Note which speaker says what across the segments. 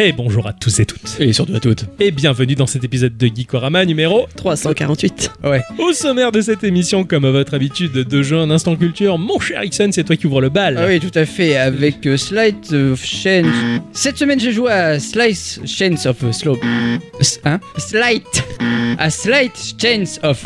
Speaker 1: Hey, bonjour à tous et toutes.
Speaker 2: Et surtout à toutes.
Speaker 1: Et bienvenue dans cet épisode de Geekorama numéro
Speaker 3: 348.
Speaker 2: Ouais.
Speaker 1: Au sommaire de cette émission, comme à votre habitude de jeu en instant culture, mon cher Ixon, c'est toi qui ouvre le bal.
Speaker 2: Ah oui, tout à fait, avec euh, Slice of Change. Cette semaine, j'ai joué à Slice Chains of euh, Slow. S- Hein Slight. À Slight Chains of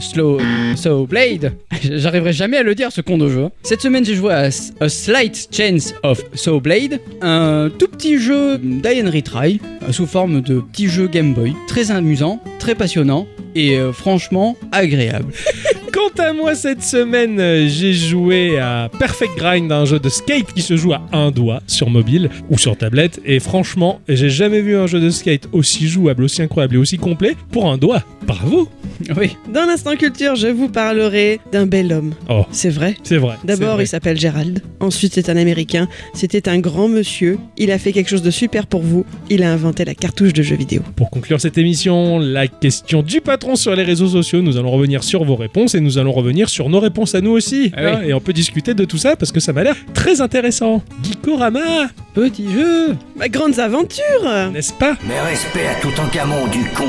Speaker 2: Slow. So Blade. J'arriverai jamais à le dire, ce con de jeu. Cette semaine, j'ai joué à S- a Slight Chains of So Blade. Un tout petit jeu die and retry, euh, sous forme de petit jeu Game Boy. Très amusant, très passionnant et euh, franchement agréable.
Speaker 1: Quant à moi, cette semaine, euh, j'ai joué à Perfect Grind, un jeu de skate qui se joue à un doigt sur mobile ou sur tablette. Et franchement, j'ai jamais vu un jeu de skate aussi jouable, aussi incroyable et aussi complet pour un doigt. Bravo
Speaker 2: Oui.
Speaker 3: Dans l'instant culture, je vous parlerai d'un bel homme.
Speaker 1: Oh,
Speaker 3: C'est vrai.
Speaker 1: c'est vrai. c'est
Speaker 3: D'abord,
Speaker 1: vrai.
Speaker 3: il s'appelle Gérald. Ensuite, c'est un Américain. C'était un grand monsieur. Il a fait quelque chose de super pour vous. Il a inventé la cartouche de jeux vidéo.
Speaker 1: Pour conclure cette émission, la question du patron sur les réseaux sociaux, nous allons revenir sur vos réponses et nous allons revenir sur nos réponses à nous aussi.
Speaker 2: Ah oui.
Speaker 1: hein, Et on peut discuter de tout ça parce que ça m'a l'air très intéressant. Geekorama,
Speaker 2: Petit jeu.
Speaker 3: Bah, grandes aventures
Speaker 1: n'est-ce pas
Speaker 4: Mais respect à tout en camon du con.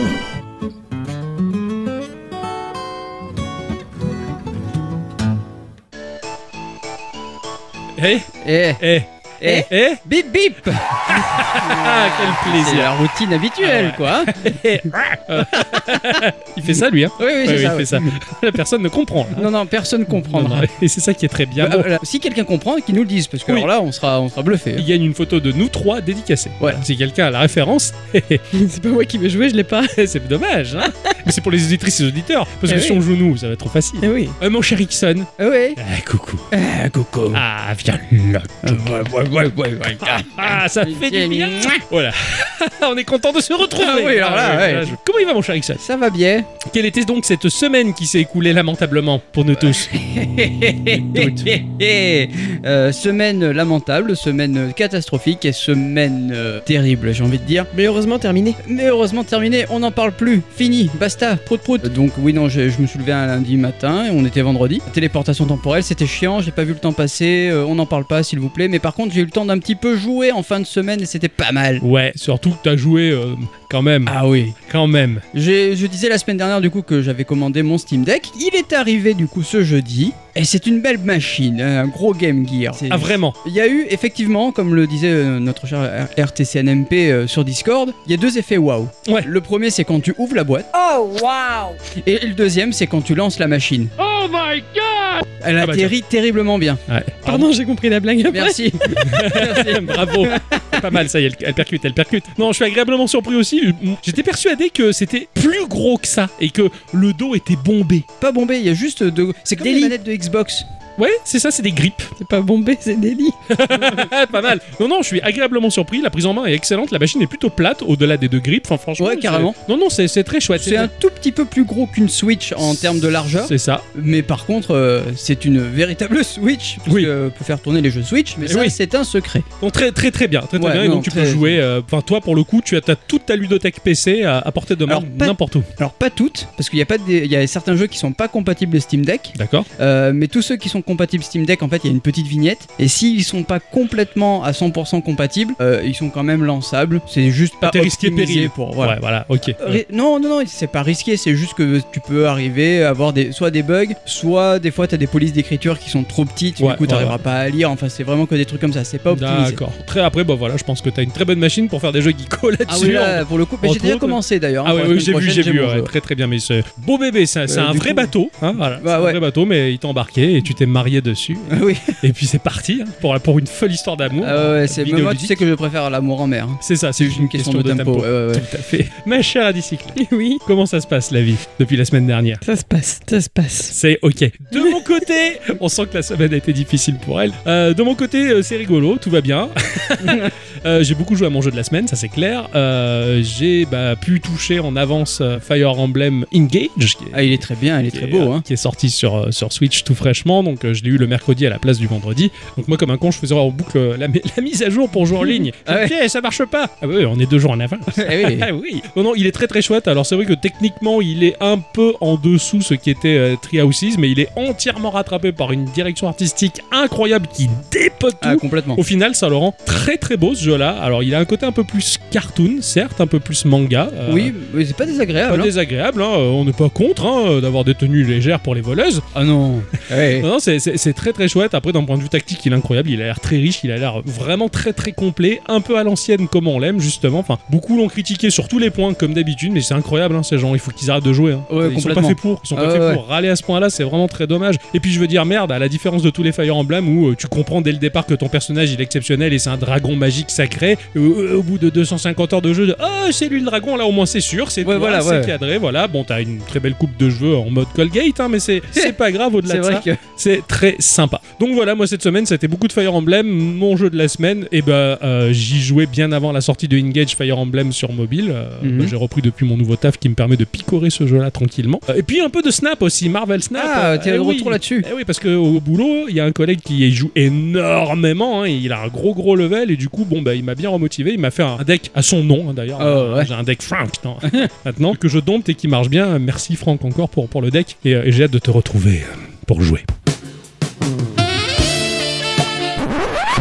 Speaker 1: Eh,
Speaker 2: Eh.
Speaker 1: eh,
Speaker 2: Eh.
Speaker 1: eh
Speaker 2: Bip bip
Speaker 1: Ah, quel
Speaker 2: C'est
Speaker 1: plaisir
Speaker 2: la routine habituelle, quoi. hein.
Speaker 1: Il fait ça lui, hein
Speaker 2: Oui, oui,
Speaker 1: Ouais,
Speaker 2: c'est
Speaker 1: oui,
Speaker 2: ça.
Speaker 1: il
Speaker 2: ouais.
Speaker 1: fait ça. La personne ne comprend. là.
Speaker 2: Non, non, personne comprendra.
Speaker 1: Et c'est ça qui est très bien.
Speaker 2: Bah,
Speaker 1: Bon,
Speaker 2: voilà. Si quelqu'un comprend, qu'il nous le dise, parce que
Speaker 1: Oui.
Speaker 2: alors là, on sera, on sera bluffé.
Speaker 1: il gagne une photo de nous trois dédicacée.
Speaker 2: Voilà.
Speaker 1: Si quelqu'un a la référence,
Speaker 3: C'est pas moi qui vais jouer, je l'ai pas.
Speaker 1: c'est dommage. hein. Mais c'est pour les auditrices et les auditeurs. Parce que
Speaker 2: Eh
Speaker 1: si
Speaker 2: oui.
Speaker 1: on joue nous, ça va être trop facile.
Speaker 3: Eh oui.
Speaker 1: Euh, mon cher Ixon.
Speaker 2: Ah ouais.
Speaker 1: Ah, coucou.
Speaker 2: Ah, coco.
Speaker 1: Ah, viens là.
Speaker 2: Ouais, ouais, ouais, ouais. Ah.
Speaker 1: Ah, ça fait du bien.
Speaker 2: Mouah.
Speaker 1: Voilà. on est content de se retrouver.
Speaker 2: Ah oui, alors là,
Speaker 1: Ah,
Speaker 2: ouais.
Speaker 1: je- Comment il va, mon cher Ixon
Speaker 2: Ça va bien.
Speaker 1: Quelle était donc cette semaine qui s'est écoulée lamentablement pour nous tous Doute.
Speaker 2: Euh, semaine lamentable, semaine catastrophique et semaine euh, terrible, j'ai envie de dire.
Speaker 3: Mais heureusement terminé.
Speaker 2: Mais heureusement terminé, on n'en parle plus, fini, basta, prout prout. Euh, Donc oui non, je, je me suis levé un lundi matin et on était vendredi. Téléportation temporelle, c'était chiant, j'ai pas vu le temps passer, euh, on n'en parle pas s'il vous plaît. Mais par contre j'ai eu le temps d'un petit peu jouer en fin de semaine et c'était pas mal.
Speaker 1: Ouais, surtout que t'as joué euh, quand même.
Speaker 2: Ah oui.
Speaker 1: Quand même.
Speaker 2: Je, je disais la semaine dernière du coup que j'avais commandé mon Steam Deck. Il est arrivé du coup ce jeudi et c'est une belle machine, hein, un gros Game Gear. C'est-
Speaker 1: Ah, vraiment
Speaker 2: Il y a eu effectivement, comme le disait euh, notre cher R- RTCNMP euh, sur Discord, il y a deux effets waouh.
Speaker 1: Ouais.
Speaker 2: Le premier c'est quand tu ouvres la boîte. Oh waouh Et le deuxième c'est quand tu lances la machine. Oh my god Elle
Speaker 1: Ah bah
Speaker 2: atterrit terriblement bien.
Speaker 1: Ouais. Ah,
Speaker 3: Pardon, j'ai compris la blague après.
Speaker 2: Merci. Merci.
Speaker 1: Bravo. Pas mal, ça y est, elle, elle percute, elle percute. Non, je suis agréablement surpris aussi. J'étais persuadé que c'était plus gros que ça et que le dos était bombé.
Speaker 2: Pas bombé, il y a juste de. C'est comme
Speaker 3: Des
Speaker 2: les
Speaker 3: lits.
Speaker 2: manettes de Xbox.
Speaker 1: Ouais, c'est ça, c'est des grippes.
Speaker 3: C'est pas bombé, c'est délit.
Speaker 1: Eh, pas mal. Non, non, je suis agréablement surpris. La prise en main est excellente. La machine est plutôt plate au-delà des deux grippes. Enfin, franchement.
Speaker 2: Ouais,
Speaker 1: c'est-
Speaker 2: carrément.
Speaker 1: Non, non, c'est c'est très chouette.
Speaker 2: C'est un tout petit peu plus gros qu'une Switch en termes de largeur.
Speaker 1: C'est ça.
Speaker 2: Mais par contre, euh, c'est une véritable Switch. Parce
Speaker 1: Oui.
Speaker 2: que pour faire tourner les jeux Switch, mais
Speaker 1: Eh
Speaker 2: ça,
Speaker 1: oui.
Speaker 2: c'est un secret.
Speaker 1: Donc très très très bien, très très
Speaker 2: Ouais,
Speaker 1: bien. Et
Speaker 2: non,
Speaker 1: donc tu
Speaker 2: très-
Speaker 1: peux jouer. euh, Enfin toi pour le coup, tu as t'as toute ta ludothèque PC à, à portée de main
Speaker 2: Alors, pas-
Speaker 1: n'importe où.
Speaker 2: Alors pas toutes, parce qu'il y a pas des- il y a certains jeux qui sont pas compatibles Steam Deck,
Speaker 1: D'accord.
Speaker 2: euh, mais tous ceux qui sont compatibles Steam Deck, en fait, il y a une petite vignette. Et s'ils sont pas complètement à 100% compatibles, euh, ils sont quand même lançables. C'est juste pas
Speaker 1: Ah, T'es risqué
Speaker 2: optimisé
Speaker 1: péril.
Speaker 2: pour voilà.
Speaker 1: Ouais, voilà. Ok.
Speaker 2: Ri- Non, non, non, c'est pas risqué, c'est juste que tu peux arriver à avoir des, soit des bugs, soit des fois t'as des polices d'écriture qui sont trop petites,
Speaker 1: Ouais,
Speaker 2: du coup
Speaker 1: ouais,
Speaker 2: t'arriveras pas à lire, enfin c'est vraiment que des trucs comme ça, c'est pas optimisé.
Speaker 1: D'accord. Très après, bah voilà, je pense que t'as une très bonne machine pour faire des jeux geeko là-dessus.
Speaker 2: Ah oui, là, pour le coup, mais
Speaker 1: Entre
Speaker 2: j'ai déjà
Speaker 1: autres-
Speaker 2: commencé d'ailleurs.
Speaker 1: Ah
Speaker 2: hein,
Speaker 1: ouais,
Speaker 2: pour la
Speaker 1: oui, j'ai
Speaker 2: semaine
Speaker 1: vu, j'ai
Speaker 2: prochaine,
Speaker 1: vu,
Speaker 2: mon
Speaker 1: ouais,
Speaker 2: jeu.
Speaker 1: très très bien. Mais c'est beau bébé, c'est c'est
Speaker 2: Euh,
Speaker 1: un
Speaker 2: du
Speaker 1: vrai
Speaker 2: coup-
Speaker 1: bateau, hein, voilà.
Speaker 2: Bah
Speaker 1: C'est un
Speaker 2: ouais.
Speaker 1: vrai bateau, mais il t'a embarqué et tu t'es marié dessus.
Speaker 2: Ah oui,
Speaker 1: Et puis c'est parti hein, pour pour une folle histoire d'amour.
Speaker 2: Ah ouais, c'est moi tu
Speaker 1: Vidéoludique.
Speaker 2: sais que je préfère l'amour en mer. hein.
Speaker 1: C'est ça, Oh, c'est juste une question, de, tempo.
Speaker 2: ouais, ouais, ouais.
Speaker 1: Tout à fait. Ma chère à bicycle,
Speaker 3: oui,
Speaker 1: comment ça se passe la vie depuis la semaine dernière
Speaker 3: ça se passe, ça se passe.
Speaker 1: C'est ok. De mon côté, on sent que la semaine a été difficile pour elle. Euh, de mon côté, euh, c'est rigolo, tout va bien. Euh, j'ai beaucoup joué à mon jeu de la semaine, ça c'est clair. Euh, j'ai bah, pu toucher en avance euh, Fire Emblem Engage, qui est,
Speaker 2: Ah, il est très bien, il est
Speaker 1: qui
Speaker 2: très
Speaker 1: est,
Speaker 2: beau.
Speaker 1: euh,
Speaker 2: Hein.
Speaker 1: qui est sorti sur, euh, sur Switch tout fraîchement. Donc euh, je l'ai eu le mercredi à la place du vendredi. Donc moi, comme un con, je faisais en boucle euh, la, la mise à jour pour jouer en ligne.
Speaker 2: Ah
Speaker 1: Ok, ça marche pas. Ah ouais, on est deux jours en avance.
Speaker 2: Eh oui.
Speaker 1: Ah oui Non, non, il est très très chouette. Alors c'est vrai que techniquement, il est un peu en dessous ce qui était euh, Treehouses, mais il est entièrement rattrapé par une direction artistique incroyable qui dépote tout.
Speaker 2: Ah, complètement.
Speaker 1: Au final, ça le rend très très beau ce jeu-là. Alors, il a un côté un peu plus cartoon, certes, un peu plus manga. euh,
Speaker 2: Oui, mais c'est pas
Speaker 1: Pas
Speaker 2: désagréable. hein.
Speaker 1: désagréable, hein, on n'est pas contre hein, d'avoir des tenues légères pour les voleuses.
Speaker 2: Ah non. Ouais.
Speaker 1: Non, non, c'est- c'est c'est très très chouette. Après, d'un point de vue tactique, il est incroyable. Il a l'air très riche, il a l'air vraiment très très complet, un peu à l'ancienne comme on l'aime justement. Enfin, beaucoup l'ont critiqué sur tous les points comme d'habitude, mais c'est incroyable hein, ces gens. Il faut qu'ils arrêtent de jouer. hein.
Speaker 2: Ouais,
Speaker 1: ils sont pas
Speaker 2: complètement.
Speaker 1: faits pour. Ils sont pas
Speaker 2: Ah
Speaker 1: faits
Speaker 2: ouais,
Speaker 1: pour. Râler à ce point-là, c'est vraiment très dommage. Et puis je veux dire merde, à la différence de tous les Fire Emblem où euh, tu comprends dès le départ que ton personnage il est exceptionnel et c'est un dragon magique sacré. et au- au bout de 250 heures de jeu, de, ah c'est lui le dragon. Là au moins c'est sûr, c'est
Speaker 2: Ouais,
Speaker 1: toi,
Speaker 2: voilà,
Speaker 1: c'est
Speaker 2: ouais.
Speaker 1: cadré. Voilà, bon t'as une très belle coupe de cheveux en mode Colgate, hein, mais c'est c'est pas grave au-delà
Speaker 2: C'est
Speaker 1: de ça.
Speaker 2: vrai que.
Speaker 1: C'est très sympa. Donc voilà, moi cette semaine, c'était beaucoup de Fire Emblem. Mon jeu de la semaine, et ben euh, j'y jouais bien avant la sortie de Engage Fire Emblem sur mobile. Euh,
Speaker 2: Mhm.
Speaker 1: bah, J'ai repris depuis mon nouveau taf qui me permet de picorer ce jeu-là tranquillement. Euh, Et puis un peu de Snap aussi, Marvel Snap.
Speaker 2: Ah, t'es
Speaker 1: euh,
Speaker 2: de
Speaker 1: eh oui.
Speaker 2: retour là-dessus.
Speaker 1: Eh oui, parce que au boulot, il y a un collègue qui y joue énormément. hein, et il a un gros gros level et du coup, bon bah il m'a bien remotivé. Il m'a fait un deck à son nom hein, d'ailleurs.
Speaker 2: Oh, ouais.
Speaker 1: J'ai un deck Frank non, maintenant que je dompte et qui marche bien. Merci Franck encore pour pour le deck et, euh, et j'ai hâte de te retrouver euh, pour jouer.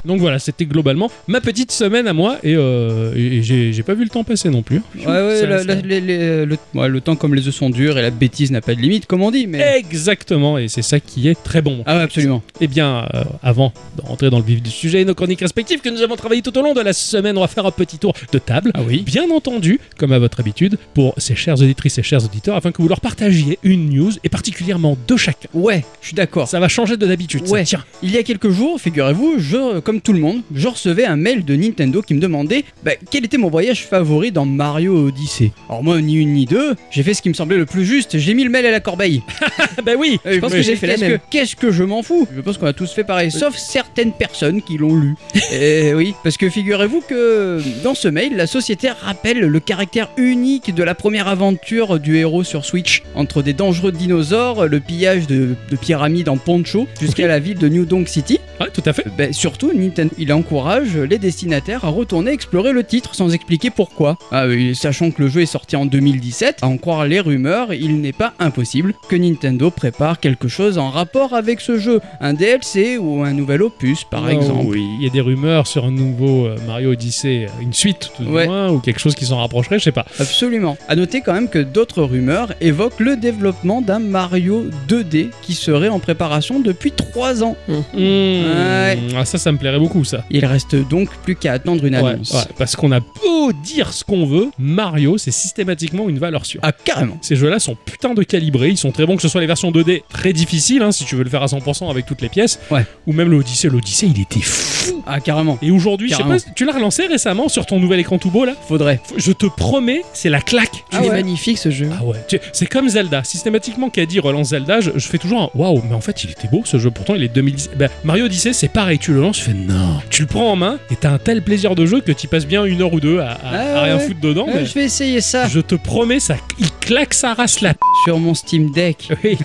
Speaker 1: Donc voilà, c'était globalement ma petite semaine à moi et, euh, et- et j'ai j'ai pas vu le temps passer non plus.
Speaker 2: Ouais, ouais,
Speaker 1: Ça-
Speaker 2: la-
Speaker 1: ça-
Speaker 2: la- les- les- le, ouais, le temps comme les œufs sont durs et la bêtise n'a pas de limite, comme on dit, mais.
Speaker 1: Exactement, et c'est ça qui est très bon.
Speaker 2: Ah ouais, absolument.
Speaker 1: Eh bien, euh, avant de rentrer dans le vif du sujet et nos chroniques respectives que nous avons travaillées tout au long de la semaine, on va faire un petit tour de table.
Speaker 2: Ah oui.
Speaker 1: Bien entendu, comme à votre habitude, pour ces chères auditrices et chers auditeurs, afin que vous leur partagiez une news, et particulièrement de chacun.
Speaker 2: Ouais, je suis d'accord.
Speaker 1: Ça va changer de d'habitude. ça.
Speaker 2: Ouais.
Speaker 1: Tiens,
Speaker 2: Il y a quelques jours, figurez-vous, je, comme tout le monde, je recevais un mail de Nintendo qui me demandait bah, quel était mon voyage favori dans Mario Odyssey. Alors moi, ni une ni deux, j'ai fait ce qui me semblait le plus juste, j'ai mis le mail à la corbeille.
Speaker 1: Ah bah oui,
Speaker 2: Euh, je pense
Speaker 3: Oui.
Speaker 2: que j'ai
Speaker 3: J'ai fait
Speaker 2: fait
Speaker 3: la même.
Speaker 2: Qu'est-ce que je m'en fous Je pense qu'on a tous fait pareil, sauf certaines personnes qui l'ont lu. Et oui, parce que figurez-vous que dans ce mail, la société rappelle le caractère unique de la première aventure du héros sur Switch, entre des dangereux dinosaures, le pillage de, de pyramides en poncho, jusqu'à la ville de New Donk City.
Speaker 1: Ouais, tout à fait.
Speaker 2: Ben, surtout, Nintendo, il encourage les destinataires à retourner explorer le titre sans expliquer pourquoi. Ah oui, sachant que le jeu est sorti en 2017, à en croire les rumeurs, il n'est pas impossible que Nintendo prépare quelque chose en rapport avec ce jeu, un DLC ou un nouvel opus par
Speaker 1: Oh,
Speaker 2: exemple.
Speaker 1: oui, il y a des rumeurs sur un nouveau euh, Mario Odyssey, euh, une suite tout du
Speaker 2: Ouais.
Speaker 1: moins, ou quelque chose qui s'en rapprocherait, je sais pas.
Speaker 2: Absolument. À noter quand même que d'autres rumeurs évoquent le développement d'un Mario 2D qui serait en préparation depuis 3 ans.
Speaker 1: Mmh. Ah, ça, ça me plairait beaucoup, ça.
Speaker 2: Il reste donc plus qu'à attendre une
Speaker 1: Ouais,
Speaker 2: annonce.
Speaker 1: ouais, parce qu'on a beau dire ce qu'on veut, Mario, c'est systématiquement une valeur sûre.
Speaker 2: Ah carrément.
Speaker 1: Ces jeux-là sont putain de calibrés, ils sont très bons, que ce soit les versions 2D très difficiles, hein, si tu veux le faire à 100% avec toutes les pièces,
Speaker 2: Ouais.
Speaker 1: ou même le Odyssey. L'Odyssée, il était fou.
Speaker 2: Ah carrément.
Speaker 1: Et aujourd'hui, je sais pas,
Speaker 2: Carrément.
Speaker 1: tu l'as relancé récemment sur ton nouvel écran tout beau là
Speaker 2: Faudrait.
Speaker 1: F- Je te promets, c'est la claque.
Speaker 3: Il
Speaker 2: Ah
Speaker 3: est
Speaker 2: ouais.
Speaker 3: magnifique ce jeu.
Speaker 1: Ah ouais, tu- c'est comme Zelda. Systématiquement, qu'a dit relance Zelda, je, je fais toujours un waouh, mais en fait, il était beau ce jeu. Pourtant, il est 2010. Bah, Mario Odyssey, c'est pareil. Tu le lances, tu fais non. Tu le prends en main et t'as un tel plaisir de jeu que tu passes bien une heure ou deux à, à-
Speaker 2: Ah
Speaker 1: à rien
Speaker 2: ouais.
Speaker 1: foutre dedans.
Speaker 2: Euh,
Speaker 1: Oh, mais
Speaker 2: je vais essayer ça.
Speaker 1: Je te promets, ça, il claque sa race la. p-
Speaker 2: sur mon Steam Deck.
Speaker 1: Oui.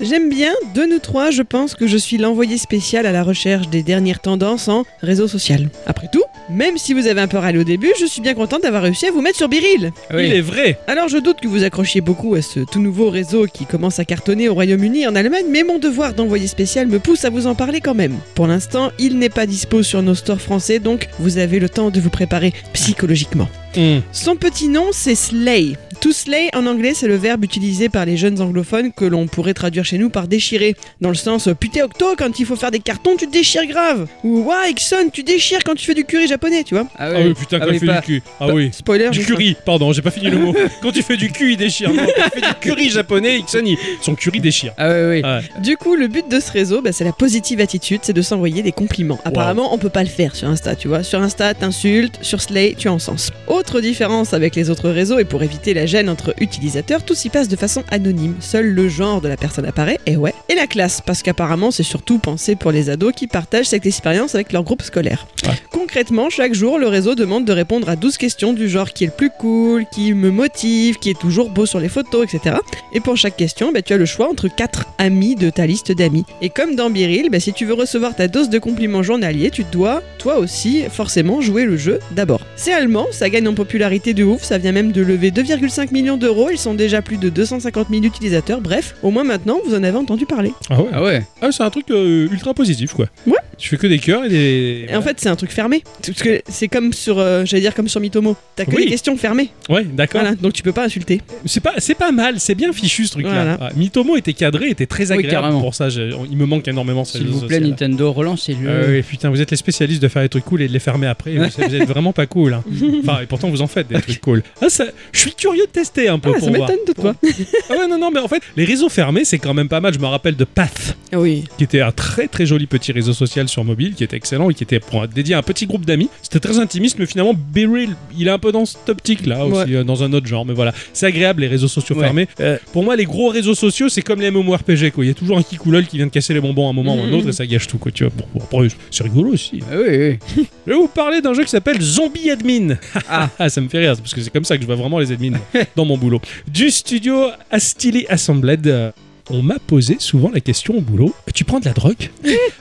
Speaker 3: J'aime bien, de nous trois, je pense que je suis l'envoyé spécial à la recherche des dernières tendances en réseau social. Après tout, même si vous avez un peu râlé au début, je suis bien contente d'avoir réussi à vous mettre sur Biril.
Speaker 1: Il est vrai.
Speaker 3: Alors je doute que vous accrochiez beaucoup à ce tout nouveau réseau qui commence à cartonner au Royaume-Uni et en Allemagne, mais mon devoir d'envoyé spécial me pousse à vous en parler quand même. Pour l'instant, il n'est pas dispo sur nos stores français, donc vous avez le temps de vous préparer psychologiquement.
Speaker 1: Hum.
Speaker 3: Son petit nom, c'est slay. To slay en anglais, c'est le verbe utilisé par les jeunes anglophones que l'on pourrait traduire chez nous par déchirer. Dans le sens euh, putain octo, quand il faut faire des cartons, tu te déchires grave. Ou ouah, Ixon, tu déchires quand tu fais du curry japonais, tu vois.
Speaker 2: Ah
Speaker 1: Ah oui, putain, quand
Speaker 2: Ah oui,
Speaker 1: il fait
Speaker 2: pas-
Speaker 1: du cul. Ah
Speaker 3: Bah,
Speaker 1: oui.
Speaker 3: Spoiler,
Speaker 1: Du
Speaker 3: j'ai faim.
Speaker 1: curry, pardon, j'ai pas fini le mot. Quand tu fais du cul, il déchire. Non, quand tu fais du curry japonais, Ixon, il- son curry déchire.
Speaker 2: Ah oui, oui.
Speaker 1: Ah.
Speaker 3: Du coup, le but de ce réseau, bah, c'est la positive attitude, c'est de s'envoyer des compliments. Apparemment, on peut pas le faire sur Insta, tu vois. Sur Insta, t'insultes, sur Slay, tu encenses. Autre différence avec les autres réseaux, et pour éviter la gêne entre utilisateurs, tout s'y passe de façon anonyme. Seul le genre de la personne apparaît, et ouais. Et la classe, parce qu'apparemment, c'est surtout pensé pour les ados qui partagent cette expérience avec leur groupe scolaire.
Speaker 1: Ouais.
Speaker 3: Concrètement, chaque jour, le réseau demande de répondre à 12 questions du genre qui est le plus cool, qui me motive, qui est toujours beau sur les photos, etc. Et pour chaque question, bah, tu as le choix entre quatre amis de ta liste d'amis. Et comme dans Biril, bah, si tu veux recevoir ta dose de compliments journaliers, tu dois, toi aussi, forcément jouer le jeu d'abord. C'est allemand, ça gagne en popularité de ouf, ça vient même de lever 2,5 millions d'euros, ils sont déjà plus de 250 000 utilisateurs, bref, au moins maintenant, vous en avez entendu parler.
Speaker 1: Ah ouais
Speaker 2: Ah ouais.
Speaker 1: Ah, c'est un truc euh, ultra positif, quoi.
Speaker 3: Ouais,
Speaker 1: Je fais que des cœurs et des.
Speaker 3: Et en fait, c'est un truc fermé. Parce que c'est comme sur, euh, j'allais dire comme sur Mitomo. T'as que
Speaker 1: Oui. Ah.
Speaker 3: des questions fermées.
Speaker 1: Ouais, d'accord.
Speaker 3: Voilà, donc tu peux pas insulter.
Speaker 1: C'est pas, c'est pas mal, c'est bien fichu ce truc-là.
Speaker 3: Voilà.
Speaker 1: Ouais, Mitomo était cadré, était très
Speaker 2: Oui,
Speaker 1: agréable
Speaker 2: carrément.
Speaker 1: pour ça. j'ai- Il me manque énormément ce
Speaker 2: S'il vous plaît, Nintendo, relancez-le.
Speaker 1: Euh, oui, putain, vous êtes les spécialistes de faire des trucs cool et de les fermer après. Vous, vous êtes vraiment pas cool. hein. Enfin, et pourtant, vous en faites des trucs cool. Ah, ça, je suis curieux de tester un peu
Speaker 3: Ah,
Speaker 1: pour
Speaker 3: ça
Speaker 1: voir.
Speaker 3: m'étonne de toi.
Speaker 1: Ah ouais, non, non, mais en fait, les réseaux fermés, c'est quand même pas mal. Je me rappelle de Path,
Speaker 3: Ah oui.
Speaker 1: qui était un très très joli petit réseau social sur mobile, qui était excellent et qui était pour, dédié à un petit groupe d'amis. C'était très intimiste, mais finalement, Beryl, il est un peu dans cette optique là aussi, euh, dans un autre genre. Mais voilà, c'est agréable les réseaux sociaux
Speaker 2: Ouais.
Speaker 1: fermés. Euh, pour moi, les gros réseaux sociaux, c'est comme les MMORPG, quoi. Il y a toujours un kikoulol qui vient de casser les bonbons à un moment ou à un
Speaker 3: Mhm.
Speaker 1: autre et ça gâche tout, quoi. Tu vois, Bon, bon, après, c'est rigolo aussi. hein.
Speaker 2: Ah oui, oui.
Speaker 1: Je vais vous parler d'un jeu qui s'appelle Zombie Admin.
Speaker 2: Ah.
Speaker 1: Ah, ça me fait rire, parce que c'est comme ça que je vois vraiment les admins dans mon boulot. Du studio Astili Assembled. euh, On m'a posé souvent la question au boulot Tu prends de la drogue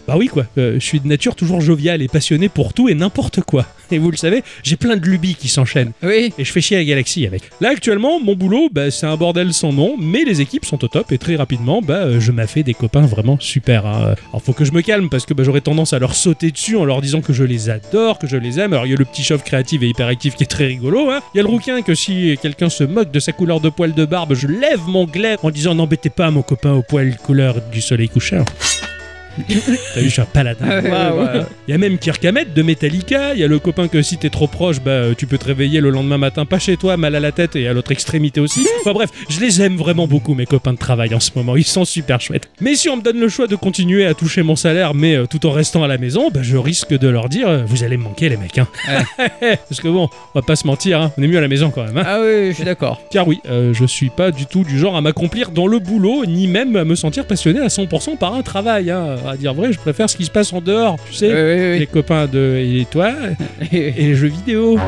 Speaker 1: Bah oui, quoi. Euh, je suis de nature toujours joviale et passionnée pour tout et n'importe quoi. Et vous le savez, j'ai plein de lubies qui s'enchaînent.
Speaker 2: Oui.
Speaker 1: Et je fais chier la galaxie avec. Là, actuellement, mon boulot, bah, c'est un bordel sans nom, mais les équipes sont au top et très rapidement, bah, euh, je m'as fait des copains vraiment super. hein. Alors, faut que je me calme parce que bah, j'aurais tendance à leur sauter dessus en leur disant que je les adore, que je les aime. Alors, il y a le petit chauve créatif et hyperactif qui est très rigolo. hein. Il y a le rouquin que si quelqu'un se moque de sa couleur de poil de barbe, je lève mon glaive en disant N'embêtez pas mon copain au poil couleur du soleil couchant. T'as vu, je suis un paladin.
Speaker 2: Ah ouais,
Speaker 3: Waouh.
Speaker 2: ouais.
Speaker 1: Il y a même Kirk Hammett de Metallica, il y a le copain que si t'es trop proche, bah euh, tu peux te réveiller le lendemain matin pas chez toi, mal à la tête et à l'autre extrémité aussi. Enfin bref, je les aime vraiment beaucoup mes copains de travail en ce moment, ils sont super chouettes. Mais si on me donne le choix de continuer à toucher mon salaire mais euh, tout en restant à la maison, bah je risque de leur dire euh, vous allez me manquer les mecs hein. Parce que bon, on va pas se mentir, hein, on est mieux à la maison quand même. hein.
Speaker 2: Ah oui, je suis d'accord.
Speaker 1: Car oui, euh, je suis pas du tout du genre à m'accomplir dans le boulot, ni même à me sentir passionné à 100% par un travail. hein. À dire vrai, je préfère ce qui se passe en dehors, tu sais
Speaker 2: Oui, Ah oui,
Speaker 1: les copains de et toi
Speaker 2: oui.
Speaker 1: et les jeux vidéo.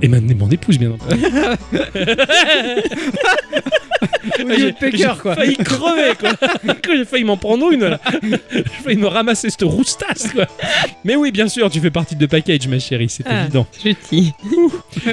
Speaker 1: Et maintenant mon épouse bien entendu.
Speaker 2: Olivier Pecker, quoi.
Speaker 1: J'ai failli crever quoi. J'ai failli m'en prendre une là. J'ai failli me ramasser cette roustasse quoi. Mais oui bien sûr tu fais partie de package ma chérie c'est
Speaker 3: Ah.
Speaker 1: évident.
Speaker 3: Petit.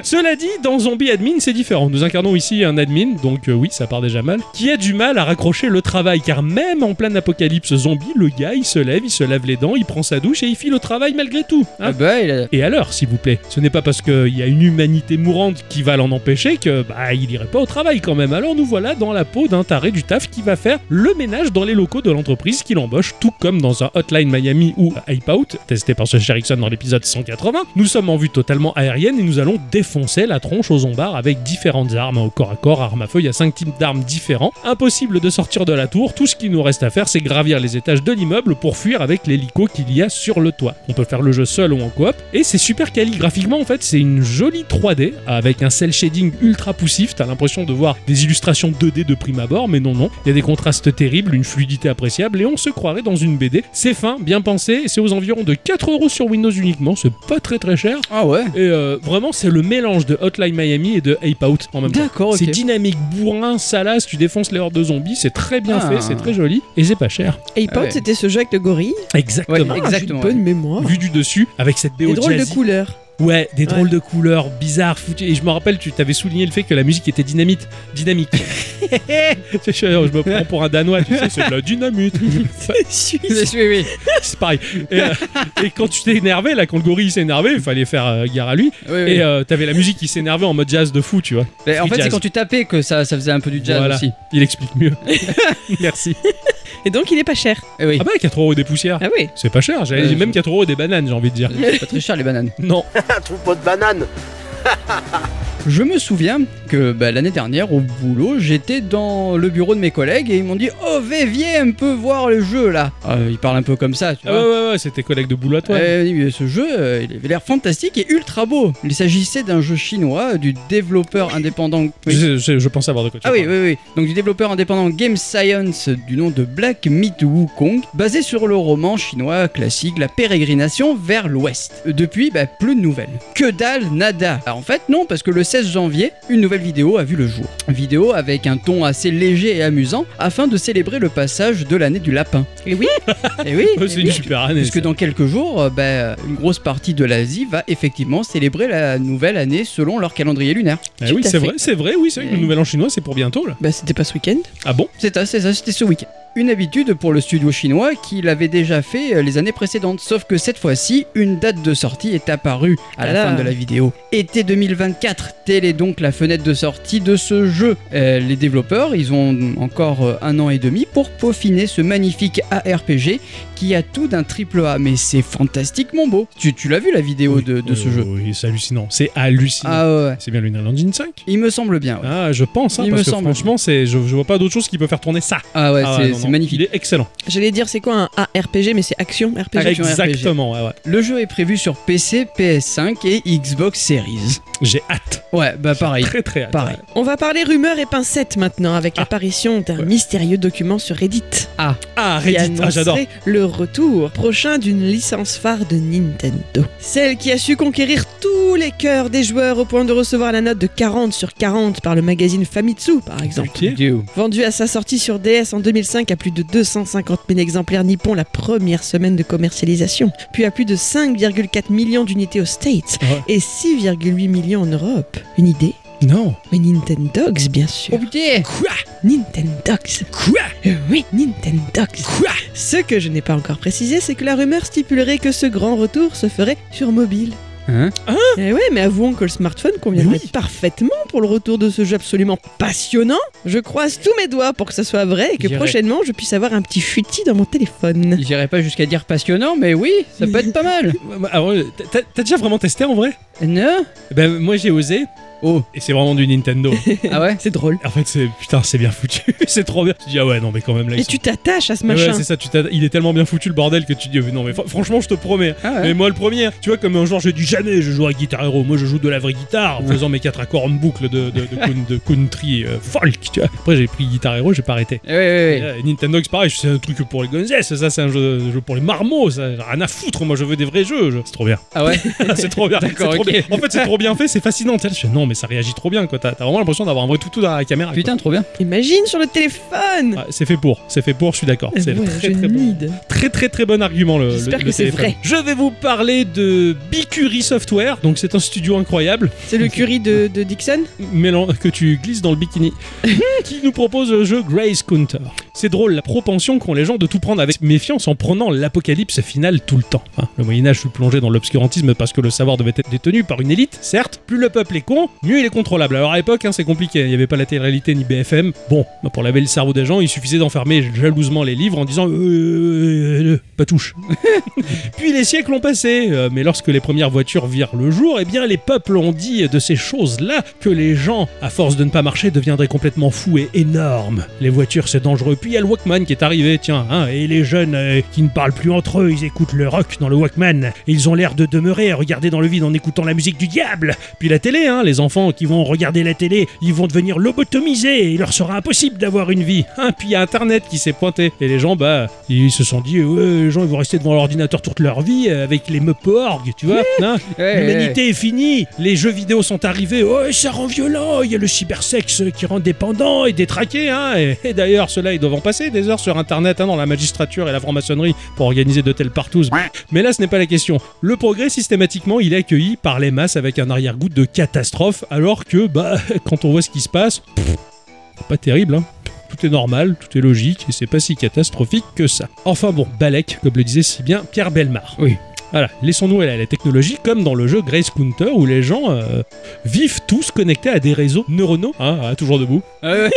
Speaker 1: Cela dit, dans Zombie Admin, c'est différent. Nous incarnons ici un admin, donc euh, oui, ça part déjà mal, qui a du mal à raccrocher le travail, car même en plein apocalypse zombie, le gars, il se lève, il se lave les dents, il prend sa douche et il file au travail malgré tout. hein.
Speaker 2: Ah bah, il a...
Speaker 1: Et alors, s'il vous plaît, ce n'est pas parce qu'il y a une humanité mourante qui va l'en empêcher que bah il irait pas au travail quand même. Alors nous voilà dans la peau d'un taré du taf qui va faire le ménage dans les locaux de l'entreprise qui l'embauche, tout comme dans un Hotline Miami ou Hype Out, testé par ce Erickson dans l'épisode 180. Nous sommes en vue totalement aérienne et nous allons défoncer la tronche aux zombards avec différentes armes au corps à corps, armes à feu. Il y a cinq types d'armes différents. Impossible de sortir de la tour. Tout ce qu'il nous reste à faire, c'est gravir les étages de l'immeuble pour fuir avec l'hélico qu'il y a sur le toit. On peut faire le jeu seul ou en coop. Et c'est super quali graphiquement en fait. C'est une jolie 3D avec un cel shading ultra poussif. T'as l'impression de voir des illustrations 2D de prime abord, mais non, non. Il y a des contrastes terribles, une fluidité appréciable et on se croirait dans une BD. C'est fin, bien pensé. C'est aux environs de 4 euros sur Windows uniquement. C'est pas très très cher.
Speaker 2: Ah ouais.
Speaker 1: Et euh, vraiment, c'est le mélange de Hotline Miami et de Ape Out en même temps.
Speaker 2: D'accord, ok.
Speaker 1: C'est dynamique, bourrin, salace, tu défonces les hordes de zombies, c'est très bien
Speaker 2: Ah.
Speaker 1: fait, c'est très joli et c'est pas cher.
Speaker 3: Et Ape Out,
Speaker 2: Ah ouais.
Speaker 3: c'était ce jeu avec le gorille.
Speaker 1: Exactement.
Speaker 2: Ouais,
Speaker 3: Ah, j'ai
Speaker 2: Exactement,
Speaker 3: une bonne mémoire.
Speaker 1: Vu du dessus, avec cette BO
Speaker 3: Des drôles de
Speaker 1: jazzy.
Speaker 3: couleurs.
Speaker 1: Ouais, des drôles
Speaker 3: Ouais.
Speaker 1: de couleurs bizarres, foutues. Et je me rappelle, tu t'avais souligné le fait que la musique était dynamite. Dynamique. je, je me prends pour un Danois, tu sais, c'est de la dynamite.
Speaker 2: Oui, oui.
Speaker 1: c'est pareil. Et, euh, et quand tu t'es énervé, là, quand le gorille s'est énervé, il fallait faire euh, gare à lui.
Speaker 2: oui, oui.
Speaker 1: Et euh, t'avais la musique qui s'énervait en mode jazz de fou, tu vois.
Speaker 2: Mais en
Speaker 1: free
Speaker 2: fait, c'est
Speaker 1: jazz.
Speaker 2: quand tu tapais que ça, ça faisait un peu du jazz
Speaker 1: Voilà.
Speaker 2: aussi.
Speaker 1: Il explique mieux. Merci.
Speaker 3: Et donc, il est pas cher.
Speaker 2: Eh oui.
Speaker 1: Ah bah 4 euros des poussières.
Speaker 3: Ah oui.
Speaker 1: C'est pas cher, j'avais
Speaker 2: Ouais,
Speaker 1: dit
Speaker 2: je-
Speaker 1: même 4 euros des bananes, j'ai envie de dire.
Speaker 2: C'est pas très cher les bananes.
Speaker 1: Non.
Speaker 5: Un troupeau de bananes
Speaker 2: Je me souviens que bah, l'année dernière au boulot, j'étais dans le bureau de mes collègues et ils m'ont dit "Oh, Vé, viens un peu voir le jeu là." Euh, ils parlent un peu comme ça, tu
Speaker 1: Ah
Speaker 2: vois.
Speaker 1: ouais, ouais, ouais, c'était collègue de boulot à toi.
Speaker 2: Euh, oui, mais ce jeu, euh, il avait l'air fantastique et ultra beau. Il s'agissait d'un jeu chinois euh, du développeur indépendant.
Speaker 1: Je, sais- je- je pense savoir de quoi tu
Speaker 2: Ah oui,
Speaker 1: parles.
Speaker 2: oui, oui. Donc du développeur indépendant Game Science du nom de Black Myth Wukong, basé sur le roman chinois classique La Pérégrination vers l'Ouest. Depuis, bah, plus de nouvelles. Que dalle, nada. Ah, en fait, non, parce que le 16 janvier, une nouvelle vidéo a vu le jour. Vidéo avec un ton assez léger et amusant afin de célébrer le passage de l'année du lapin.
Speaker 3: Et oui.
Speaker 2: Et oui.
Speaker 1: Ouais, Eh oh, C'est une super année.
Speaker 2: Puisque
Speaker 1: ça.
Speaker 2: dans quelques jours, euh, bah, une grosse partie de l'Asie va effectivement célébrer la nouvelle année selon leur calendrier lunaire.
Speaker 1: Ah
Speaker 3: Tout
Speaker 1: oui,
Speaker 3: à
Speaker 1: c'est
Speaker 3: fait.
Speaker 1: vrai, c'est vrai, oui, c'est vrai que le
Speaker 2: Ouais.
Speaker 1: nouvel an chinois, c'est pour bientôt là.
Speaker 3: Bah, c'était pas ce week-end.
Speaker 1: Ah bon
Speaker 2: C'est ça, c'est ça, c'était ce week-end. une habitude pour le studio chinois qui l'avait déjà fait euh, les années précédentes. Sauf que cette fois-ci, une date de sortie est apparue à la
Speaker 3: Ah là.
Speaker 2: fin de la vidéo. Été 2024, telle est donc la fenêtre de sortie de ce jeu. Euh, les développeurs, ils ont encore euh, un an et demi pour peaufiner ce magnifique ARPG qui a tout d'un triple A. Mais c'est fantastiquement beau. Tu, tu l'as vu la vidéo
Speaker 1: Oui,
Speaker 2: de, de
Speaker 1: oui,
Speaker 2: ce
Speaker 1: oui,
Speaker 2: jeu
Speaker 1: Euh, oui, c'est hallucinant. C'est hallucinant.
Speaker 2: Ah ouais, ouais.
Speaker 1: C'est bien l'Unreal Engine 5
Speaker 2: il me semble bien. ouais.
Speaker 1: Ah, je pense, hein,
Speaker 2: Il
Speaker 1: parce
Speaker 2: me
Speaker 1: que
Speaker 2: semble.
Speaker 1: franchement, c'est, je, je vois pas d'autre chose qui peut faire tourner ça.
Speaker 2: Ah ouais,
Speaker 1: Ah
Speaker 2: c'est-
Speaker 1: ouais, non,
Speaker 2: c'est
Speaker 1: non,
Speaker 2: magnifique.
Speaker 1: Il est excellent.
Speaker 3: J'allais dire c'est quoi un ARPG, mais c'est action RPG.
Speaker 2: Action RPG.
Speaker 1: Exactement, ouais, ouais.
Speaker 2: Le jeu est prévu sur PC, PS5 et Xbox Series.
Speaker 1: J'ai hâte.
Speaker 2: Ouais, bah pareil.
Speaker 1: Très très hâte.
Speaker 2: Pareil.
Speaker 3: On va parler rumeurs et pincettes maintenant avec l'apparition d'un
Speaker 1: Ouais.
Speaker 3: mystérieux document sur Reddit.
Speaker 1: Ah,
Speaker 3: qui
Speaker 1: Reddit, ah, j'adore.
Speaker 3: annoncerait le retour prochain d'une licence phare de Nintendo. Celle qui a su conquérir tous les cœurs des joueurs au point de recevoir la note de 40 sur 40 par le magazine Famitsu, par exemple.
Speaker 1: Ok.
Speaker 2: Dieu.
Speaker 3: Vendu à sa sortie sur DS en 2005 à plus de 250 000 exemplaires nippons la première semaine de commercialisation, puis à plus de 5,4 millions d'unités aux States
Speaker 1: Ah Ouais.
Speaker 3: et 6,8 millions en Europe. Une idée
Speaker 1: Non.
Speaker 3: Mais Nintendogs, bien sûr.
Speaker 2: Oh putain
Speaker 1: Quoi
Speaker 3: Nintendogs.
Speaker 1: Quoi
Speaker 3: Euh, oui, Nintendogs.
Speaker 1: Quoi
Speaker 3: Ce que je n'ai pas encore précisé, c'est que la rumeur stipulerait que ce grand retour se ferait sur mobile.
Speaker 2: Hein
Speaker 3: Eh ouais, mais avouons que le smartphone conviendrait
Speaker 1: Mais oui.
Speaker 3: parfaitement pour le retour de ce jeu absolument passionnant. Je croise tous mes doigts pour que ça soit vrai et que
Speaker 1: J'irai.
Speaker 3: prochainement je puisse avoir un petit futi dans mon téléphone.
Speaker 2: J'irais pas jusqu'à dire passionnant, mais oui, ça peut être pas mal.
Speaker 1: Alors, Ah, t'as, t'as déjà vraiment testé en vrai
Speaker 2: Non
Speaker 1: Ben moi j'ai osé.
Speaker 2: Oh.
Speaker 1: Et c'est vraiment du Nintendo.
Speaker 2: Ah ouais
Speaker 3: C'est drôle.
Speaker 1: en fait, c'est putain, c'est bien foutu. c'est trop bien. Tu dis ah ouais non mais quand même là. ils
Speaker 3: Et
Speaker 1: sont-
Speaker 3: tu t'attaches à ce
Speaker 1: Ouais,
Speaker 3: machin.
Speaker 1: c'est ça. Tu t'as- Il est tellement bien foutu le bordel que tu dis non mais fr- franchement je te promets.
Speaker 2: Ah ouais.
Speaker 1: Mais moi le premier, tu vois comme un jour j'ai dit jamais je joue à Guitar Hero, moi je joue de la vraie guitare en faisant mes quatre accords en boucle de, de, de coun- de country euh, folk, tu vois. Après j'ai pris Guitar Hero, j'ai pas arrêté.
Speaker 2: Eh ouais, ouais, ouais.
Speaker 1: Euh, Nintendo, c'est pareil, c'est un truc pour les gonzesses, ça c'est un jeu, jeu pour les marmots, ça rien à foutre, moi je veux des vrais jeux, je- c'est trop bien.
Speaker 2: Ah ouais
Speaker 1: c'est trop bien.
Speaker 2: D'accord,
Speaker 1: c'est trop
Speaker 2: ok.
Speaker 1: bien. En fait, c'est trop bien fait, c'est fascinant. Tu sais, je fais, non, mais ça réagit trop bien, quoi. T'as t'as vraiment l'impression d'avoir un vrai toutou dans la caméra. quoi.
Speaker 2: Putain, trop bien.
Speaker 3: Imagine sur le téléphone.
Speaker 1: Ouais, c'est fait pour, c'est fait pour, je suis d'accord.
Speaker 3: Eh
Speaker 1: Ah, C'est
Speaker 3: ouais,
Speaker 1: très,
Speaker 3: je
Speaker 1: très, bon,
Speaker 3: need.
Speaker 1: très très très bon argument le, le-
Speaker 3: J'espère
Speaker 1: le
Speaker 3: que c'est
Speaker 1: téléphone.
Speaker 3: vrai.
Speaker 1: Je vais vous parler de Bicuri Software, donc c'est un studio incroyable.
Speaker 3: C'est le curry de, de Dixon
Speaker 1: mélan- que tu glisses dans le bikini, qui nous propose le jeu Grace Counter. C'est drôle la propension qu'ont les gens de tout prendre avec méfiance en prenant l'apocalypse finale tout le temps. Hein, le Moyen-Âge fut plongé dans l'obscurantisme parce que le savoir devait être détenu par une élite, certes. Plus le peuple est con, mieux il est contrôlable. Alors à l'époque, hein, c'est compliqué, il n'y avait pas la télé-réalité ni BFM. Bon, bah, pour laver le cerveau des gens, il suffisait d'enfermer jalousement les livres en disant euh, euh, euh, pas touche. Puis les siècles ont passé, euh, mais lorsque les premières voitures virent le jour, eh bien les peuples ont dit de ces choses-là que les gens, à force de ne pas marcher, deviendraient complètement fous et énormes. Les voitures, c'est dangereux. Puis il y a le Walkman qui est arrivé, tiens, hein, et les jeunes euh, qui ne parlent plus entre eux, ils écoutent le rock dans le Walkman. Et ils ont l'air de demeurer à regarder dans le vide en écoutant la musique du diable. Puis la télé, hein, les enfants qui vont regarder la télé, ils vont devenir lobotomisés et il leur sera impossible d'avoir une vie. Hein, puis il y a Internet qui s'est pointé. Et les gens, bah, ils se sont dit, ouais, les gens, ils vont rester devant l'ordinateur toute leur vie euh, avec les meporg, tu vois. hein.
Speaker 2: Ouais, ouais,
Speaker 1: L'humanité est finie, les jeux vidéo sont arrivés, oh, et ça rend violent, il y a le cybersexe qui rend dépendant et détraqué. Hein. Et, et d'ailleurs, ceux-là, ils doivent en passer des heures sur Internet, hein, dans la magistrature et la franc-maçonnerie, pour organiser de telles partouzes. Mais là, ce n'est pas la question. Le progrès, systématiquement, il est accueilli par les masses avec un arrière-goût de catastrophe, alors que, bah, quand on voit ce qui se passe, pff, pas terrible, hein. Tout est normal, tout est logique, et c'est pas si catastrophique que ça. Enfin bon, Balek, comme le disait si bien Pierre Belmar.
Speaker 2: Oui.
Speaker 1: Voilà, laissons-nous aller à la technologie, comme dans le jeu Grace Counter, où les gens euh, vivent tous connectés à des réseaux neuronaux, hein, ah, toujours debout.
Speaker 2: Ah ouais, ouais.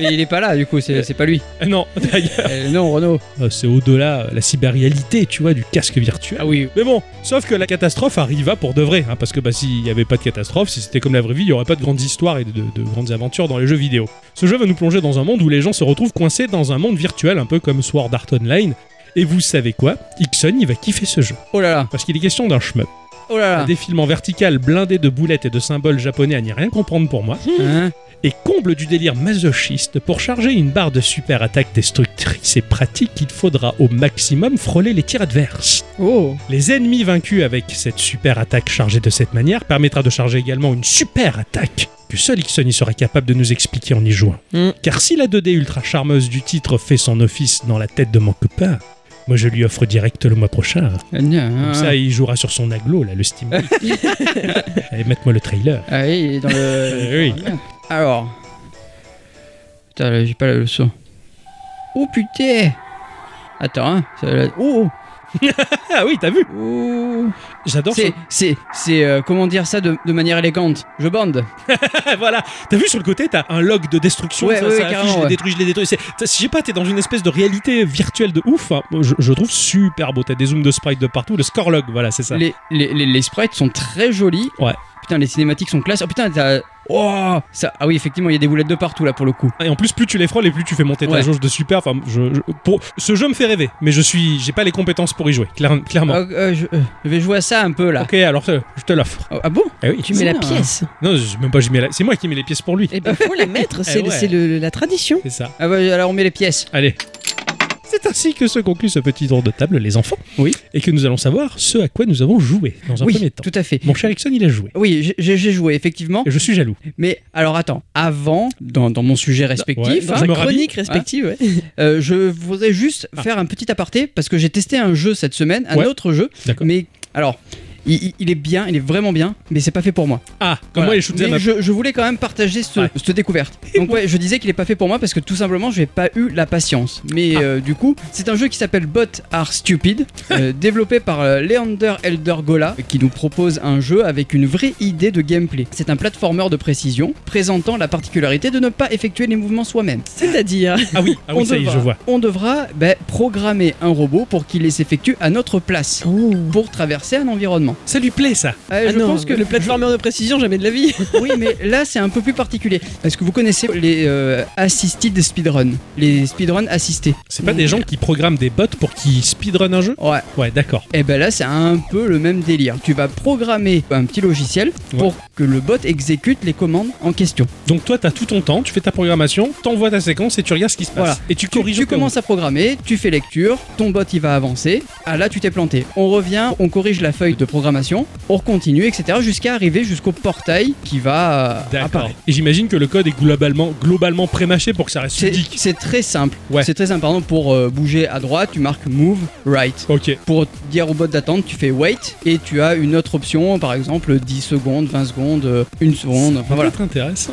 Speaker 2: Mais il est pas là, du coup, c'est c'est pas lui.
Speaker 1: Ah non, d'ailleurs,
Speaker 2: Euh, non, Renaud.
Speaker 1: euh, c'est au-delà euh, la cyberréalité, tu vois, du casque virtuel.
Speaker 2: Ah oui.
Speaker 1: Mais bon, sauf que la catastrophe arriva pour de vrai, hein, parce que bah, s'il n'y avait pas de catastrophe, si c'était comme la vraie vie, il n'y aurait pas de grandes histoires et de, de- de grandes aventures dans les jeux vidéo. Ce jeu va nous plonger dans un monde où les gens se retrouvent coincés dans un monde virtuel, un peu comme Sword Art Online. Et vous savez quoi Ixon, il va kiffer ce jeu,
Speaker 2: Oh là là.
Speaker 1: parce qu'il est question d'un shmup.
Speaker 2: Oh là
Speaker 1: Un
Speaker 2: là.
Speaker 1: défilement vertical blindé de boulettes et de symboles japonais à n'y rien comprendre pour moi,
Speaker 2: Hein
Speaker 1: et comble du délire masochiste, pour charger une barre de super attaque destructrice et pratique, il faudra au maximum frôler les tirs adverses.
Speaker 3: Oh
Speaker 1: Les ennemis vaincus avec cette super attaque chargée de cette manière permettra de charger également une super attaque que seul Ixon y sera capable de nous expliquer en y jouant.
Speaker 3: Mm.
Speaker 1: Car si la 2D ultra charmeuse du titre fait son office dans la tête de mon copain, moi je lui offre direct le mois prochain.
Speaker 2: hein, Ah.
Speaker 1: Comme ça, il jouera sur son aglo, là, le Steam. Deck. Allez, mette-moi le trailer.
Speaker 2: Ah oui, il est dans le. Ah,
Speaker 1: Euh, oui.
Speaker 2: Alors. Putain, là, j'ai pas le son. Oh putain Attends, hein. ça- Oh,
Speaker 1: Ah oui, t'as vu
Speaker 2: oh, oh.
Speaker 1: J'adore
Speaker 2: C'est,
Speaker 1: ça.
Speaker 2: c'est, c'est, euh, comment dire ça de, de manière élégante Je bande.
Speaker 1: Ah, voilà. T'as vu sur le côté, t'as un log de destruction.
Speaker 2: Ouais,
Speaker 1: ça,
Speaker 2: ouais,
Speaker 1: ça
Speaker 2: ouais,
Speaker 1: affiche,
Speaker 2: carrément,
Speaker 1: je les
Speaker 2: ouais.
Speaker 1: détruis, je les détruis. C'est- t'as- Je sais pas, t'es dans une espèce de réalité virtuelle de ouf. hein. Moi, Je, je trouve super beau. T'as des zooms de sprites de partout. Le score log, voilà, c'est ça.
Speaker 2: Les, les, les, les sprites sont très jolis.
Speaker 1: Ouais.
Speaker 2: Putain, les cinématiques sont classe. Oh putain, t'as. Oh ça... Ah oui, effectivement, il y a des boulettes de partout là pour le coup.
Speaker 1: Et en plus, plus tu les frôles et plus tu fais monter ta
Speaker 2: Ouais.
Speaker 1: jauge de super. Enfin, je, je- pour... ce jeu me fait rêver, mais je suis, j'ai pas les compétences pour y jouer, clair- clairement.
Speaker 2: Ah, euh, je, euh, je vais jouer à ça un peu là.
Speaker 1: Ok, alors euh, je te l'offre.
Speaker 2: Oh, ah bon
Speaker 1: Eh oui.
Speaker 3: Tu mets la
Speaker 2: Ah.
Speaker 3: pièce.
Speaker 1: Non, je- même pas. j'y mets la- C'est moi qui mets les pièces pour lui.
Speaker 3: Eh ben, faut la mettre, c'est
Speaker 1: ouais.
Speaker 3: c'est le- la tradition.
Speaker 1: C'est ça.
Speaker 2: Ah bah, alors on met les pièces.
Speaker 1: Allez. C'est ainsi que se conclut ce petit tour de table, les enfants.
Speaker 2: Oui.
Speaker 1: Et que nous allons savoir ce à quoi nous avons joué dans un
Speaker 2: oui,
Speaker 1: premier temps.
Speaker 2: tout à fait.
Speaker 1: Mon cher Ixon, il a joué.
Speaker 2: Oui, j'ai- j'ai j'ai joué effectivement.
Speaker 1: Et je suis jaloux.
Speaker 2: Mais alors attends, avant, dans, dans mon sujet respectif,
Speaker 1: ouais,
Speaker 2: hein,
Speaker 1: je me
Speaker 3: La chronique respective, ouais.
Speaker 2: euh, je voudrais juste faire un petit aparté parce que j'ai testé un jeu cette semaine, un
Speaker 1: Ah. Ouais.
Speaker 2: autre jeu.
Speaker 1: D'accord.
Speaker 2: Mais alors, il, il- il est bien, il est vraiment bien, mais c'est pas fait pour moi.
Speaker 1: Ah, comme
Speaker 2: Voilà.
Speaker 1: moi, les shoots
Speaker 2: Mais je, je voulais quand même partager ce-
Speaker 1: Ouais.
Speaker 2: cette découverte. Donc ouais, je disais qu'il est pas fait pour moi parce que tout simplement, je n'ai pas eu la patience.
Speaker 1: Ah.
Speaker 2: Mais euh, du coup, c'est un jeu qui s'appelle Bot Are Stupid, euh, développé par euh, Leander Eldergola, qui nous propose un jeu avec une vraie idée de gameplay. C'est un platformer de précision présentant la particularité de ne pas effectuer les mouvements soi-même.
Speaker 3: C'est-à-dire.
Speaker 1: Ah oui, ah
Speaker 2: on,
Speaker 1: oui ça y est,
Speaker 2: devra,
Speaker 1: je vois.
Speaker 2: on devra ben, programmer un robot pour qu'il les s'effectue à notre place
Speaker 3: Oh.
Speaker 2: pour traverser un environnement.
Speaker 1: Ça lui plaît, ça.
Speaker 2: Euh,
Speaker 3: Ah
Speaker 2: je
Speaker 3: non,
Speaker 2: pense que
Speaker 3: le plateformeur de précision, jamais de la vie.
Speaker 2: Oui, mais là, c'est un peu plus particulier. Parce que vous connaissez les euh, assisted speedrun, les speedrun assistés.
Speaker 1: C'est pas des gens qui programment des bots pour qu'ils speedrun un jeu
Speaker 2: Ouais.
Speaker 1: Ouais, d'accord.
Speaker 2: Et ben là, c'est un peu le même délire. Tu vas programmer un petit logiciel pour que le bot exécute les commandes en question.
Speaker 1: Donc toi, t'as tout ton temps, tu fais ta programmation, t'envoies ta séquence et tu regardes ce qui se passe.
Speaker 2: Voilà.
Speaker 1: Et tu
Speaker 2: Tu,
Speaker 1: corriges
Speaker 2: tu
Speaker 1: au cas où.
Speaker 2: commences à programmer, tu fais lecture, ton bot il va avancer. Ah là, tu t'es planté. On revient, on corrige la feuille de programmation, on continue, etc. jusqu'à arriver jusqu'au portail qui va euh,
Speaker 1: D'accord.
Speaker 2: apparaître.
Speaker 1: Et j'imagine que le code est globalement, globalement prémâché pour que ça reste
Speaker 2: C'est
Speaker 1: ludique.
Speaker 2: c'est très simple.
Speaker 1: Ouais.
Speaker 2: C'est très simple. Par exemple, pour euh, bouger à droite, tu marques move right.
Speaker 1: Ok.
Speaker 2: Pour dire au bot d'attendre, tu fais wait et tu as une autre option, par exemple 10 secondes, 20 secondes, euh, une seconde.
Speaker 1: Ça
Speaker 2: Enfin,
Speaker 1: peut
Speaker 2: voilà.
Speaker 1: être intéressant.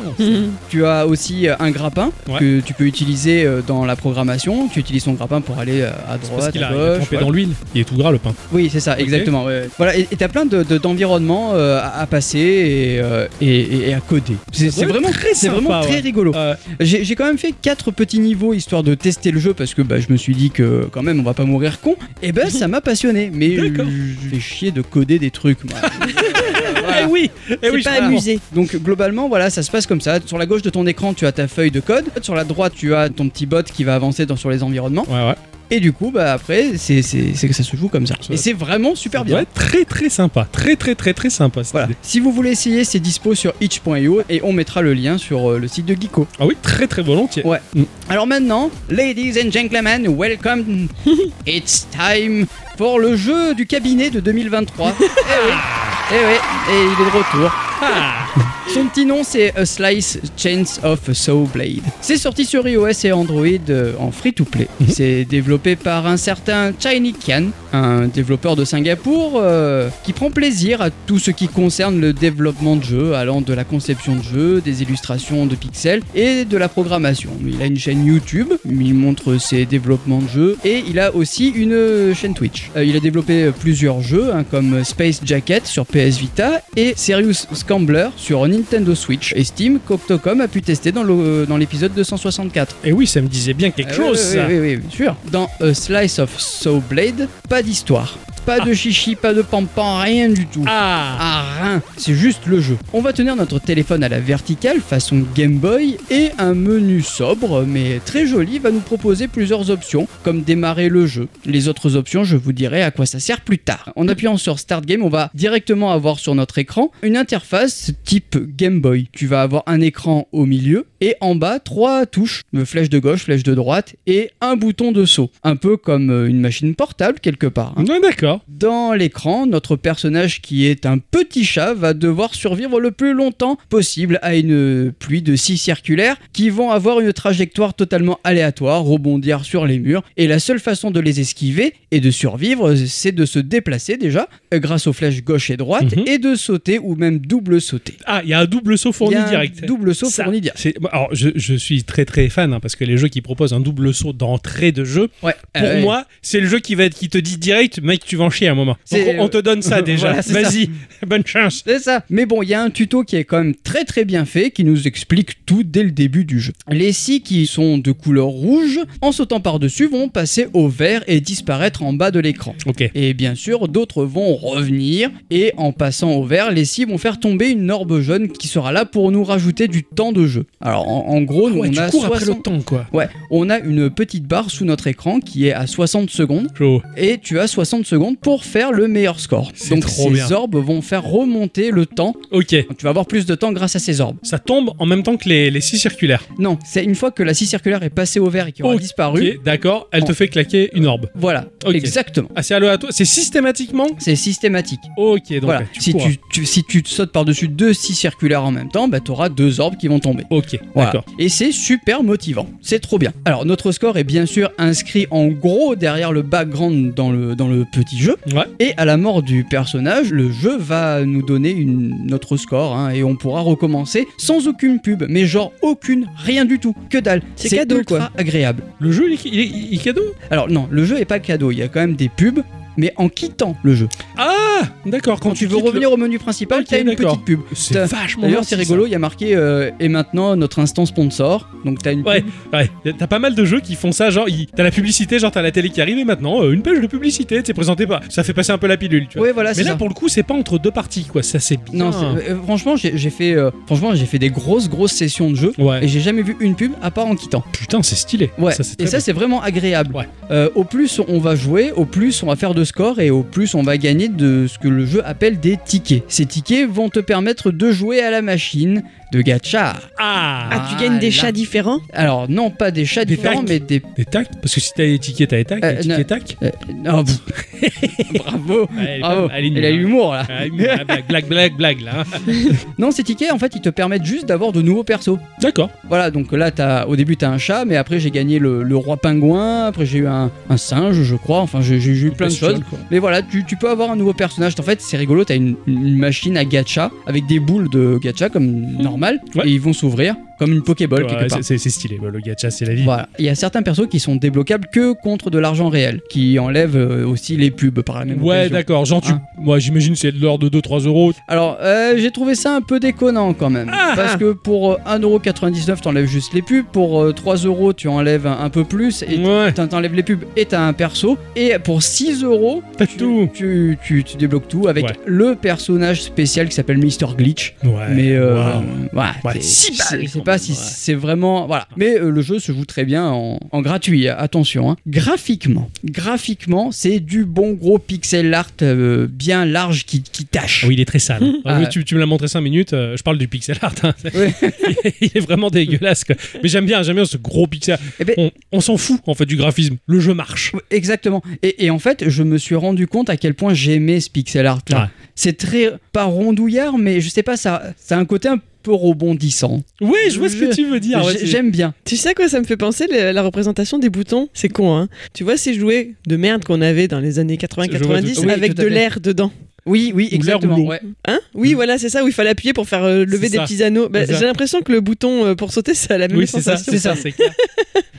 Speaker 2: Tu as aussi euh, un grappin
Speaker 1: Ouais.
Speaker 2: que tu peux utiliser euh, dans la programmation. Tu utilises ton grappin pour aller euh, à
Speaker 1: Parce
Speaker 2: droite,
Speaker 1: qu'il
Speaker 2: à
Speaker 1: a, il a
Speaker 2: gauche.
Speaker 1: trempé
Speaker 2: voilà.
Speaker 1: dans l'huile. Il est tout gras le pain.
Speaker 2: Oui, c'est ça,
Speaker 1: Ok.
Speaker 2: exactement. ouais, ouais. Voilà, et et t'as plein de- de- d'environnements de, à, à passer et, euh, et- et- et à coder. C'est c'est
Speaker 1: doit être
Speaker 2: vraiment
Speaker 1: très
Speaker 2: c'est
Speaker 1: sympa,
Speaker 2: vraiment très
Speaker 1: ouais.
Speaker 2: rigolo.
Speaker 1: Euh,
Speaker 2: J'ai j'ai quand même fait quatre petits niveaux histoire de tester le jeu parce que bah, je me suis dit que quand même on va pas mourir con. Et ben ça m'a passionné, mais je
Speaker 1: D'accord.
Speaker 2: je fais chier de coder des trucs. moi. Voilà.
Speaker 1: Eh oui, eh oui,
Speaker 3: C'est pas
Speaker 1: je-
Speaker 3: amusé.
Speaker 2: Donc globalement voilà ça se passe comme ça. Sur la gauche de ton écran tu as ta feuille de code, sur la droite tu as ton petit bot qui va avancer dans, sur les environnements.
Speaker 1: Ouais, ouais.
Speaker 2: Et du coup bah après c'est c'est- c'est que ça se joue comme ça.
Speaker 1: Ça-
Speaker 2: Et c'est vraiment super
Speaker 1: Ça
Speaker 2: bien.
Speaker 1: doit être très très sympa. Très très très très sympa cette
Speaker 2: Voilà.
Speaker 1: idée.
Speaker 2: Si vous voulez essayer, c'est dispo sur itch.io et on mettra le lien sur euh, le site de Geeko.
Speaker 1: Ah oui, très très volontiers.
Speaker 2: Ouais. Alors maintenant, ladies and gentlemen, welcome. It's time pour le jeu du cabinet de 2023. eh oui, eh oui, et il est de retour.
Speaker 1: Ah,
Speaker 2: Son petit nom, c'est A Slice Chains of Saw Blade. C'est sorti sur iOS et Android euh, en free-to-play. C'est développé par un certain Chiny Kian, un développeur de Singapour euh, qui prend plaisir à tout ce qui concerne le développement de jeux, allant de la conception de jeu, des illustrations de pixels et de la programmation. Il a une chaîne YouTube, il montre ses développements de jeux et il a aussi une euh, chaîne Twitch. Euh, il a développé euh, plusieurs jeux hein, comme Space Jacket sur PS Vita et Serious Scambler sur Nintendo Switch et Steam qu'Octocom a pu tester dans le- dans l'épisode 264.
Speaker 1: et oui, ça me disait bien quelque
Speaker 2: Ah
Speaker 1: chose.
Speaker 2: oui,
Speaker 1: ça.
Speaker 2: Oui, oui, oui, bien sûr. Dans A Slice of Saw Blade, pas d'histoire. Pas de chichi, pas de pampan, rien du tout.
Speaker 1: Ah,
Speaker 2: Ah, rien, c'est juste le jeu. On va tenir notre téléphone à la verticale façon Game Boy et un menu sobre mais très joli va nous proposer plusieurs options comme démarrer le jeu. Les autres options, je vous dirai à quoi ça sert plus tard. En appuyant sur Start Game, on va directement avoir sur notre écran une interface type Game Boy. Tu vas avoir un écran au milieu et en bas trois touches, une flèche de gauche, flèche de droite et un bouton de saut, un peu comme euh, une machine portable quelque part. hein.
Speaker 1: Ouais, d'accord. D'accord.
Speaker 2: Dans l'écran, notre personnage qui est un petit chat va devoir survivre le plus longtemps possible à une pluie de six circulaires qui vont avoir une trajectoire totalement aléatoire, rebondir sur les murs. Et la seule façon de les esquiver et de survivre, c'est de se déplacer déjà euh, grâce aux flèches gauche et droite
Speaker 1: Mhm.
Speaker 2: et de sauter ou même double sauter.
Speaker 1: Ah, il y a un double saut
Speaker 2: Il
Speaker 1: fourni
Speaker 2: y a un
Speaker 1: direct.
Speaker 2: Double saut
Speaker 1: Ça,
Speaker 2: fourni direct.
Speaker 1: C'est- Alors, je, je suis très très fan hein, parce que les jeux qui proposent un double saut d'entrée de jeu,
Speaker 2: Ouais.
Speaker 1: pour
Speaker 2: Euh,
Speaker 1: moi, c'est le jeu qui va être qui te dit direct, mec, tu vas en chier à un moment. Donc,
Speaker 2: C'est-
Speaker 1: on te donne ça déjà.
Speaker 2: Voilà, c'est ça.
Speaker 1: Vas-y, bonne chance.
Speaker 2: C'est ça. Mais bon, il y a un tuto qui est quand même très très bien fait, qui nous explique tout dès le début du jeu. Les six qui sont de couleur rouge, en sautant par-dessus, vont passer au vert et disparaître en bas de l'écran.
Speaker 1: Ok.
Speaker 2: Et bien sûr, d'autres vont revenir, et en passant au vert, les six vont faire tomber une orbe jaune qui sera là pour nous rajouter du temps de jeu. Alors en, en gros, nous,
Speaker 1: Ah Ouais,
Speaker 2: on
Speaker 1: tu
Speaker 2: a
Speaker 1: cours après
Speaker 2: 60
Speaker 1: le temps, quoi.
Speaker 2: Ouais, on a une petite barre sous notre écran qui est à 60 secondes
Speaker 1: Chaud.
Speaker 2: et tu as 60 secondes pour faire le meilleur score.
Speaker 1: C'est
Speaker 2: Donc
Speaker 1: trop
Speaker 2: ces
Speaker 1: bien.
Speaker 2: orbes vont faire remonter le temps.
Speaker 1: Ok.
Speaker 2: Tu vas avoir plus de temps grâce à ces orbes.
Speaker 1: Ça tombe en même temps que les, les six circulaires.
Speaker 2: Non, c'est une fois que la scie circulaire est passée au vert et qu'il aura
Speaker 1: Ok.
Speaker 2: disparu.
Speaker 1: Ok, d'accord. Elle te fait claquer une orbe.
Speaker 2: Voilà,
Speaker 1: Ok.
Speaker 2: exactement.
Speaker 1: Ah, c'est aléatoire. C'est systématiquement
Speaker 2: C'est systématique.
Speaker 1: Ok, donc
Speaker 2: voilà,
Speaker 1: ouais, tu
Speaker 2: si,
Speaker 1: cours.
Speaker 2: tu, tu- si tu te sautes par-dessus deux scies circulaires en même temps, bah, tu auras deux orbes qui vont tomber.
Speaker 1: Ok,
Speaker 2: Voilà.
Speaker 1: d'accord.
Speaker 2: Et c'est super motivant. C'est trop bien. Alors, notre score est bien sûr inscrit en gros derrière le background dans le, dans le petit jeu.
Speaker 1: Ouais.
Speaker 2: Et à la mort du personnage, le jeu va nous donner une, notre score hein, et on pourra recommencer sans aucune pub, mais genre aucune, rien du tout, que dalle.
Speaker 3: C'est cadeau,
Speaker 2: ultra agréable.
Speaker 1: Le jeu, il est, il est- il est cadeau
Speaker 2: Alors non, le jeu est pas cadeau, il y a quand même des pubs. Mais en quittant le jeu.
Speaker 1: Ah D'accord,
Speaker 2: Quand, tu veux
Speaker 1: quittes le-
Speaker 2: revenir au menu principal,
Speaker 1: Ok,
Speaker 2: t'as une
Speaker 1: d'accord.
Speaker 2: petite pub.
Speaker 1: C'est
Speaker 2: T'as-
Speaker 1: vachement
Speaker 2: D'ailleurs,
Speaker 1: gentil,
Speaker 2: c'est
Speaker 1: ça.
Speaker 2: rigolo, il y a marqué euh, et maintenant notre instant sponsor. Donc t'as une pub.
Speaker 1: Ouais, ouais. T'as pas mal de jeux qui font ça, genre ils- t'as la publicité, genre t'as la télé qui arrive et maintenant euh, une page de publicité, t'es présenté pas. Ça fait passer un peu la pilule, tu vois.
Speaker 2: Ouais, voilà,
Speaker 1: Mais
Speaker 2: c'est
Speaker 1: là
Speaker 2: ça.
Speaker 1: pour le coup, c'est pas entre deux parties, quoi. Ça c'est bien.
Speaker 2: Non, c'est- euh, franchement, j'ai j'ai fait, euh, franchement, j'ai fait des grosses, grosses sessions de jeu.
Speaker 1: ouais.
Speaker 2: Et j'ai jamais vu une pub à part en quittant.
Speaker 1: Putain, c'est stylé.
Speaker 2: Ouais.
Speaker 1: Ça, c'est
Speaker 2: et
Speaker 1: très
Speaker 2: ça,
Speaker 1: bien.
Speaker 2: c'est vraiment agréable.
Speaker 1: Ouais.
Speaker 2: Euh, au plus on va jouer, au plus on va faire de score et au plus on va gagner de ce que le jeu appelle des tickets. Ces tickets vont te permettre de jouer à la machine de gacha.
Speaker 1: Ah
Speaker 3: Ah, tu gagnes des
Speaker 2: là.
Speaker 3: chats différents
Speaker 2: Alors non pas des chats
Speaker 1: Des
Speaker 2: différents,
Speaker 1: tacs.
Speaker 2: mais des.
Speaker 1: Des tacs Parce que si t'as des tickets, t'as des tacs.
Speaker 2: Ah. Euh,
Speaker 1: des tickets,
Speaker 2: non.
Speaker 1: tacs.
Speaker 2: euh, non, pff. Bravo.
Speaker 1: Ouais, elle est
Speaker 2: Bravo.
Speaker 1: pas- elle est
Speaker 2: Il
Speaker 1: nulle,
Speaker 2: a
Speaker 1: hein.
Speaker 2: l'humour là.
Speaker 1: Ah, une- ah, blague, blague, blague, blague, là.
Speaker 2: Non, ces tickets en fait ils te permettent juste d'avoir de nouveaux persos.
Speaker 1: D'accord.
Speaker 2: Voilà, donc là, as, au début, t'as un chat, mais après, j'ai gagné le, le roi pingouin, après, j'ai eu un, un singe, je crois, enfin, j'ai j'ai eu plein de choses.
Speaker 1: Bah, Quoi.
Speaker 2: Mais voilà, tu, tu peux avoir un nouveau personnage. En fait, c'est rigolo, t'as une, une machine à gacha, avec des boules de gacha, comme normal,
Speaker 1: Ouais.
Speaker 2: et ils vont s'ouvrir, comme une Pokéball,
Speaker 1: Ouais,
Speaker 2: quelque part.
Speaker 1: c'est- c'est c'est stylé. Bah, Le gacha, c'est la vie.
Speaker 2: Voilà, il y a certains persos qui sont débloquables que contre de l'argent réel, qui enlèvent euh, aussi les pubs par la même
Speaker 1: Ouais,
Speaker 2: occasion.
Speaker 1: d'accord. Genre, tu...
Speaker 2: Hein.
Speaker 1: moi, j'imagine c'est de l'ordre de 2-3 euros.
Speaker 2: Alors, euh, j'ai trouvé ça un peu déconnant quand même.
Speaker 1: Ah,
Speaker 2: parce
Speaker 1: ah.
Speaker 2: que pour euh, 1,99€, t'enlèves juste les pubs. Pour euh, 3€, tu enlèves un, un peu plus. Et
Speaker 1: Ouais,
Speaker 2: t'en- t'enlèves les pubs et t'as un perso. Et pour 6€,
Speaker 1: t'as
Speaker 2: tu,
Speaker 1: tout.
Speaker 2: tu, tu- tu débloques tout avec
Speaker 1: Ouais.
Speaker 2: le personnage spécial qui s'appelle Mister Glitch.
Speaker 1: Ouais.
Speaker 2: Mais euh,
Speaker 1: waouh.
Speaker 2: voilà,
Speaker 1: Ouais,
Speaker 2: c'est-
Speaker 1: six balles,
Speaker 2: c'est- je sais
Speaker 1: quand
Speaker 2: pas
Speaker 1: même,
Speaker 2: si
Speaker 1: ouais.
Speaker 2: c'est vraiment voilà. Mais euh, le jeu se joue très bien en, en gratuit. Attention, hein. graphiquement, graphiquement, c'est du bon gros pixel art euh, bien large qui, qui tâche.
Speaker 1: Ah Oui, il est très sale. hein. Ah
Speaker 2: Ah
Speaker 1: oui,
Speaker 2: ouais.
Speaker 1: tu, tu me l'as montré 5 minutes. euh, je parle du pixel art. hein.
Speaker 2: Ouais.
Speaker 1: il est vraiment dégueulasse. quoi. Mais j'aime bien, j'aime bien ce gros pixel. art.
Speaker 2: Eh ben-
Speaker 1: on on s'en fout en fait du graphisme. Le jeu marche.
Speaker 2: Ouais, Exactement. Et, et en fait, je me suis rendu compte à quel point j'aimais ce pixel art. là.
Speaker 1: Ouais.
Speaker 2: C'est très pas rondouillard, mais je sais pas, ça, ça a un côté un peu rebondissant.
Speaker 1: Oui, je vois ce que
Speaker 2: Je-
Speaker 1: tu veux dire. ouais,
Speaker 2: J'ai-
Speaker 1: c'est-
Speaker 2: J'aime bien.
Speaker 3: Tu sais à quoi ça me fait penser le- la représentation des boutons C'est con, hein Tu vois ces jouets de merde qu'on avait dans les années
Speaker 1: Je vois tout
Speaker 3: 80-90
Speaker 2: à fait.
Speaker 3: avec
Speaker 2: Oui, tout à
Speaker 3: de
Speaker 2: fait.
Speaker 3: l'air dedans
Speaker 2: Oui, oui,
Speaker 1: Ou l'air ou
Speaker 2: exactement.
Speaker 1: l'eau.
Speaker 2: ouais.
Speaker 3: Hein Oui, voilà, c'est ça où il fallait appuyer pour faire euh, lever
Speaker 1: C'est
Speaker 3: des
Speaker 1: ça.
Speaker 3: petits anneaux. Bah,
Speaker 1: C'est ça.
Speaker 3: J'ai l'impression que le bouton euh, pour sauter, ça a la même
Speaker 1: Oui, c'est ça.
Speaker 3: sensation.
Speaker 1: C'est ça. c'est clair.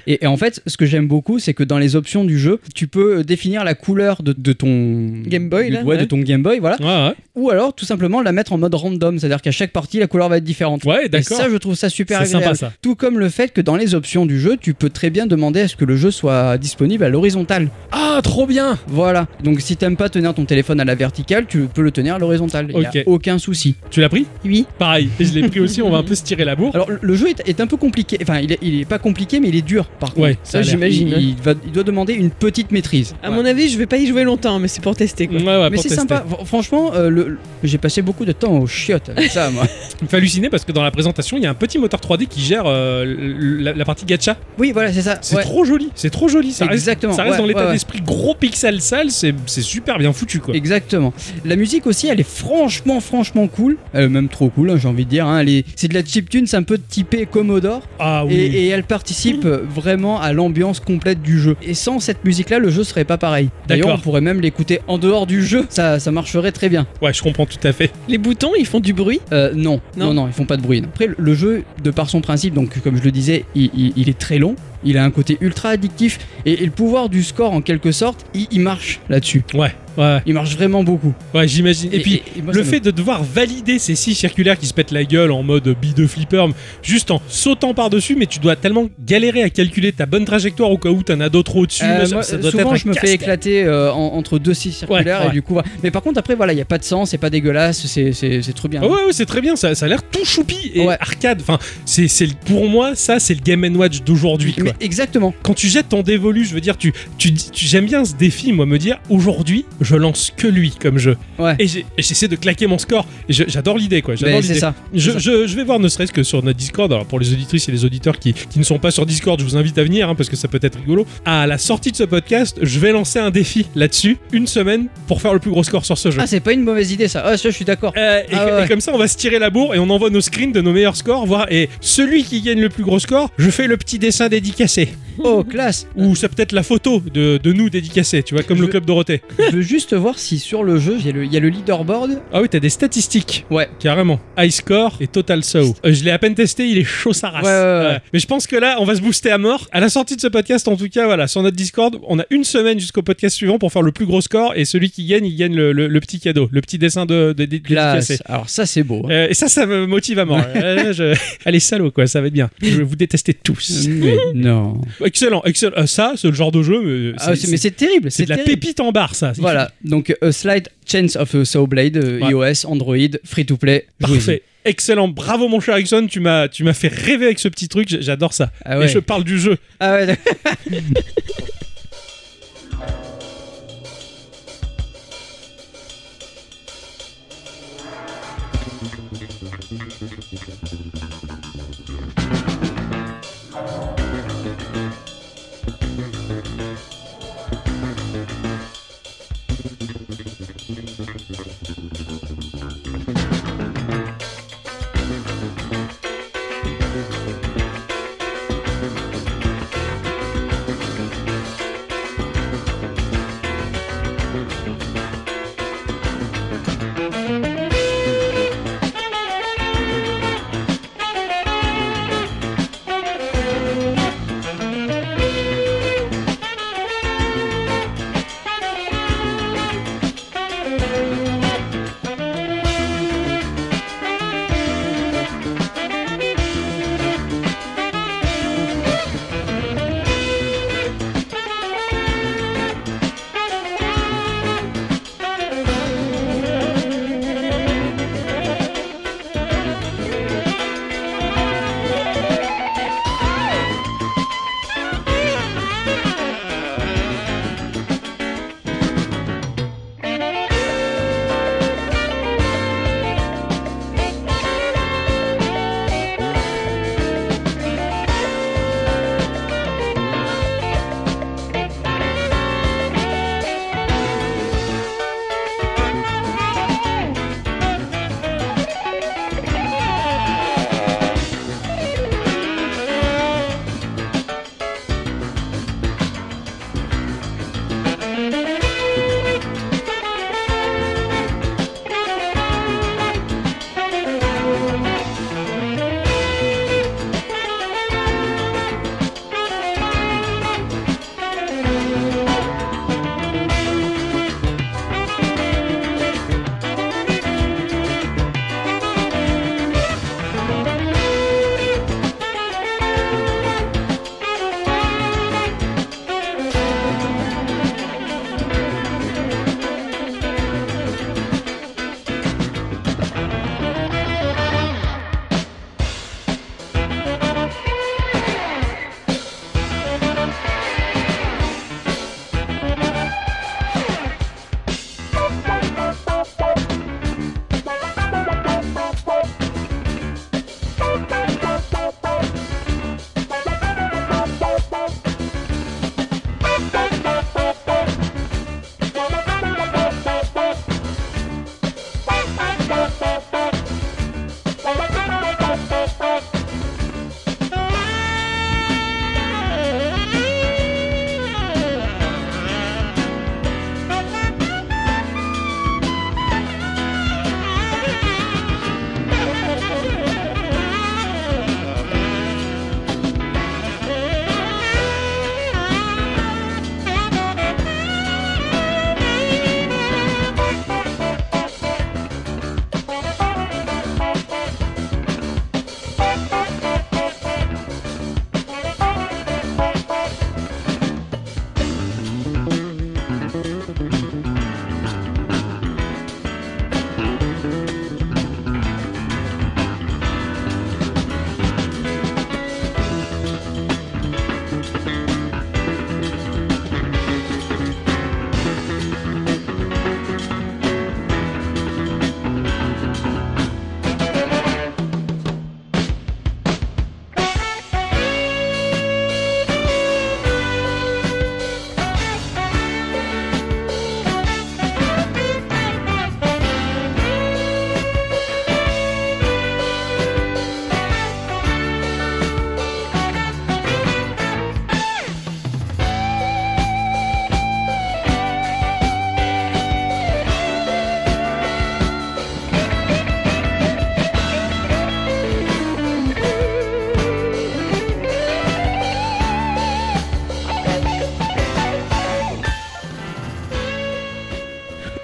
Speaker 2: Et, et en fait, ce que j'aime beaucoup, c'est que dans les options du jeu, tu peux euh, définir la couleur de, de ton
Speaker 3: Game Boy,
Speaker 2: du-
Speaker 3: là,
Speaker 2: ouais, de
Speaker 3: ouais.
Speaker 2: ton Game Boy, voilà.
Speaker 1: Ouais, ouais.
Speaker 2: Ou alors, tout simplement, la mettre en mode random, c'est-à-dire qu'à chaque partie, la couleur va être différente.
Speaker 1: Ouais,
Speaker 2: Et
Speaker 1: d'accord.
Speaker 2: ça, je trouve ça super
Speaker 1: C'est
Speaker 2: agréable.
Speaker 1: sympa ça.
Speaker 2: Tout comme le fait que dans les options du jeu, tu peux très bien demander à ce que le jeu soit disponible à l'horizontale.
Speaker 1: Ah, trop bien.
Speaker 2: Voilà, donc si t'aimes pas tenir ton téléphone à la verticale, tu tu peux le tenir à l'horizontale. Il y
Speaker 1: Ok.
Speaker 2: a aucun souci.
Speaker 1: Tu l'as pris
Speaker 3: Oui.
Speaker 1: Pareil. Et je l'ai pris aussi, on va un peu se tirer la bourre.
Speaker 2: Alors, le- le jeu est, est un peu compliqué. Enfin, il est, il est pas compliqué, mais il est dur, par contre.
Speaker 1: Ouais, ça a
Speaker 2: Ah,
Speaker 1: l'air.
Speaker 2: Ça, j'imagine.
Speaker 3: ouais.
Speaker 2: Il, il va- il doit demander une petite maîtrise.
Speaker 3: À mon avis, je vais pas y jouer longtemps, mais c'est pour tester quoi.
Speaker 1: Ouais, ouais,
Speaker 2: mais
Speaker 1: pour
Speaker 2: c'est
Speaker 1: tester.
Speaker 2: sympa. Fr- Franchement, euh, le- le- j'ai passé beaucoup de temps aux chiottes avec ça, moi.
Speaker 1: Il me fait halluciner parce que dans la présentation, il y a un petit moteur 3D qui gère euh, l- la, la partie gacha.
Speaker 2: Oui, voilà, c'est ça.
Speaker 1: C'est
Speaker 2: Ouais.
Speaker 1: trop joli, c'est trop joli. Ça reste,
Speaker 2: Exactement.
Speaker 1: ça reste
Speaker 2: Ouais,
Speaker 1: dans l'état
Speaker 2: ouais, ouais.
Speaker 1: d'esprit gros pixel sale, c'est c'est super bien foutu quoi.
Speaker 2: Exactement. La musique aussi, elle est franchement, franchement cool. Elle est même trop cool, hein, j'ai envie de dire. hein. Elle est- C'est de la chiptune, c'est un peu typé Commodore.
Speaker 1: Ah oui.
Speaker 2: Et, et elle participe euh, vraiment à l'ambiance complète du jeu. Et sans cette musique-là, le jeu serait pas pareil. D'ailleurs,
Speaker 1: D'accord.
Speaker 2: on pourrait même l'écouter en dehors du jeu. Ça, ça marcherait très bien.
Speaker 1: Ouais, je comprends tout à fait.
Speaker 3: Les boutons, ils font du bruit.
Speaker 2: Euh, non. non,
Speaker 3: Non.
Speaker 2: non, ils font pas de bruit. non. Après, le- le jeu, de par son principe, donc comme je le disais, il, il- il est très long. Il a un côté ultra addictif. Et, et le pouvoir du score, en quelque sorte, il, il marche là-dessus.
Speaker 1: Ouais, ouais,
Speaker 2: Il marche vraiment beaucoup.
Speaker 1: ouais, j'imagine. Et, puis.
Speaker 2: et moi,
Speaker 1: le
Speaker 2: ça me-
Speaker 1: fait de devoir valider ces six circulaires qui se pètent la gueule en mode bille de flipper, juste en sautant par-dessus, mais tu dois tellement galérer à calculer ta bonne trajectoire au cas où t'en as d'autres au-dessus.
Speaker 2: Euh,
Speaker 1: machin,
Speaker 2: moi,
Speaker 1: bah, ça doit
Speaker 2: souvent,
Speaker 1: être un
Speaker 2: je me fais
Speaker 1: casse-tête.
Speaker 2: éclater euh, en- entre deux six circulaires
Speaker 1: Ouais, ouais.
Speaker 2: et du coup, voilà. mais par contre après voilà, il y a pas de sang, c'est pas dégueulasse, c'est c'est c'est trop bien.
Speaker 1: Ah ouais, ouais, c'est très bien, ça, ça a l'air tout choupi et
Speaker 2: Ouais.
Speaker 1: arcade. Enfin, c'est, c'est le- pour moi, ça, c'est le Game Watch d'aujourd'hui. Quoi.
Speaker 2: Mais exactement.
Speaker 1: Quand tu jettes ton dévolu, je veux dire, tu, tu, tu- j'aime bien ce défi, moi, me dire aujourd'hui, je lance que lui comme jeu.
Speaker 2: Ouais.
Speaker 1: Et, j'ai- et j'essaie de claquer mon score. Et je- j'adore l'idée, quoi. J'adore
Speaker 2: Ben,
Speaker 1: l'idée.
Speaker 2: c'est ça.
Speaker 1: Je, je- je vais voir ne serait-ce que sur notre Discord, alors pour les auditrices et les auditeurs qui, qui ne sont pas sur Discord, je vous invite à venir hein, parce que ça peut être rigolo. À la sortie de ce podcast, je vais lancer un défi là-dessus, une semaine, pour faire le plus gros score sur ce jeu.
Speaker 2: Ah, c'est pas une mauvaise idée ça. Ah, ça, je suis d'accord.
Speaker 1: Euh, et,
Speaker 2: Ah ouais.
Speaker 1: et comme ça, on va se tirer la bourre et on envoie nos screens de nos meilleurs scores. Voir, et celui qui gagne le plus gros score, je fais le petit dessin dédicacé.
Speaker 2: Oh, classe.
Speaker 1: Ou ça peut être la photo de, de nous dédicacée, tu vois, comme le
Speaker 2: Je-
Speaker 1: club Dorothée.
Speaker 2: je veux juste voir si sur le jeu, il y a le- il y a le leaderboard.
Speaker 1: Ah oui, t'as des statistiques.
Speaker 2: Ouais.
Speaker 1: Carrément. High score et total so. Euh, je l'ai à peine testé, il est chaud sa race.
Speaker 2: Ouais, ouais, ouais.
Speaker 1: Mais je pense que là, on va se booster à mort. À la sortie de ce podcast, en tout cas, voilà, sur notre Discord, on a une semaine jusqu'au podcast suivant pour faire le plus gros score et celui qui gagne, il gagne le, le- le petit cadeau, le petit dessin de, de, de- dédicacé.
Speaker 2: Classe. Alors ça c'est beau. hein.
Speaker 1: Euh, et ça, ça me motive à mort. Euh, je- Allez, salaud, quoi, ça va être bien. Je vais vous détester tous.
Speaker 2: Mais Euh, non.
Speaker 1: Excellent, excellent. Euh, ça, c'est le genre de jeu. euh,
Speaker 2: Ah, c'est- mais c'est terrible.
Speaker 1: c'est de la
Speaker 2: terrible.
Speaker 1: pépite en barre, ça. Il
Speaker 2: Voilà. Donc a slight chance of a Sawblade, euh,
Speaker 1: Ouais.
Speaker 2: iOS, Android, free to play.
Speaker 1: Parfait. Excellent, bravo mon cher Ericsson, tu m'as tu m'as fait rêver avec ce petit truc, j- j'adore ça.
Speaker 2: Ah ouais.
Speaker 1: Et je parle du jeu.
Speaker 2: Ah ouais. d'accord.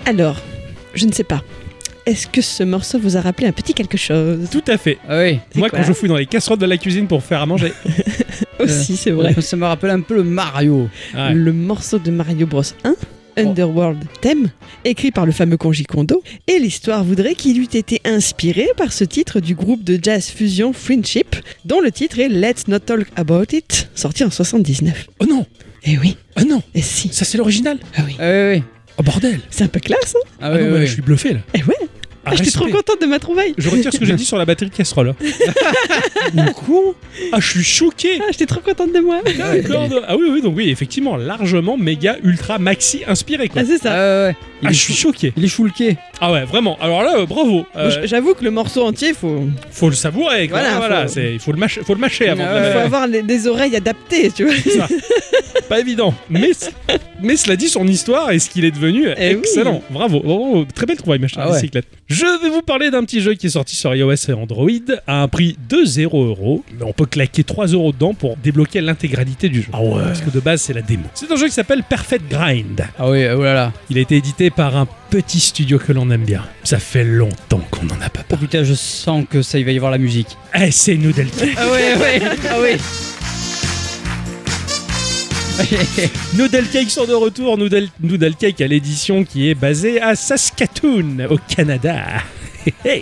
Speaker 3: Alors, je ne sais pas. Est-ce que ce morceau vous a rappelé un petit quelque chose
Speaker 1: Tout à fait.
Speaker 2: Ah oui.
Speaker 3: C'est
Speaker 1: Moi,
Speaker 3: quoi
Speaker 1: quand je euh, fouille dans les casseroles de la cuisine pour faire à manger.
Speaker 3: Aussi, c'est vrai.
Speaker 2: Ah Ça me rappelle un peu le Mario.
Speaker 1: Ah Ouais.
Speaker 3: Le morceau de Mario Bros 1, Underworld Theme, écrit par le fameux Koji Kondo, et l'histoire voudrait qu'il eût été inspiré par ce titre du groupe de jazz fusion Friendship, dont le titre est Let's Not Talk About It, sorti en 79.
Speaker 1: Oh non
Speaker 3: Eh oui,
Speaker 1: Oh non
Speaker 3: et si.
Speaker 1: Ça, c'est l'original
Speaker 3: Ah oui.
Speaker 2: Ah oui, oui.
Speaker 1: Oh bordel
Speaker 3: C'est un peu classe, hein
Speaker 2: Ah
Speaker 1: Ah
Speaker 2: oui,
Speaker 1: non, mais
Speaker 2: oui.
Speaker 1: je suis bluffé là.
Speaker 3: Eh ouais,
Speaker 1: Ah,
Speaker 3: ah, j'étais trop
Speaker 1: respect.
Speaker 3: contente de ma trouvaille.
Speaker 1: Je retire ce que j'ai dit sur la batterie de casserole. Mon con Ah, je suis choqué
Speaker 3: Ah, j'étais trop contente de moi.
Speaker 1: D'accord. Ah oui, oui, donc oui, effectivement, largement, méga, ultra, maxi inspiré quoi.
Speaker 3: Ah, c'est ça.
Speaker 2: Ah ouais, ouais. Il,
Speaker 1: Ah,
Speaker 2: est
Speaker 1: je suis
Speaker 2: chou-
Speaker 1: choqué.
Speaker 2: il est choulqué.
Speaker 1: Ah ouais, vraiment. Alors là, euh, bravo. Euh,
Speaker 3: Bon, J'avoue que le morceau entier, faut,
Speaker 1: faut le savourer. quoi.
Speaker 3: Voilà,
Speaker 1: Voilà,
Speaker 3: faut-
Speaker 1: c'est- il faut le mâcher, faut le mâcher avant. de
Speaker 2: Ah
Speaker 1: la
Speaker 2: ouais.
Speaker 1: mettre.
Speaker 3: faut avoir les- des oreilles adaptées, tu vois.
Speaker 1: Pas évident. Mais, c- mais cela dit, son histoire et ce qu'il est devenu,
Speaker 3: Eh oui.
Speaker 1: excellent. Bravo. Bravo. Très belle trouvaille, ma chère
Speaker 2: Ah ouais.
Speaker 1: bicyclette. Je vais vous parler d'un petit jeu qui est sorti sur iOS et Android à un prix de 0 euros. Mais on peut claquer 3 euros dedans pour débloquer l'intégralité du jeu.
Speaker 3: Ah
Speaker 1: Parce que de base, c'est la démo. C'est un jeu qui s'appelle Perfect Grind.
Speaker 2: Ah oui, oh là là.
Speaker 1: Il a été édité par un petit studio que l'on aime bien. Ça fait longtemps qu'on n'en a pas
Speaker 2: Oh
Speaker 1: parlé.
Speaker 2: putain, je sens que ça, il va y avoir la musique.
Speaker 1: Eh, c'est Noodlecake.
Speaker 2: Ah ouais, ouais, ah ouais.
Speaker 1: Noodlecake sont de retour. Noodle- Noodlecake à l'édition qui est basée à Saskatoon, au Canada. Hey, hey.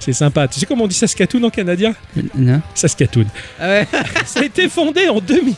Speaker 1: C'est sympa. Tu sais comment on dit Saskatoon en canadien
Speaker 2: non.
Speaker 1: Saskatoon.
Speaker 2: Ah ouais,
Speaker 1: Ça a été fondé en 2000.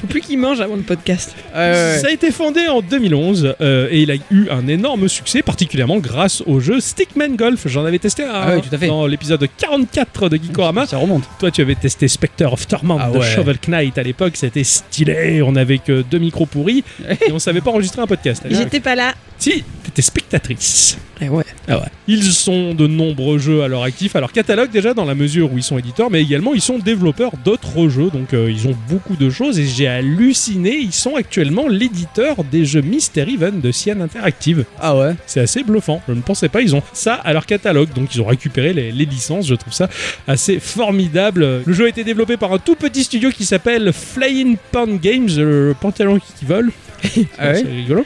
Speaker 3: Faut plus qu'il mange avant le podcast.
Speaker 2: ah ouais,
Speaker 1: Ça
Speaker 2: ouais.
Speaker 1: a été fondé en 2011 euh, et il a eu un énorme succès, particulièrement grâce au jeu Stickman Golf. J'en avais testé un
Speaker 2: Ah oui, tout à fait.
Speaker 1: dans l'épisode 44 de Geekorama.
Speaker 2: Ça remonte.
Speaker 1: Toi, tu avais testé Spectre of Torment
Speaker 2: Ah
Speaker 1: de
Speaker 2: ouais.
Speaker 1: Shovel Knight à l'époque, c'était stylé. On avait que deux micros pourris et on savait pas enregistrer un podcast.
Speaker 3: J'étais pas là.
Speaker 1: Si, t'étais spectatrice.
Speaker 3: Eh ouais.
Speaker 1: Ah ouais. Ils sont de nombreux jeux à leur actif, à leur catalogue déjà dans la mesure où ils sont éditeurs, mais également ils sont développeurs d'autres jeux, donc euh, ils ont beaucoup de choses et j'ai halluciné, ils sont actuellement l'éditeur des jeux Mystery Even de Cyan Interactive.
Speaker 2: Ah ouais.
Speaker 1: C'est assez bluffant, je ne pensais pas, ils ont ça à leur catalogue, donc ils ont récupéré les, les licences, je trouve ça assez formidable. Le jeu a été développé par un tout petit studio qui s'appelle Flying Pan Games, le pantalon qui qui vole.
Speaker 2: Ah ouais.
Speaker 1: C'est rigolo.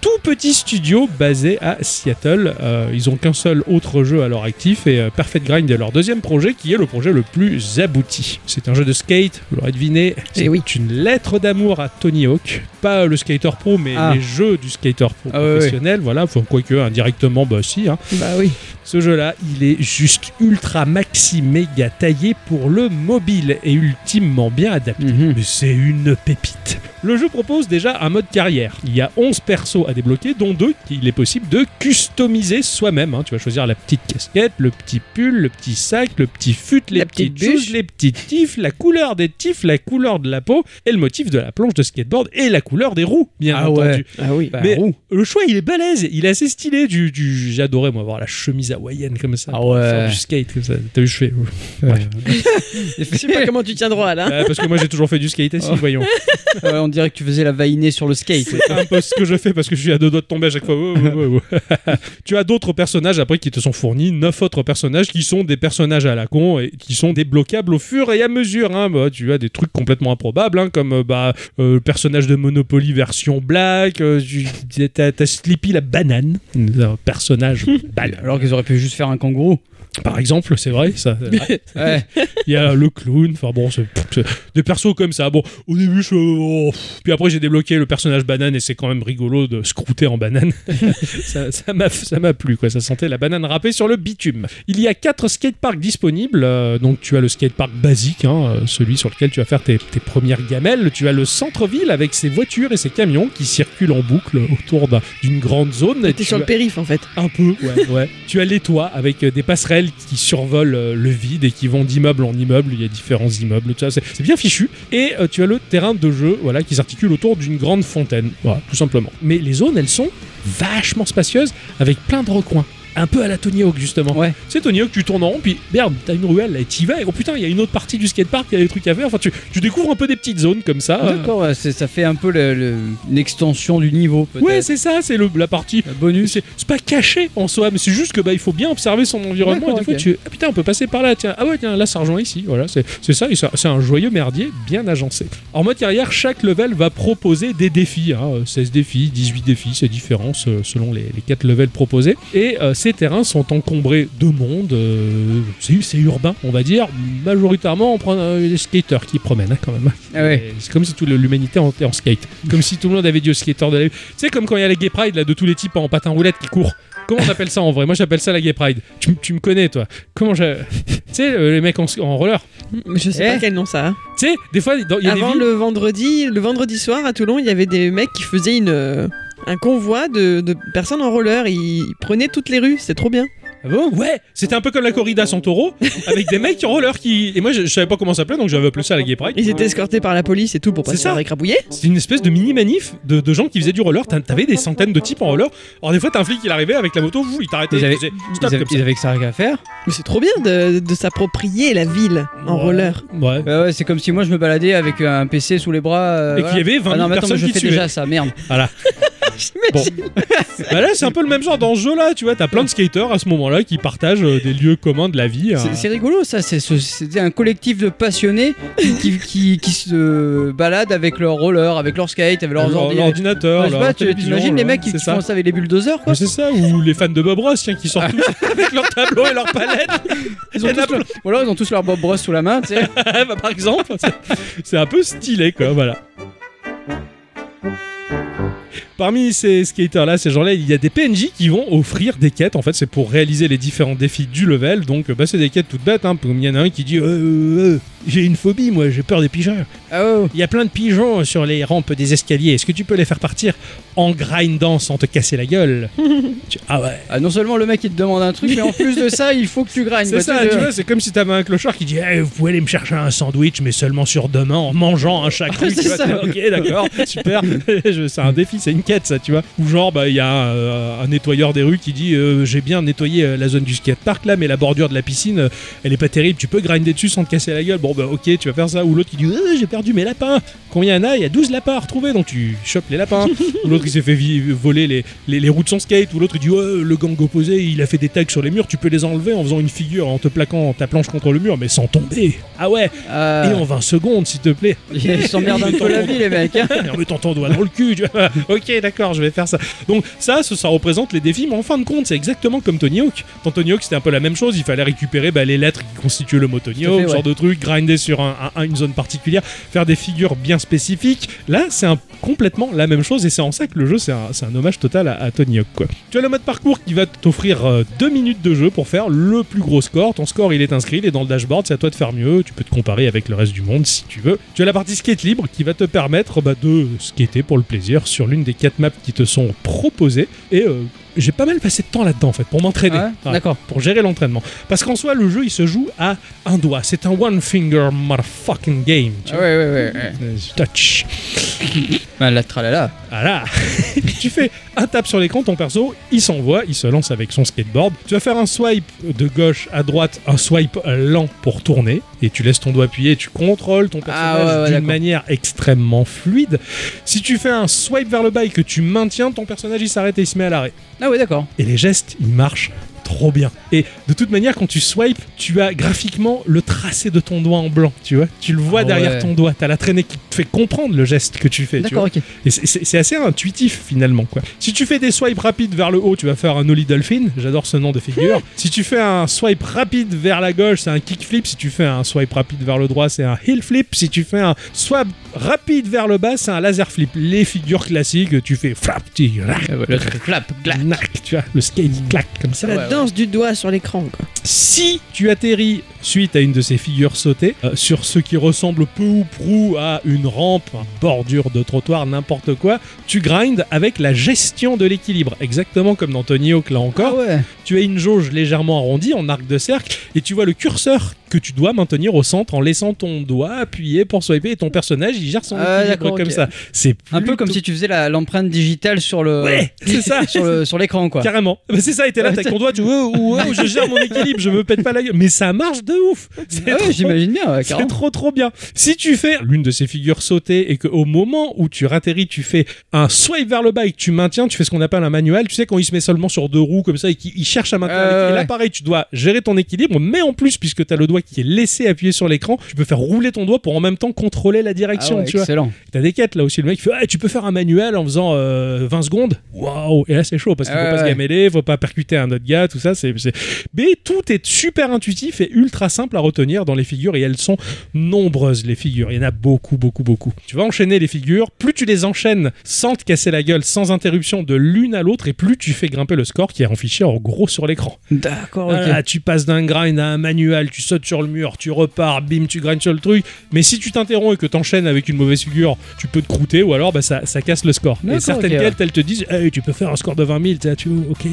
Speaker 1: Tout petit studio basé à Seattle. Euh, ils ont qu'un seul autre jeu à leur actif et euh, Perfect Grind est leur deuxième projet qui est le projet le plus abouti. C'est un jeu de skate, vous l'aurez deviné. C'est
Speaker 3: Eh oui.
Speaker 1: une lettre d'amour à Tony Hawk. Pas le skater pro, mais
Speaker 2: Ah.
Speaker 1: les jeux du skater pro
Speaker 2: Ah ouais,
Speaker 1: professionnel. Voilà, enfin, quoique indirectement, bah si. hein.
Speaker 3: Bah oui.
Speaker 1: Ce jeu-là, il est juste ultra maxi méga taillé pour le mobile et ultimement bien adapté.
Speaker 2: Mhm.
Speaker 1: Mais c'est une pépite. Le jeu propose déjà un mode carrière. Il y a 11 persos à débloquer, dont deux qu'il est possible de customiser soi-même. hein. Tu vas choisir la petite casquette, le petit pull, le petit sac, le petit fut, les
Speaker 3: La petite
Speaker 1: petites bûches,
Speaker 3: bûche.
Speaker 1: les petits tifs, la couleur des tifs, la couleur de la peau et le motif de la planche de skateboard et la couleur des roues, bien
Speaker 2: Ah
Speaker 1: entendu.
Speaker 2: ouais.
Speaker 3: Ah oui.
Speaker 2: Bah,
Speaker 1: Mais-
Speaker 2: roux.
Speaker 1: Le choix, il est balèze, il est assez stylé. Du, du... J'adorais, moi, avoir la chemise hawaïenne comme ça.
Speaker 2: Ah ouais.
Speaker 1: Faire du skate comme ça. T'as vu, je fais.
Speaker 2: Ouais.
Speaker 3: Je sais pas comment tu tiens droit là.
Speaker 1: Euh, parce que moi, j'ai toujours fait du skate aussi,
Speaker 2: Oh.
Speaker 1: voyons.
Speaker 2: Ah ouais, on dirait que tu faisais la vainée sur le skate.
Speaker 1: C'est un peu ce que je fais parce que je suis à deux doigts de tomber à chaque fois. Ouais, ouais, ouais, ouais. tu as d'autres personnages après qui te sont fournis, neuf autres personnages qui sont des personnages à la con et qui sont débloquables au fur et à mesure. hein. Bah, tu as des trucs complètement improbables hein, comme euh, bah, euh, le personnage de Monopoly version black, euh, tu- t'as t'as Sleepy la banane, un personnage banane.
Speaker 2: Alors qu'ils auraient pu juste faire un kangourou.
Speaker 1: Par exemple, c'est vrai, ça.
Speaker 2: Ouais.
Speaker 1: Il y a le clown, enfin bon, c'est- pff, c'est des persos comme ça. Bon, au début, je. oh, pff. puis après, j'ai débloqué le personnage banane et c'est quand même rigolo de scrouter en banane. ça ça m'a ça m'a plu, quoi. Ça sentait la banane râpée sur le bitume. Il y a quatre skateparks disponibles. euh, donc, tu as le skatepark basique, hein, euh, celui sur lequel tu vas faire tes, tes premières gamelles. Tu as le centre-ville avec ses voitures et ses camions qui circulent en boucle autour d'un- d'une grande zone. Et
Speaker 3: T'es
Speaker 1: tu
Speaker 3: sur le
Speaker 1: as-
Speaker 3: périph en fait.
Speaker 1: un peu, ouais, ouais. Tu as les toits avec euh, des passerelles qui survolent euh, le vide et qui vont d'immeuble en immeuble. Il y a différents immeubles, tout ça. C'est c'est bien fichu. Et euh, tu as le terrain de jeu, voilà, qui s'articule autour d'une grande fontaine, voilà, tout simplement. Mais les zones, elles sont vachement spacieuses avec plein de recoins. un peu à la Tony Hawk justement.
Speaker 2: Ouais.
Speaker 1: C'est Tony Hawk, tu tournes en rond, puis merde, t'as une ruelle là, et t'y vas, et oh putain, il y a une autre partie du skatepark, il y a des trucs à faire. Enfin, tu, tu découvres un peu des petites zones comme ça. euh.
Speaker 2: D'accord, ouais, c'est- ça fait un peu le- le- une extension du niveau, peut-être.
Speaker 1: Ouais, c'est ça, c'est le- la partie
Speaker 2: Un bonus.
Speaker 1: C'est c'est pas caché en soi, mais c'est juste que bah, il faut bien observer son environnement. Et
Speaker 2: D'accord,
Speaker 1: des fois,
Speaker 2: ok.
Speaker 1: tu ah putain, on peut passer par là, tiens, ah ouais, tiens, là ça rejoint ici. Voilà, c'est c'est ça, et ça- c'est un joyeux merdier bien agencé. En mode carrière, chaque level va proposer des défis hein, euh, 16 défis, 18 défis, c'est différent ce- selon les, les 4 levels proposés. Et euh, ces terrains sont encombrés de monde, euh, c'est c'est urbain, on va dire. Majoritairement, on prend euh, les skateurs qui promènent hein, quand même.
Speaker 2: Ah ouais.
Speaker 1: Et C'est comme si toute l'humanité en- était en skate. Comme si tout le monde avait dit au skater de la Tu sais, comme quand il y a la Gay Pride là, de tous les types en patin roulette qui courent. Comment on appelle ça en vrai Moi j'appelle ça la Gay Pride. Tu, m- tu me connais toi. Comment je. tu sais, euh, les mecs en, s- en roller.
Speaker 3: Mais Je sais
Speaker 2: Eh.
Speaker 3: pas quel nom ça a.
Speaker 1: Tu sais, des fois, dans- il y a des
Speaker 3: Avant
Speaker 1: villes-
Speaker 3: le vendredi, le vendredi soir à Toulon, il y avait des mecs qui faisaient une, euh, un convoi de, de personnes en roller. Ils prenaient toutes les rues, c'est trop bien.
Speaker 1: Ah bon Ouais C'était un peu comme la corrida sans taureau, avec des mecs en roller qui. Et moi je, je savais pas comment ça s'appelait, donc j'avais appelé ça la Gay Pride.
Speaker 3: Ils étaient escortés par la police et tout pour pas
Speaker 1: C'est
Speaker 3: se
Speaker 1: ça.
Speaker 3: faire écrabouiller.
Speaker 1: C'était une espèce de mini manif de, de gens qui faisaient du roller. T'as- T'avais des centaines de types en roller. Alors des fois, t'as un flic, il arrivait avec la moto, vous, il t'arrêtait.
Speaker 2: Ils
Speaker 1: il
Speaker 2: avaient-
Speaker 1: faisait stop
Speaker 2: Ils avaient,
Speaker 1: comme ça.
Speaker 2: ils avaient que ça à faire.
Speaker 3: Mais c'est trop bien de, de s'approprier la ville en
Speaker 1: Ouais.
Speaker 3: roller.
Speaker 1: Ouais.
Speaker 2: Bah ouais, c'est comme si moi je me baladais avec un PC sous les bras. euh,
Speaker 1: Et
Speaker 2: voilà.
Speaker 1: qu'il y avait 20
Speaker 2: Ah non,
Speaker 1: 000
Speaker 2: mais attends, mais
Speaker 1: personnes
Speaker 2: je
Speaker 1: qui
Speaker 2: fais
Speaker 1: suivaient.
Speaker 2: déjà ça, merde.
Speaker 1: Bon. bah là, c'est un peu le même genre d'enjeu là, tu vois. T'as plein de skaters à ce moment-là qui partagent euh, des lieux communs de la vie. hein.
Speaker 2: C'est- C'est rigolo ça, c'est ce- c'était un collectif de passionnés qui, qui, qui- qui se baladent avec leurs rollers, avec leurs skates, avec leurs
Speaker 1: Leur-
Speaker 2: ordi.
Speaker 1: l'ordinateur.
Speaker 2: Ouais, Bah, je sais
Speaker 1: leur
Speaker 2: pas, tu-
Speaker 1: télévision,
Speaker 2: T'imagines les
Speaker 1: leur-
Speaker 2: mecs qui,
Speaker 1: c'est
Speaker 2: qui
Speaker 1: ça.
Speaker 2: font ça avec les bulldozers quoi
Speaker 1: Mais c'est ça, ou les fans de Bob Ross, tiens, qui sortent tous avec leur tableau et leur palette.
Speaker 2: Ils ont
Speaker 1: Il y en a
Speaker 2: tous leur- Ou alors ils ont tous leur Bob Ross sous la main, tu sais.
Speaker 1: Ah, bah, par exemple, c'est- c'est un peu stylé, quoi, voilà. Parmi ces skaters-là, ces gens-là, il y a des PNJ qui vont offrir des quêtes. En fait, c'est pour réaliser les différents défis du level. Donc, bah, c'est des quêtes toutes bêtes. Hein. Il y en a un qui dit euh, euh, euh, J'ai une phobie, moi, j'ai peur des pigeons.
Speaker 2: Ah ouais, ouais.
Speaker 1: Il y a plein de pigeons sur les rampes des escaliers. Est-ce que tu peux les faire partir en grindant sans te casser la gueule Tu- Ah ouais.
Speaker 2: Ah, non seulement le mec il te demande un truc, mais en plus de ça, il faut que tu grindes.
Speaker 1: C'est
Speaker 2: quoi,
Speaker 1: ça,
Speaker 2: sais,
Speaker 1: tu
Speaker 2: de-
Speaker 1: vois, c'est comme si t'avais un clochard qui dit Eh, Vous pouvez aller me chercher un sandwich, mais seulement sur demain en mangeant un chacun.
Speaker 2: C'est
Speaker 1: Tu vois,
Speaker 2: ça.
Speaker 1: t'es, Ok, d'accord, super. Je- c'est un défi, c'est une quête, ça, tu vois. Ou genre, bah, il y a euh, un nettoyeur des rues qui dit euh, J'ai bien nettoyé euh, la zone du skatepark là, mais la bordure de la piscine, euh, elle est pas terrible, tu peux grinder dessus sans te casser la gueule. Bon, bah, ok, tu vas faire ça. Ou l'autre qui dit Euh, J'ai perdu mes lapins. Combien il y en a Il y a 12 lapins à retrouver, donc tu chopes les lapins. Ou l'autre il s'est fait vi- voler les, les, les roues de son skate, ou l'autre il dit ouais, le gang opposé il a fait des tags sur les murs, tu peux les enlever en faisant une figure, en te plaquant ta planche contre le mur, mais sans tomber. Ah ouais,
Speaker 2: Ah,
Speaker 1: et en 20 secondes s'il te plaît.
Speaker 2: Ils s'emmerdent un peu la vie, les mecs. hein.
Speaker 1: Et en mettant ton doigt dans le cul, tu vois. ok d'accord, je vais faire ça. Donc ça, ça, ça représente les défis, mais en fin de compte c'est exactement comme Tony Hawk. Dans Tony Hawk c'était un peu la même chose, il fallait récupérer bah, les lettres qui constituent le mot Tony
Speaker 2: Tout à
Speaker 1: Hawk,
Speaker 2: fait,
Speaker 1: genre
Speaker 2: ouais.
Speaker 1: de truc, grinder sur un- un- une zone particulière, faire des figures bien spécifiques. Là, c'est un- complètement la même chose et c'est en ça que le jeu, c'est un, c'est un hommage total à, à Tony Hawk. Quoi. Tu as le mode parcours qui va t'offrir euh, deux minutes de jeu pour faire le plus gros score. Ton score, il est inscrit, il est dans le dashboard, c'est à toi de faire mieux. Tu peux te comparer avec le reste du monde si tu veux. Tu as la partie skate libre qui va te permettre bah, de skater pour le plaisir sur l'une des quatre maps qui te sont proposées. Et euh, j'ai pas mal passé de temps là-dedans en fait pour m'entraîner.
Speaker 2: Ah Ouais,
Speaker 1: Ouais
Speaker 2: D'accord.
Speaker 1: pour gérer l'entraînement. Parce qu'en soi, le jeu, il se joue à un doigt. C'est un one finger motherfucking game. tu
Speaker 2: Ah
Speaker 1: vois.
Speaker 2: ouais, ouais, ouais. ouais.
Speaker 1: Euh, Touch.
Speaker 2: Bah, la tralala.
Speaker 1: Voilà. tu fais un tap sur l'écran, ton perso, il s'envoie, il se lance avec son skateboard. Tu vas faire un swipe de gauche à droite, un swipe lent pour tourner. Et tu laisses ton doigt appuyer, tu contrôles ton personnage
Speaker 2: Ah ouais, ouais,
Speaker 1: d'une
Speaker 2: d'accord.
Speaker 1: manière extrêmement fluide. Si tu fais un swipe vers le bas et que tu maintiens, ton personnage, il s'arrête et il se met à l'arrêt.
Speaker 2: Ah ouais, d'accord.
Speaker 1: et les gestes, ils marchent trop bien. Et de toute manière, quand tu swipes, tu as graphiquement le tracé de ton doigt en blanc, tu vois. Tu le vois
Speaker 2: Ah
Speaker 1: derrière
Speaker 2: ouais.
Speaker 1: ton doigt, t'as la traînée qui te fait comprendre le geste que tu fais, tu
Speaker 2: D'accord,
Speaker 1: vois.
Speaker 2: ok.
Speaker 1: Et c'est- c'est c'est assez intuitif finalement, quoi. Si tu fais des swipes rapides vers le haut, tu vas faire un Ollie Dolphin, j'adore ce nom de figure. si tu fais un swipe rapide vers la gauche, c'est un kick flip. Si tu fais un swipe rapide vers le droit, c'est un heel flip. Si tu fais un swipe rapide vers le bas, c'est un laser flip. Les figures classiques, tu fais flap, tu
Speaker 2: Ah ouais, le clap, clap.
Speaker 1: Knack, tu vois, le skate clac comme ça.
Speaker 3: C'est la
Speaker 2: ouais.
Speaker 3: danse du doigt sur l'écran. quoi.
Speaker 1: Si tu atterris suite à une de ces figures sautées euh, sur ce qui ressemble peu ou prou à une rampe, une bordure de trottoir, n'importe quoi, tu grindes avec la gestion de l'équilibre, exactement comme dans Tony Hawk là encore.
Speaker 2: Ah ouais.
Speaker 1: Tu as une jauge légèrement arrondie en arc de cercle et tu vois le curseur que tu dois maintenir au centre en laissant ton doigt appuyer pour swiper et ton personnage il gère son
Speaker 2: Ah,
Speaker 1: équilibre
Speaker 2: d'accord,
Speaker 1: comme
Speaker 2: ok.
Speaker 1: ça. C'est
Speaker 2: Un peu comme
Speaker 1: plutôt-
Speaker 2: si tu faisais la- l'empreinte digitale sur le
Speaker 1: Ouais, c'est ça.
Speaker 2: sur le- sur l'écran quoi.
Speaker 1: Carrément. Bah, c'est ça, et t'es là, t'as avec ton doigt, tu vois, ou je gère mon équilibre, je me pète pas la gueule. Mais ça marche de ouf. C'est
Speaker 2: Ah ouais,
Speaker 1: trop-
Speaker 2: j'imagine bien, ouais,
Speaker 1: C'est
Speaker 2: carrément.
Speaker 1: trop trop bien. Si tu fais l'une de ces figures sauter et qu'au moment où tu ratterris, tu fais un swipe vers le bas et que tu maintiens, tu fais ce qu'on appelle un manuel. Tu sais quand il se met seulement sur deux roues comme ça et qu'il il cherche à maintenir.
Speaker 2: Euh,
Speaker 1: l'équilibre. Et là
Speaker 2: ouais.
Speaker 1: pareil, tu dois gérer ton équilibre, mais en plus puisque t'as le doigt qui est laissé appuyer sur l'écran, tu peux faire rouler ton doigt pour en même temps contrôler la direction.
Speaker 2: Ah ouais,
Speaker 1: tu vois.
Speaker 2: excellent.
Speaker 1: T'as des quêtes là aussi. Le mec fait Ah, Tu peux faire un manuel en faisant euh, 20 secondes Waouh Et là, c'est chaud parce qu'il
Speaker 2: Ah
Speaker 1: faut pas
Speaker 2: ouais.
Speaker 1: se gameler, faut pas percuter un autre gars, tout ça. c'est c'est- Mais tout est super intuitif et ultra simple à retenir dans les figures et elles sont nombreuses, les figures. Il y en a beaucoup, beaucoup, beaucoup. Tu vas enchaîner les figures. Plus tu les enchaînes sans te casser la gueule, sans interruption de l'une à l'autre et plus tu fais grimper le score qui est affiché en gros sur l'écran.
Speaker 3: Ah,
Speaker 2: D'accord, ok.
Speaker 1: Voilà, Ah tu passes d'un grind à un manuel, tu sautes sur le mur, tu repars, bim, tu grindes sur le truc. Mais si tu t'interromps et que t'enchaînes avec une mauvaise figure, tu peux te croûter ou alors bah, ça, ça casse le score. Et
Speaker 2: D'accord,
Speaker 1: certaines
Speaker 2: ok, ouais.
Speaker 1: quêtes, elles te disent Hey, tu peux faire un score de 20 000, t'as- tu ok.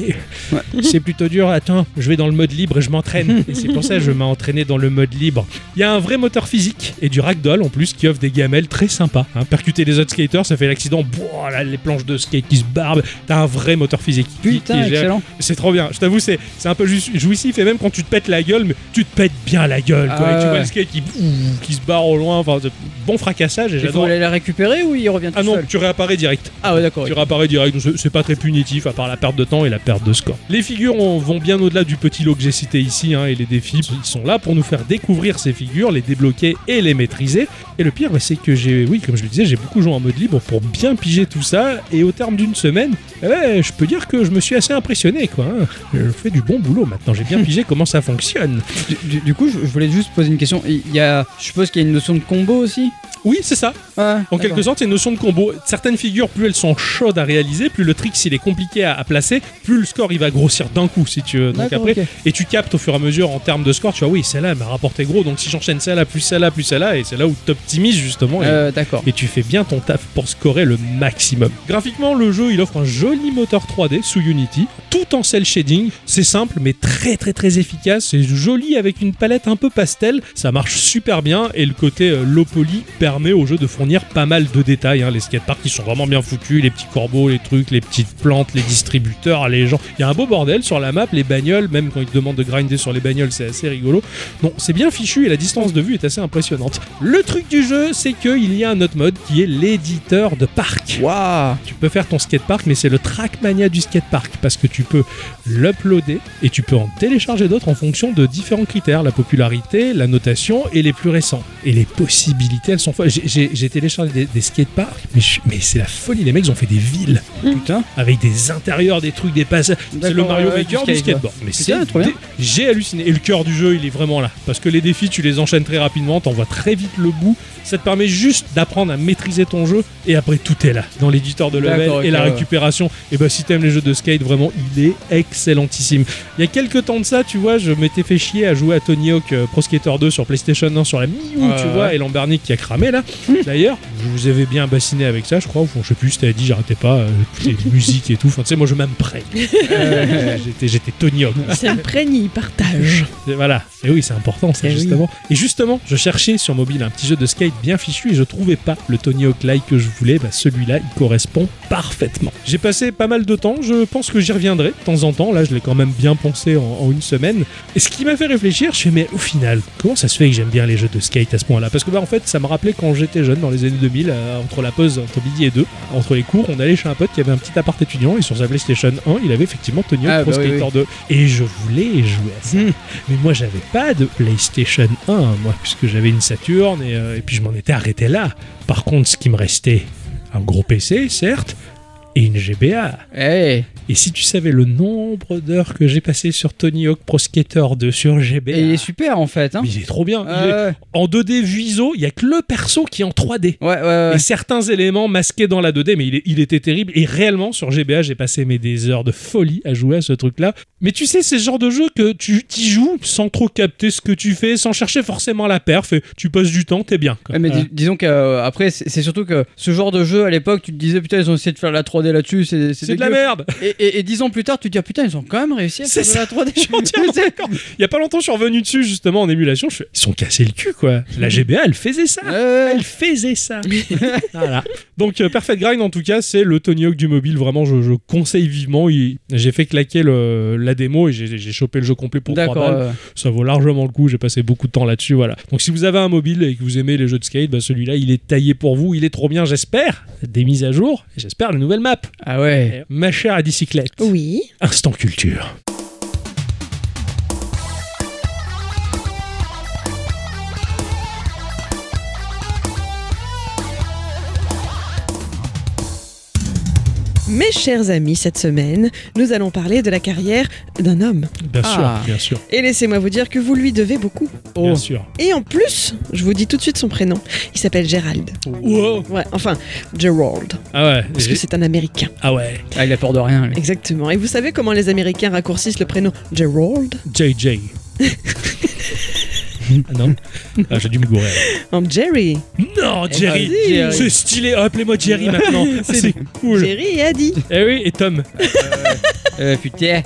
Speaker 1: C'est plutôt dur, attends, je vais dans le mode libre et je m'entraîne. et c'est pour ça que je m'entraîné dans le mode libre. Il y a un vrai moteur physique et du ragdoll en plus qui offre des gamelles très sympas. hein. Percuter les autres skaters, ça fait l'accident, Bouah, là, les planches de skate qui se barbent. T'as un vrai moteur physique. qui-
Speaker 2: Putain,
Speaker 1: qui gère-
Speaker 2: excellent.
Speaker 1: c'est trop bien, je t'avoue, c'est c'est un peu ju- jouissif. Et même quand tu te pètes la gueule, mais tu te pètes bien la gueule. Quoi.
Speaker 2: Ah
Speaker 1: Et tu vois
Speaker 2: ouais.
Speaker 1: le skate qui, ouh, qui se barre au loin. Enfin, c'est bon fracassage et
Speaker 2: Il faut
Speaker 1: j'adore.
Speaker 2: aller la récupérer ou il revient tout
Speaker 1: Ah non,
Speaker 2: seul
Speaker 1: tu réapparais direct.
Speaker 2: Ah ouais, d'accord.
Speaker 1: Tu
Speaker 2: ok.
Speaker 1: réapparais direct, donc c'est- c'est pas très punitif à part la perte de temps et la perte de score. Les figures ont- vont bien au-delà du petit lot que j'ai cité ici hein, et les défis. Ils sont là pour nous faire découvrir ces figures, les débloquer et les maîtriser. Et le pire, bah, c'est que j'ai, oui, comme je le disais, j'ai beaucoup joué en mode libre pour bien piger tout ça. Et au terme d'une semaine, eh ouais, je peux dire que je me suis assez impressionné. quoi. hein. Je fais du bon boulot maintenant, j'ai bien pigé comment ça fonctionne.
Speaker 2: Du, du- du coup, je, je voulais juste poser une question. Il il y a, je suppose qu'il y a une notion de combo aussi
Speaker 1: Oui, c'est ça.
Speaker 2: Ouais,
Speaker 1: En
Speaker 2: d'accord.
Speaker 1: quelque sorte, c'est une notion de combo. Certaines figures, plus elles sont chaudes à réaliser, plus le trick, s'il est compliqué à, à placer, plus le score il va grossir d'un coup, si tu veux. Donc
Speaker 2: D'accord,
Speaker 1: après,
Speaker 2: ok.
Speaker 1: et tu captes au fur et à mesure en termes de score, tu vois, oui, celle-là elle m'a rapporté gros, donc si j'enchaîne celle-là, plus celle-là, plus celle-là, et c'est là où tu optimises justement. et-
Speaker 2: Euh, d'accord.
Speaker 1: et tu fais bien ton taf pour scorer le maximum. Graphiquement, le jeu, il offre un joli moteur 3D sous Unity, tout en cel shading. C'est simple, mais très très très efficace. C'est joli avec une palette un peu pastel. Ça marche super bien et le côté euh, low poly permet au jeu de fournir pas mal de détails. hein. Les skateparks, ils sont vraiment bien foutus. Les petits corbeaux, les trucs, les petites plantes, les distributeurs, les gens. Il y a un beau bordel sur la map. Les bagnoles, même quand ils te demandent de grinder sur les bagnoles, c'est assez rigolo. Bon, c'est bien fichu et la distance de vue est assez impressionnante. Le truc du jeu, c'est qu'il y a un autre mode qui est l'éditeur de parc.
Speaker 2: Waouh
Speaker 1: Tu peux faire ton skatepark, mais c'est le Trackmania du skatepark parce que tu peux l'uploader et tu peux en télécharger d'autres en fonction de différents critères la popularité, la notation et les plus récents. Et les possibilités, elles sont folles. J'ai- J'ai j'ai téléchargé des, des skateparks, mais, je- mais c'est la folie. Les mecs, ils ont fait des villes
Speaker 2: Putain
Speaker 1: avec des intérieurs, des trucs, des passages. C'est le
Speaker 2: D'accord,
Speaker 1: Mario
Speaker 2: ouais, ouais,
Speaker 1: Maker
Speaker 2: du
Speaker 1: du
Speaker 2: skate,
Speaker 1: skateboard. Mais
Speaker 2: Putain,
Speaker 1: c'est
Speaker 2: trop bien.
Speaker 1: dé- j'ai halluciné. Et le cœur du jeu, il est vraiment là. Parce que les défis, tu les enchaînes très rapidement, t'en vois très vite le bout. Ça te permet juste d'apprendre à maîtriser ton jeu. Et après, tout est là. Dans l'éditeur de level
Speaker 2: D'accord, ok,
Speaker 1: et la
Speaker 2: ouais.
Speaker 1: récupération. Et bah, si t'aimes les jeux de skate, vraiment, il est excellentissime. Il y a quelques temps de ça, tu vois, je m'étais fait chier à jouer à Tony Hawk euh, Pro Skater 2 sur PlayStation 1 sur la Miu, tu
Speaker 2: Ouais,
Speaker 1: vois, et Lambernic qui a cramé là. D'ailleurs, je vous avais bien bassiné avec ça, je crois. Enfin, je sais plus, si t'avais dit, j'arrêtais pas, euh, les musiques et tout. Enfin, tu sais, moi, je m'imprègne.
Speaker 2: Euh,
Speaker 1: J'étais j'étais Tony Hawk.
Speaker 3: C'est un prègne, il partage.
Speaker 1: Et voilà. Et oui, c'est important, ça,
Speaker 3: Eh oui.
Speaker 1: justement. Et justement, je cherchais sur mobile un petit jeu de skate bien fichu et je trouvais pas le Tony Hawk Live que je voulais. Bah, celui-là, il correspond parfaitement. J'ai passé pas mal de temps. Je pense que j'y reviendrai de temps en temps. Là, je l'ai quand même bien pensé en, en une semaine. Et ce qui m'a fait réfléchir, je fais, mais au final, comment ça se fait que j'aime bien les jeux de skate à ce point-là Parce que, bah, en fait, ça me rappelait quand j'étais jeune, dans les années 2000, euh, entre la pause, entre midi et deux, entre les cours, on allait chez un pote qui avait un petit appart étudiant et sur sa PlayStation 1, il avait effectivement Tony Hawk
Speaker 2: Ah,
Speaker 1: Pro
Speaker 2: bah oui, Hmm.
Speaker 1: Skater 2. Et je voulais jouer à ça. Mais moi, j'avais pas de PlayStation 1, moi, puisque j'avais une Saturn et, euh, et puis je m'en étais arrêté là. Par contre, ce qui me restait, un gros PC, certes, et une GBA.
Speaker 2: hey.
Speaker 1: Et si tu savais le nombre d'heures que j'ai passé sur Tony Hawk Pro Skater 2 sur GBA.
Speaker 2: Et il est super en fait. Hein
Speaker 1: Mais il est trop bien. Il est-
Speaker 2: Euh,
Speaker 1: En 2D viso, il y a que le perso qui est en 3D.
Speaker 2: ouais, ouais, ouais.
Speaker 1: Et certains éléments masqués dans la 2D, mais il, est- il était terrible. Et réellement, sur GBA, j'ai passé mes des heures de folie à jouer à ce truc-là. Mais tu sais, c'est ce genre de jeu que tu t'y joues sans trop capter ce que tu fais, sans chercher forcément la perf. Et tu passes du temps, t'es bien. quoi.
Speaker 2: Ouais, mais
Speaker 1: Voilà.
Speaker 2: dis- disons qu'après, c'est c'est surtout que ce genre de jeu à l'époque, tu te disais putain, ils ont essayé de faire la 3D 3D là-dessus, c'est
Speaker 1: C'est de la
Speaker 2: dégueu.
Speaker 1: merde
Speaker 2: Et, et, et dix ans plus tard, tu te dis ah, putain, ils ont quand même réussi à faire
Speaker 1: C'est
Speaker 2: de la 3D.
Speaker 1: Je suis entièrement d'accord. Il y a pas longtemps, je suis revenu dessus justement en émulation. Je fais, ils sont cassés le cul quoi. La GBA, elle faisait ça.
Speaker 2: Ouais.
Speaker 1: Elle faisait ça. voilà. Donc euh, Perfect Grind en tout cas, c'est le Tony Hawk du mobile. Vraiment, je, je conseille vivement. Il- J'ai fait claquer le- la démo et j'ai j'ai chopé le jeu complet pour 3
Speaker 2: D'accord.
Speaker 1: balles.
Speaker 2: euh,
Speaker 1: Ça vaut largement le coup. J'ai passé beaucoup de temps là-dessus. Voilà. Donc si vous avez un mobile et que vous aimez les jeux de skate, bah, celui-là, il est taillé pour vous. Il est trop bien. J'espère des mises à jour. et J'espère les nouvelles maps.
Speaker 2: Ah ouais.
Speaker 1: Ma chère à bicyclette.
Speaker 3: Oui.
Speaker 1: Instant culture.
Speaker 3: Mes chers amis, cette semaine, nous allons parler de la carrière d'un homme.
Speaker 1: Bien sûr,
Speaker 2: Ah.
Speaker 1: bien sûr,
Speaker 3: Et laissez-moi vous dire que vous lui devez beaucoup.
Speaker 1: bien
Speaker 2: Oh.
Speaker 1: sûr.
Speaker 3: Et en plus, je vous dis tout de suite son prénom. Il s'appelle Gerald.
Speaker 1: Wow.
Speaker 3: Ouais, enfin, Gerald.
Speaker 1: Ah ouais.
Speaker 3: Parce que
Speaker 1: j'ai-
Speaker 3: c'est un Américain.
Speaker 1: Ah ouais.
Speaker 2: Ah, il a peur de rien. lui.
Speaker 3: Exactement. Et vous savez comment les Américains raccourcissent le prénom Gerald
Speaker 1: JJ. ah non. Ah, j'ai dû me gourer.
Speaker 3: En Jerry.
Speaker 1: Non,
Speaker 2: Eh
Speaker 1: Jerry.
Speaker 2: ben, Jerry.
Speaker 1: C'est stylé. Ah, Appelez-moi Jerry maintenant. Ah, C'est cool.
Speaker 3: Jerry et Addy.
Speaker 1: Eh oui, et Tom.
Speaker 2: Euh, putain.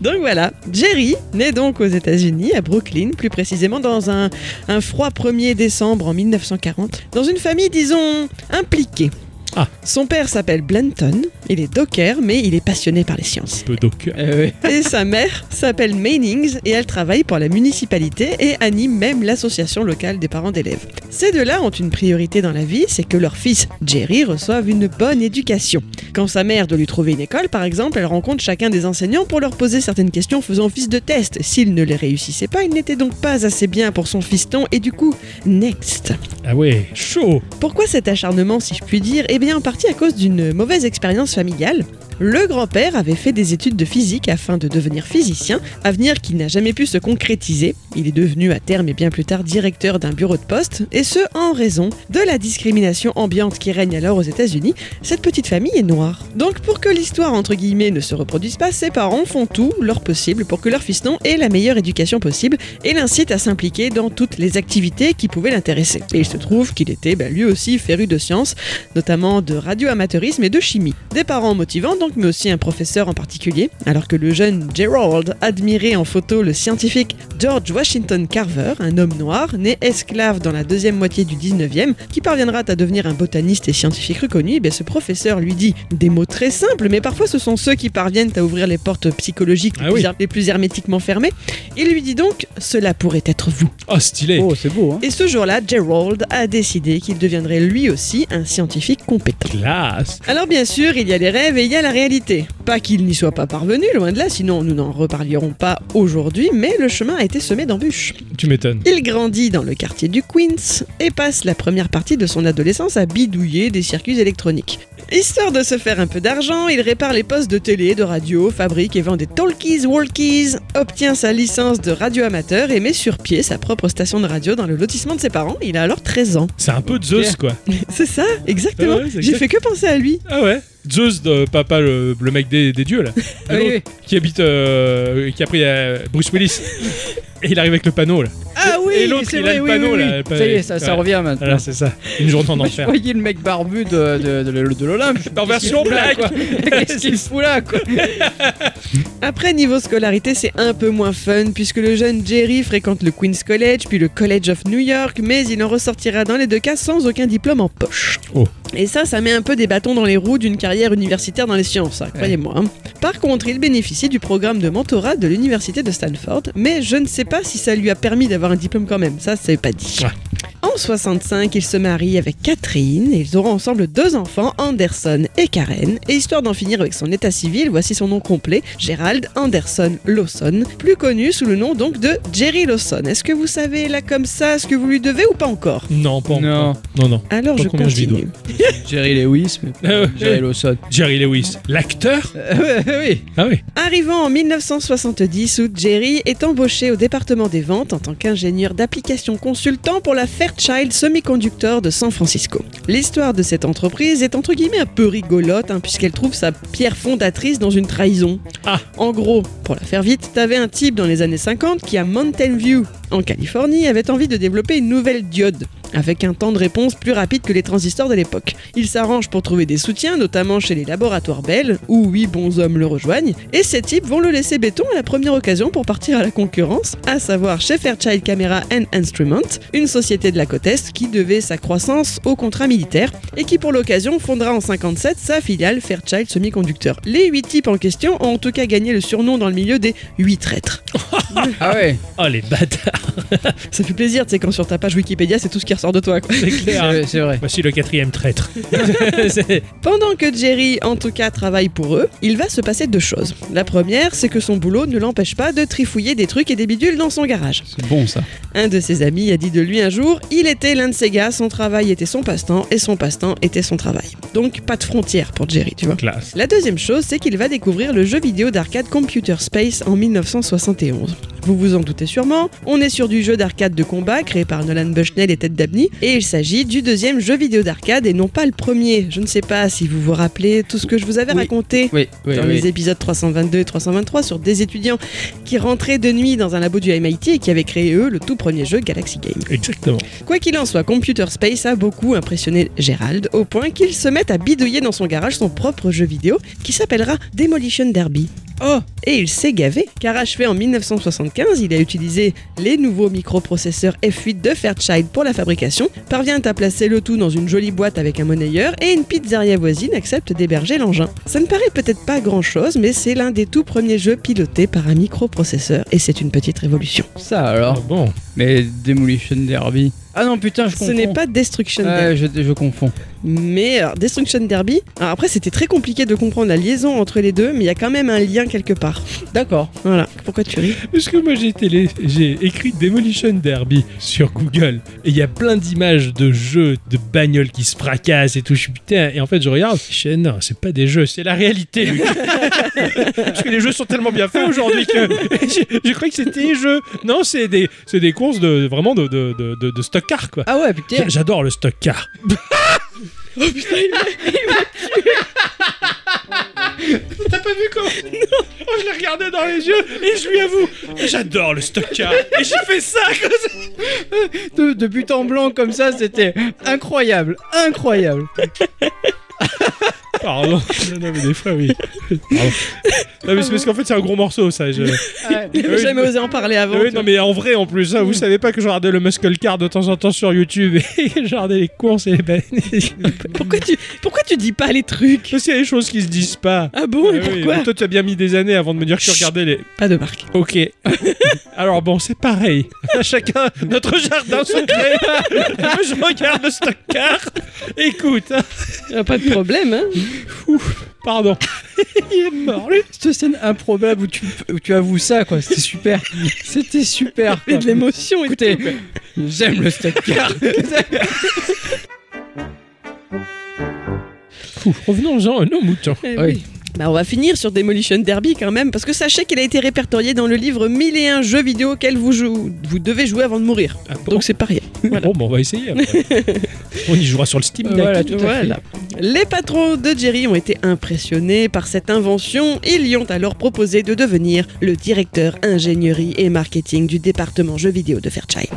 Speaker 3: Donc voilà, Jerry naît donc aux États-Unis, à Brooklyn, plus précisément dans un, un froid 1er décembre en 1940, dans une famille, disons, impliquée.
Speaker 1: Ah.
Speaker 3: Son père s'appelle Blanton, il est docker, mais il est passionné par les sciences.
Speaker 1: Peu doc.
Speaker 2: Euh, ouais.
Speaker 3: Et sa mère s'appelle Mainings et elle travaille pour la municipalité et anime même l'association locale des parents d'élèves. Ces deux-là ont une priorité dans la vie, c'est que leur fils Jerry reçoive une bonne éducation. Quand sa mère doit lui trouver une école, par exemple, elle rencontre chacun des enseignants pour leur poser certaines questions faisant office de test. S'ils ne les réussissaient pas, il n'était donc pas assez bien pour son fiston et du coup, next.
Speaker 1: Ah ouais, chaud.
Speaker 3: Pourquoi cet acharnement, si je puis dire Eh bien, en partie à cause d'une mauvaise expérience familiale. Le grand-père avait fait des études de physique afin de devenir physicien, avenir qui n'a jamais pu se concrétiser. Il est devenu à terme et bien plus tard directeur d'un bureau de poste, et ce en raison de la discrimination ambiante qui règne alors aux États-Unis. Cette petite famille est noire. Donc, pour que l'histoire entre guillemets ne se reproduise pas, ses parents font tout leur possible pour que leur fiston ait la meilleure éducation possible et l'incite à s'impliquer dans toutes les activités qui pouvaient l'intéresser. Et il se trouve qu'il était bah, lui aussi féru de sciences, notamment de radioamateurisme et de chimie. Des parents motivants donc, mais aussi un professeur en particulier, alors que le jeune Gerald admirait en photo le scientifique George Washington Carver, un homme noir, né esclave dans la deuxième moitié du 19e, qui parviendra à devenir un botaniste et scientifique reconnu, eh bien, ce professeur lui dit des mots très simples, mais parfois ce sont ceux qui parviennent à ouvrir les portes psychologiques les
Speaker 1: Ah oui.
Speaker 3: plus her- les plus hermétiquement fermées. Il lui dit donc, cela pourrait être vous.
Speaker 1: Oh, stylé.
Speaker 2: Oh, c'est beau. Hein.
Speaker 3: Et ce jour-là, Gerald a décidé qu'il deviendrait lui aussi un scientifique compétent.
Speaker 1: Classe.
Speaker 3: Alors bien sûr, il y a les rêves et il y a la réalité. Pas qu'il n'y soit pas parvenu, loin de là, sinon nous n'en reparlierons pas aujourd'hui, mais le chemin a été semé d'embûches.
Speaker 1: Tu m'étonnes.
Speaker 3: Il grandit dans le quartier du Queens et passe la première partie de son adolescence à bidouiller des circuits électroniques. Histoire de se faire un peu d'argent, il répare les postes de télé, de radio, fabrique et vend des talkies, walkies, obtient sa licence de radio amateur et met sur pied sa propre station de radio dans le lotissement de ses parents. Il a alors 13 ans.
Speaker 1: C'est un peu
Speaker 2: Oh,
Speaker 1: Zeus, quoi.
Speaker 3: C'est ça, exactement.
Speaker 1: Ouais, ouais, c'est
Speaker 3: J'ai
Speaker 1: exact.
Speaker 3: fait que penser à lui.
Speaker 1: Ah ouais. Zeus, de papa, le, le mec des, des dieux, là.
Speaker 2: Ah oui, oui.
Speaker 1: Qui habite. euh, qui a pris euh, Bruce Willis. Et il arrive avec le panneau, là.
Speaker 2: Ah oui,
Speaker 1: Et l'autre, il
Speaker 2: c'est
Speaker 1: a
Speaker 2: vrai,
Speaker 1: le
Speaker 2: oui,
Speaker 1: panneau,
Speaker 2: oui,
Speaker 1: là,
Speaker 2: oui.
Speaker 1: le pa-
Speaker 2: Ça y est, ça, ça
Speaker 1: Ouais.
Speaker 2: revient maintenant.
Speaker 1: Voilà, Ah, c'est ça. Une journée en
Speaker 2: Moi, je
Speaker 1: enfer.
Speaker 2: voyais le mec barbu de, de, de, de l'Olympe. Je fais,
Speaker 1: En
Speaker 2: qu'est-ce qu'il
Speaker 1: version
Speaker 2: fout là,
Speaker 1: black.
Speaker 2: quoi Qu'est-ce qu'il fout là, quoi
Speaker 3: Après, niveau scolarité, c'est un peu moins fun puisque le jeune Jerry fréquente le Queens College puis le College of New York, mais il en ressortira dans les deux cas sans aucun diplôme en poche.
Speaker 1: Oh.
Speaker 3: Et ça, ça met un peu des bâtons dans les roues d'une carrière universitaire dans les sciences, ça, croyez-moi. hein. Par contre, il bénéficie du programme de mentorat de l'université de Stanford, mais je ne sais pas si ça lui a permis d'avoir un diplôme quand même, ça, c'est pas dit.
Speaker 1: Ouais.
Speaker 3: En 65, il se marie avec Catherine et ils auront ensemble deux enfants, Anderson et Karen. Et histoire d'en finir avec son état civil, voici son nom complet, Gerald Anderson Lawson, plus connu sous le nom donc de Jerry Lawson. Est-ce que vous savez là comme ça ce que vous lui devez ou pas encore
Speaker 1: Non, pas
Speaker 2: Non.
Speaker 1: encore. Non, non.
Speaker 3: Alors
Speaker 1: Pas
Speaker 3: je
Speaker 1: combien je lui
Speaker 3: continue.
Speaker 2: Jerry Lewis, mais
Speaker 1: Ah ouais.
Speaker 2: Jerry Lawson.
Speaker 1: Jerry Lewis. L'acteur
Speaker 2: Euh, ouais, oui.
Speaker 1: Ah oui.
Speaker 3: Arrivant en 1970 où Jerry est embauché au département des ventes en tant qu'ingénieur d'application consultant pour la Fairchild Semiconductor de San Francisco. L'histoire de cette entreprise est entre guillemets un peu rigolote hein, puisqu'elle trouve sa pierre fondatrice dans une trahison.
Speaker 1: Ah.
Speaker 3: En gros, pour la faire vite, t'avais un type dans les années 50 qui à Mountain View en Californie, avait envie de développer une nouvelle diode, avec un temps de réponse plus rapide que les transistors de l'époque. Il s'arrange pour trouver des soutiens, notamment chez les laboratoires Bell, où huit bons hommes le rejoignent, et ces types vont le laisser béton à la première occasion pour partir à la concurrence, à savoir chez Fairchild Camera and Instrument, une société de la côte Est qui devait sa croissance au contrat militaire, et qui pour l'occasion fondera en 57 sa filiale Fairchild Semiconductor. Les huit types en question ont en tout cas gagné le surnom dans le milieu des huit traîtres.
Speaker 2: Ah ouais,
Speaker 1: Oh les bâtards,
Speaker 3: Ça fait plaisir, tu sais, quand sur ta page Wikipédia, c'est tout ce qui ressort de toi. quoi.
Speaker 1: c'est clair. hein.
Speaker 2: c'est c'est vrai.
Speaker 1: Voici le quatrième traître. C'est-
Speaker 3: Pendant que Jerry, en tout cas, travaille pour eux, il va se passer deux choses. La première, c'est que son boulot ne l'empêche pas de trifouiller des trucs et des bidules dans son garage.
Speaker 2: C'est bon ça.
Speaker 3: Un de ses amis a dit de lui un jour il était l'un de ses gars, son travail était son passe-temps et son passe-temps était son travail. Donc pas de frontières pour Jerry, tu vois.
Speaker 1: classe.
Speaker 3: La deuxième chose, c'est qu'il va découvrir le jeu vidéo d'arcade Computer Space en 1971. Vous vous en doutez sûrement, on est sur du jeu d'arcade de combat créé par Nolan Bushnell et Ted Dabney, et il s'agit du deuxième jeu vidéo d'arcade et non pas le premier. Je ne sais pas si vous vous rappelez tout ce que je vous avais
Speaker 2: Oui.
Speaker 3: raconté
Speaker 2: Oui, oui,
Speaker 3: dans
Speaker 2: oui.
Speaker 3: les épisodes 322 et 323 sur des étudiants qui rentraient de nuit dans un labo du MIT et qui avaient créé eux le tout premier jeu Galaxy Game.
Speaker 1: Exactement.
Speaker 3: Quoi qu'il en soit, Computer Space a beaucoup impressionné Gérald au point qu'il se met à bidouiller dans son garage son propre jeu vidéo qui s'appellera Demolition Derby. Oh, et il s'est gavé, car achevé en 1975, il a utilisé les nouveaux microprocesseurs F8 de Fairchild pour la fabrication, parvient à placer le tout dans une jolie boîte avec un monnayeur et une pizzeria voisine accepte d'héberger l'engin. Ça ne paraît peut-être pas grand-chose, mais c'est l'un des tout premiers jeux pilotés par un microprocesseur et c'est une petite révolution.
Speaker 2: Ça
Speaker 1: Ah
Speaker 2: alors.
Speaker 1: bon.
Speaker 2: Mais Demolition Derby. Ah non, putain, je confonds.
Speaker 3: Ce n'est pas Destruction Derby.
Speaker 2: Ouais, je, je confonds.
Speaker 3: Mais alors, Destruction Derby, alors après c'était très compliqué de comprendre la liaison entre les deux, mais il y a quand même un lien quelque part.
Speaker 2: D'accord.
Speaker 3: Voilà, pourquoi tu ris
Speaker 1: Parce que moi j'ai télé- j'ai écrit Demolition Derby sur Google et il y a plein d'images de jeux, de bagnoles qui se fracassent et tout. Je suis putain. Et en fait je regarde, je fais, non, c'est pas des jeux, c'est la réalité, Luc. Parce que les jeux sont tellement bien faits aujourd'hui que je, je croyais que c'était des jeux. Non, c'est des, c'est des courses de vraiment de, de, de, de- de stock car quoi.
Speaker 2: Ah ouais, putain.
Speaker 1: J'a- J'adore le stock car. T'as pas vu comment Oh, je l'ai regardé dans les yeux et je lui avoue, j'adore le stock car et j'ai fait ça. Quoi.
Speaker 2: de, de but en blanc comme ça, c'était incroyable, incroyable.
Speaker 1: Pardon. Non, non, mais des fois oui. Pardon. Non mais c'est parce qu'en fait c'est un gros morceau ça. Je...
Speaker 3: Il
Speaker 1: Ah
Speaker 3: n'avait
Speaker 1: oui,
Speaker 3: jamais
Speaker 1: mais-
Speaker 3: osé en parler
Speaker 1: Ah
Speaker 3: avant.
Speaker 1: oui,
Speaker 3: tu
Speaker 1: non
Speaker 3: vois.
Speaker 1: mais en vrai en plus, hein, vous savez pas que je regardais le muscle car de temps en temps sur YouTube et je regardais les courses et les bananes.
Speaker 3: Pourquoi tu, pourquoi tu dis pas les trucs
Speaker 1: Parce qu'il y a des choses qui se disent pas.
Speaker 3: Ah bon, mais
Speaker 1: Ah oui,
Speaker 3: pourquoi
Speaker 1: mais Toi tu as bien mis des années avant de me dire que tu
Speaker 3: Chut.
Speaker 1: regardais les...
Speaker 3: Pas de marque.
Speaker 1: Ok. Alors bon, c'est pareil. Chacun notre jardin secret. Moi, je regarde le stockard. Écoute, hein.
Speaker 3: Ah, pas de problème, hein
Speaker 1: pardon. Il est mort, lui.
Speaker 2: Cette scène improbable où tu, où tu avoues ça, quoi, c'était super. C'était super.
Speaker 3: Mais
Speaker 2: quoi.
Speaker 3: de l'émotion et
Speaker 2: Écoutez,
Speaker 3: tout.
Speaker 2: j'aime le stock car.
Speaker 1: Ouf, Revenons-en à nos moutons.
Speaker 3: Eh
Speaker 2: Oui.
Speaker 3: oui. Bah, on va finir sur Demolition Derby quand même, parce que sachez qu'il a été répertorié dans le livre 1001 jeux vidéo auxquels vous, jou- vous devez jouer avant de mourir.
Speaker 1: Ah, bon,
Speaker 3: Donc c'est pas rien. voilà.
Speaker 1: Bon, bah, on va essayer. après. on y jouera sur le Steam Deck.
Speaker 2: Voilà, tout à fait.
Speaker 3: Voilà. Les patrons de Jerry ont été impressionnés par cette invention. Ils lui ont alors proposé de devenir le directeur ingénierie et marketing du département jeux vidéo de Fairchild.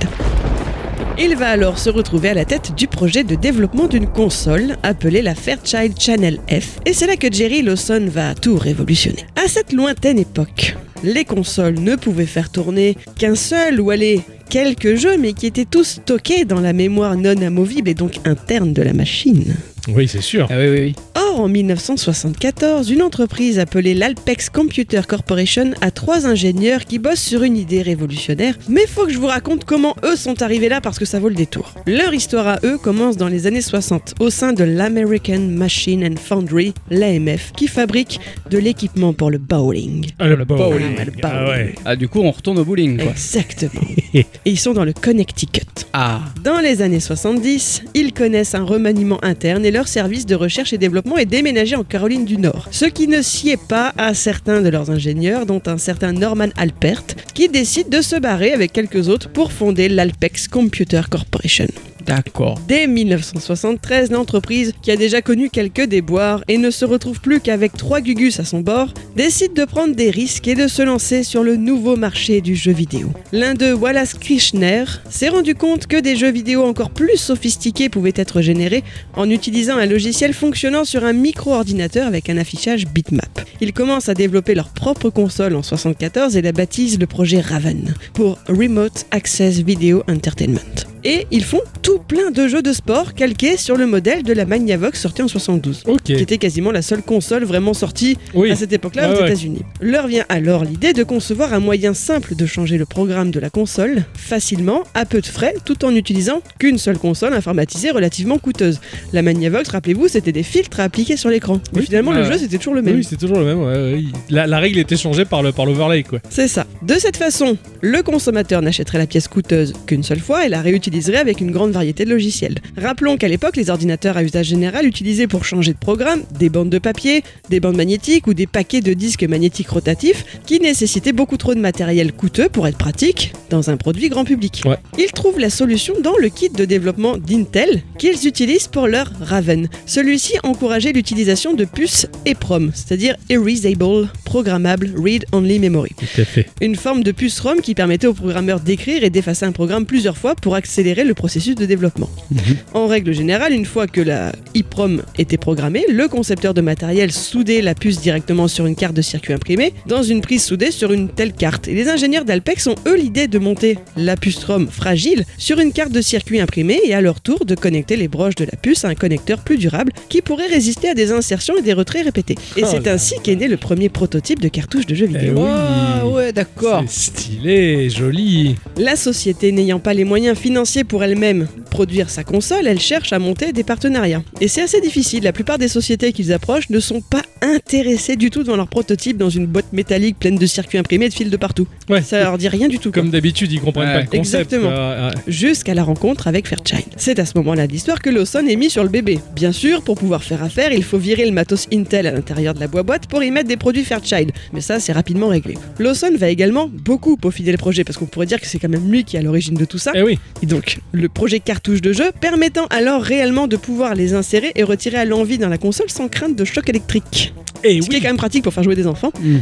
Speaker 3: Il va alors se retrouver à la tête du projet de développement d'une console appelée la Fairchild Channel F, et c'est là que Jerry Lawson va tout révolutionner. À cette lointaine époque, les consoles ne pouvaient faire tourner qu'un seul ou aller quelques jeux, mais qui étaient tous stockés dans la mémoire non amovible et donc interne de la machine.
Speaker 1: Oui, c'est sûr.
Speaker 2: Ah oui, oui, oui.
Speaker 3: Or, en 1974, une entreprise appelée l'Alpex Computer Corporation a trois ingénieurs qui bossent sur une idée révolutionnaire. Mais faut que je vous raconte comment eux sont arrivés là parce que ça vaut le détour. Leur histoire à eux commence dans les années 60 au sein de l'American Machine and Foundry, l'AMF, qui fabrique de l'équipement pour le bowling.
Speaker 1: Ah, le bowling.
Speaker 2: bowling.
Speaker 3: Ah, le
Speaker 1: Ah, ouais.
Speaker 2: Ah, du coup, on retourne au bowling, quoi.
Speaker 3: Exactement. Et ils sont dans le Connecticut.
Speaker 2: Ah,
Speaker 3: Dans les années 70, ils connaissent un remaniement interne et leur service de recherche et développement est déménagé en Caroline du Nord. Ce qui ne sied pas à certains de leurs ingénieurs, dont un certain Norman Alpert, qui décide de se barrer avec quelques autres pour fonder l'Alpex Computer Corporation.
Speaker 2: D'accord.
Speaker 3: Dès 1973, l'entreprise, qui a déjà connu quelques déboires et ne se retrouve plus qu'avec trois Gugus à son bord, décide de prendre des risques et de se lancer sur le nouveau marché du jeu vidéo. L'un d'eux, Wallace Krishner, s'est rendu compte que des jeux vidéo encore plus sophistiqués pouvaient être générés en utilisant un logiciel fonctionnant sur un micro-ordinateur avec un affichage bitmap. Ils commencent à développer leur propre console en 74 et la baptisent le projet Raven pour Remote Access Video Entertainment. Et ils font tout plein de jeux de sport calqués sur le modèle de la Magnavox sortie en 72,
Speaker 1: Ok.
Speaker 3: qui Ah, était quasiment la seule console vraiment sortie
Speaker 1: Oui.
Speaker 3: à cette époque-là
Speaker 1: Ouais,
Speaker 3: aux
Speaker 1: ouais.
Speaker 3: États-Unis. Leur vient alors l'idée de concevoir un moyen simple de changer le programme de la console facilement, à peu de frais, tout en utilisant qu'une seule console informatisée relativement coûteuse. La Magnavox, rappelez-vous, c'était des filtres à appliquer sur l'écran. Mais
Speaker 1: Oui.
Speaker 3: finalement, le
Speaker 1: Ouais.
Speaker 3: jeu c'était toujours le même.
Speaker 1: Oui, c'est toujours le même. ouais, ouais. La, la règle était changée par le par l'overlay quoi.
Speaker 3: C'est ça. De cette façon, le consommateur n'achèterait la pièce coûteuse qu'une seule fois et la réutiliserait avec une grande variété de logiciels. Rappelons qu'à l'époque, les ordinateurs à usage général utilisaient pour changer de programme des bandes de papier, des bandes magnétiques ou des paquets de disques magnétiques rotatifs qui nécessitaient beaucoup trop de matériel coûteux pour être pratique dans un produit grand public.
Speaker 1: Ouais.
Speaker 3: Ils trouvent la solution dans le kit de développement d'Intel qu'ils utilisent pour leur Raven. Celui-ci encourageait l'utilisation de puces EPROM, c'est-à-dire Erasable Programmable Read Only Memory.
Speaker 1: Tout à fait.
Speaker 3: Une forme de puce ROM qui permettait au programmeur d'écrire et d'effacer un programme plusieurs fois pour accélérer le processus de développement.
Speaker 1: Mhm.
Speaker 3: En règle générale, une fois que la EPROM était programmée, le concepteur de matériel soudait la puce directement sur une carte de circuit imprimé dans une prise soudée sur une telle carte. Et les ingénieurs d'Alpex ont eux l'idée de monter la puce ROM fragile sur une carte de circuit imprimé et à leur tour de connecter les broches de la puce à un connecteur plus durable qui pourrait résister à des insertions et des retraits répétés. Et
Speaker 1: Oh
Speaker 3: c'est
Speaker 1: là Eh
Speaker 3: ainsi qu'est né le premier prototype de cartouche de jeu vidéo.
Speaker 1: oui.
Speaker 2: Ah ouais, d'accord.
Speaker 1: C'est stylé, joli.
Speaker 3: La société n'ayant pas les moyens financiers pour elle-même produire sa console, elle cherche à monter des partenariats. Et c'est assez difficile, la plupart des sociétés qu'ils approchent ne sont pas intéressées du tout devant leur prototype dans une boîte métallique pleine de circuits imprimés et de fils de partout.
Speaker 1: Ouais.
Speaker 3: Ça leur dit rien du tout. quoi.
Speaker 1: Comme d'habitude, ils comprennent
Speaker 2: Ouais.
Speaker 1: pas le concept.
Speaker 3: Exactement.
Speaker 1: quoi. Ouais, ouais.
Speaker 3: Jusqu'à la rencontre avec Fairchild. C'est à ce moment-là de l'histoire que Lawson est mis sur le bébé. Bien sûr, pour pouvoir faire affaire, il faut virer le matos Intel à l'intérieur de la boîte pour y mettre des produits Fairchild. Mais ça, c'est rapidement réglé. Lawson va également beaucoup peaufiner le projet parce qu'on pourrait dire que c'est quand même lui qui est à l'origine de tout ça.
Speaker 1: Eh oui.
Speaker 3: Et donc, le projet cartouche de jeu permettant alors réellement de pouvoir les insérer et retirer à l'envie dans la console sans crainte de choc électrique.
Speaker 1: Eh
Speaker 3: Ce qui est
Speaker 1: oui.
Speaker 3: quand même pratique pour faire jouer des enfants,
Speaker 2: Mm.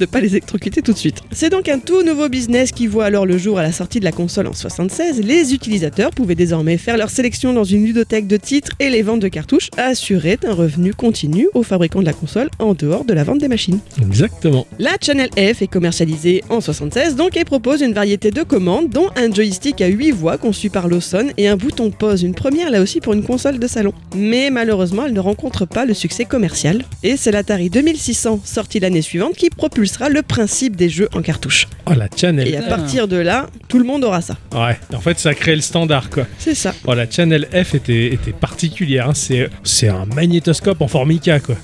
Speaker 3: de pas les électrocuter tout de suite. C'est donc un tout nouveau business qui voit alors le jour à la sortie de la console en 76. Les utilisateurs pouvaient désormais faire leur sélection dans une ludothèque de titres et les ventes de cartouches assuraient un revenu continu aux fabricants de la console en dehors de la vente des machines.
Speaker 1: Exactement.
Speaker 3: La Channel F est commercialisée en 76 donc et propose une variété de commandes dont un joystick à 8 voix conçu par Lawson et un bouton pause, une première là aussi pour une console de salon. Mais malheureusement, elle ne rencontre pas le succès commercial et c'est l'Atari 2600 sorti l'année suivante qui propulsera le principe des jeux en cartouche.
Speaker 1: Oh la
Speaker 3: Et euh,
Speaker 1: Channel.
Speaker 3: à partir de là, tout le monde aura ça.
Speaker 1: Ouais. En fait, ça crée le standard quoi.
Speaker 3: C'est ça.
Speaker 1: Oh la Channel F était, était particulière. hein. C'est c'est un magnétoscope en formica quoi.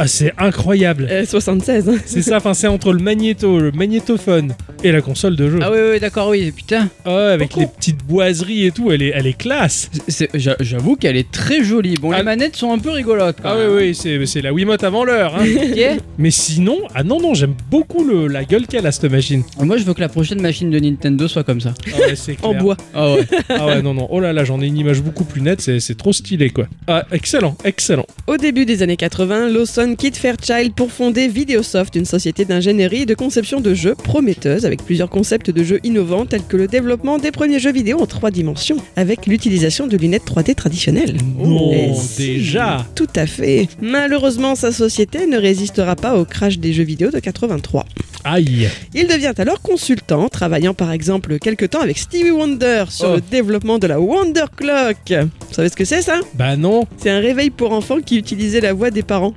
Speaker 1: ah, c'est incroyable.
Speaker 3: Euh, 76. hein.
Speaker 1: C'est ça. Enfin, c'est entre le magnéto, le magnétophone et la console de jeu.
Speaker 2: Ah ouais, ouais, d'accord, oui, putain.
Speaker 1: Ah ouais, avec
Speaker 2: Beaucoup.
Speaker 1: les petites boiseries et tout, elle est, elle est classe.
Speaker 2: C'est- j'a- J'avoue qu'elle est très jolie. Bon,
Speaker 1: Ah.
Speaker 2: les manettes sont un peu rigolotes.
Speaker 1: Ah oui, oui, c'est c'est la Wiimote avant l'heure. hein.
Speaker 2: oui.
Speaker 1: Mais sinon, ah non, non, j'aime beaucoup le, la gueule qu'elle a cette machine.
Speaker 2: Moi, je veux que la prochaine machine de Nintendo soit comme ça.
Speaker 1: Ah ouais, c'est
Speaker 3: En
Speaker 1: clair.
Speaker 3: bois.
Speaker 2: Ah ouais.
Speaker 1: Ah ouais, non, non. Oh là là, j'en ai une image beaucoup plus nette, c'est c'est trop stylé quoi. Ah, excellent, excellent.
Speaker 3: Au début des années 80, Lawson quitte Fairchild pour fonder Videosoft, une société d'ingénierie et de conception de jeux prometteuse avec plusieurs concepts de jeux innovants tels que le développement des premiers jeux vidéo en trois dimensions avec l'utilisation de lunettes 3D traditionnelles.
Speaker 1: Non,
Speaker 3: Eh si,
Speaker 1: déjà.
Speaker 3: Tout à fait. Malheureusement, sa société ne résistera pas au crash des jeux vidéo de 83.
Speaker 1: Aïe.
Speaker 3: Il devient alors consultant, travaillant par exemple quelques temps avec Stevie Wonder sur
Speaker 2: Oh.
Speaker 3: le développement de la Wonder Clock. Vous savez ce que c'est ça
Speaker 1: Bah non.
Speaker 3: C'est un réveil pour enfants qui utilisait la voix des parents.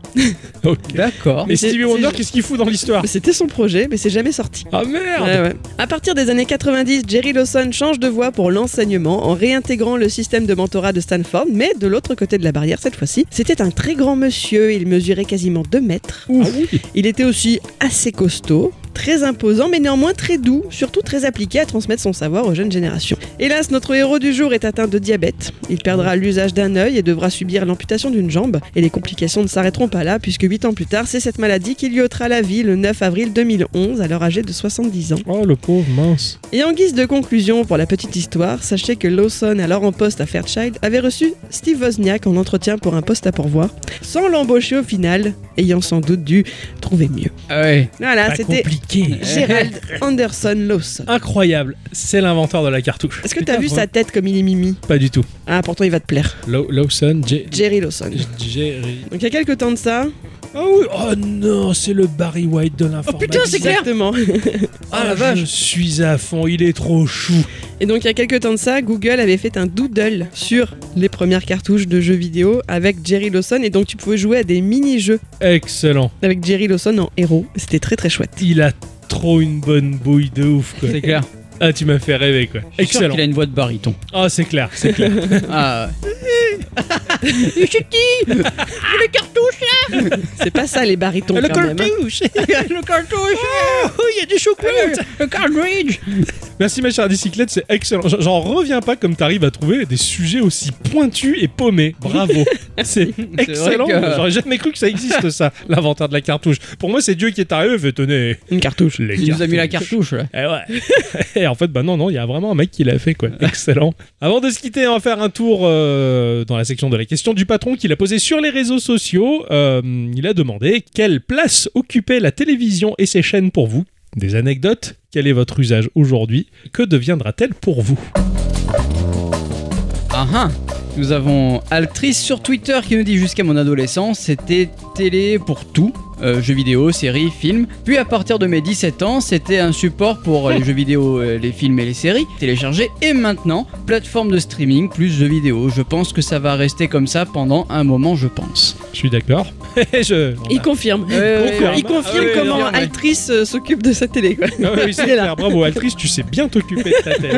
Speaker 1: Ok.
Speaker 2: D'accord.
Speaker 1: Mais
Speaker 3: c'est-
Speaker 1: Stevie
Speaker 3: c'est-
Speaker 1: Wonder, qu'est-ce qu'il fout dans l'histoire
Speaker 3: Mais C'était son projet, mais c'est jamais sorti.
Speaker 1: Ah merde
Speaker 3: Ouais, ouais. À partir des années 90, Jerry Lawson change de voie pour l'enseignement en réintégrant le système de mentorat de Stanford, mais de l'autre côté de la barrière cette fois-ci. C'était un très grand monsieur, il mesurait quasiment 2 mètres.
Speaker 1: Ouf. Ah oui.
Speaker 3: Il était aussi assez costaud, très imposant mais néanmoins très doux, surtout très appliqué à transmettre son savoir aux jeunes générations. Hélas, notre héros du jour est atteint de diabète. Il perdra l'usage d'un œil et devra subir l'amputation d'une jambe. Et les complications ne s'arrêteront pas là, puisque 8 ans plus tard, c'est cette maladie qui lui ôtera la vie le 9 avril 2011, alors âgé de 70 ans.
Speaker 1: Oh, le pauvre, mince.
Speaker 3: Et en guise de conclusion pour la petite histoire, sachez que Lawson, alors en poste à Fairchild, avait reçu Steve Wozniak en entretien pour un poste à pourvoir, sans l'embaucher au final, ayant sans doute dû trouver mieux.
Speaker 2: Ah ouais.
Speaker 3: Voilà,
Speaker 1: Pas
Speaker 3: c'était
Speaker 1: compliqué.
Speaker 3: Gerald Anderson Lawson.
Speaker 1: Incroyable, c'est l'inventeur de la cartouche.
Speaker 3: Est-ce que
Speaker 1: Putain,
Speaker 3: t'as vu
Speaker 1: vraiment.
Speaker 3: sa tête comme il est mimi
Speaker 1: Pas du tout.
Speaker 3: Ah, pourtant il va te plaire.
Speaker 1: Law- Lawson, J-
Speaker 3: Jerry Lawson.
Speaker 1: Jerry.
Speaker 3: Donc il y a quelques temps de ça.
Speaker 1: Oh oui, oh non, c'est le Barry White de l'informatique.
Speaker 2: Oh, putain, c'est clair. Oh
Speaker 3: Exactement.
Speaker 1: Ah la vache Je suis à fond, il est trop chou.
Speaker 3: Et donc il y a quelques temps de ça, Google avait fait un doodle sur les premières cartouches de jeux vidéo avec Jerry Lawson et donc tu pouvais jouer à des mini-jeux
Speaker 1: Excellent.
Speaker 3: avec Jerry Lawson en héros. C'était très très chouette.
Speaker 1: Il a trop une bonne bouille de ouf quoi.
Speaker 2: C'est clair.
Speaker 1: Ah tu m'as fait rêver quoi.
Speaker 2: Je suis sûr
Speaker 1: Excellent.
Speaker 2: qu'il a une voix de baryton.
Speaker 1: Ah c'est clair, c'est clair.
Speaker 2: Ah,
Speaker 3: C'est pas ça les barytons quand même. hein.
Speaker 2: le cartouche
Speaker 1: Oh, il y a du chocolat
Speaker 2: Le cartridge
Speaker 1: Merci ma chère bicyclette, c'est excellent. J- J'en reviens pas comme t'arrives à trouver des sujets aussi pointus et paumés. Bravo. C'est excellent.
Speaker 2: que-
Speaker 1: J'aurais jamais cru que ça existe ça, l'inventaire de la cartouche. Pour moi c'est Dieu qui est arrivé, fait tenez.
Speaker 3: Une cartouche.
Speaker 1: les
Speaker 2: Il nous a mis la
Speaker 1: cartouches.
Speaker 2: cartouche là.
Speaker 1: Eh ouais. et en fait, bah non, non, il y a vraiment un mec qui l'a fait, quoi. Excellent. Avant de se quitter, on va faire un tour euh, dans la section de la question du patron qu'il a posée sur les réseaux sociaux. Euh, il a demandé quelle place occupait la télévision et ses chaînes pour vous. Des anecdotes. Quel est votre usage aujourd'hui Que deviendra-t-elle pour vous
Speaker 2: Ah ah Nous avons Altrice sur Twitter qui nous dit jusqu'à mon adolescence, c'était télé pour tout. euh, jeux vidéo, séries, films. Puis à partir de mes 17 ans, c'était un support pour euh, les jeux vidéo, euh, les films et les séries téléchargés. Et maintenant, plateforme de streaming plus jeux vidéo. Je pense que ça va rester comme ça pendant un moment, je pense.
Speaker 1: Je suis d'accord. Je- on a-
Speaker 3: Il confirme.
Speaker 1: confirme.
Speaker 3: Il confirme
Speaker 1: Ah oui,
Speaker 3: comment
Speaker 2: confirme, ouais.
Speaker 3: Altrice euh, s'occupe de sa télé. quoi.
Speaker 1: Ah oui, c'est
Speaker 3: Il est là.
Speaker 1: clair. Bravo, Altrice, tu sais bien t'occuper de ta télé.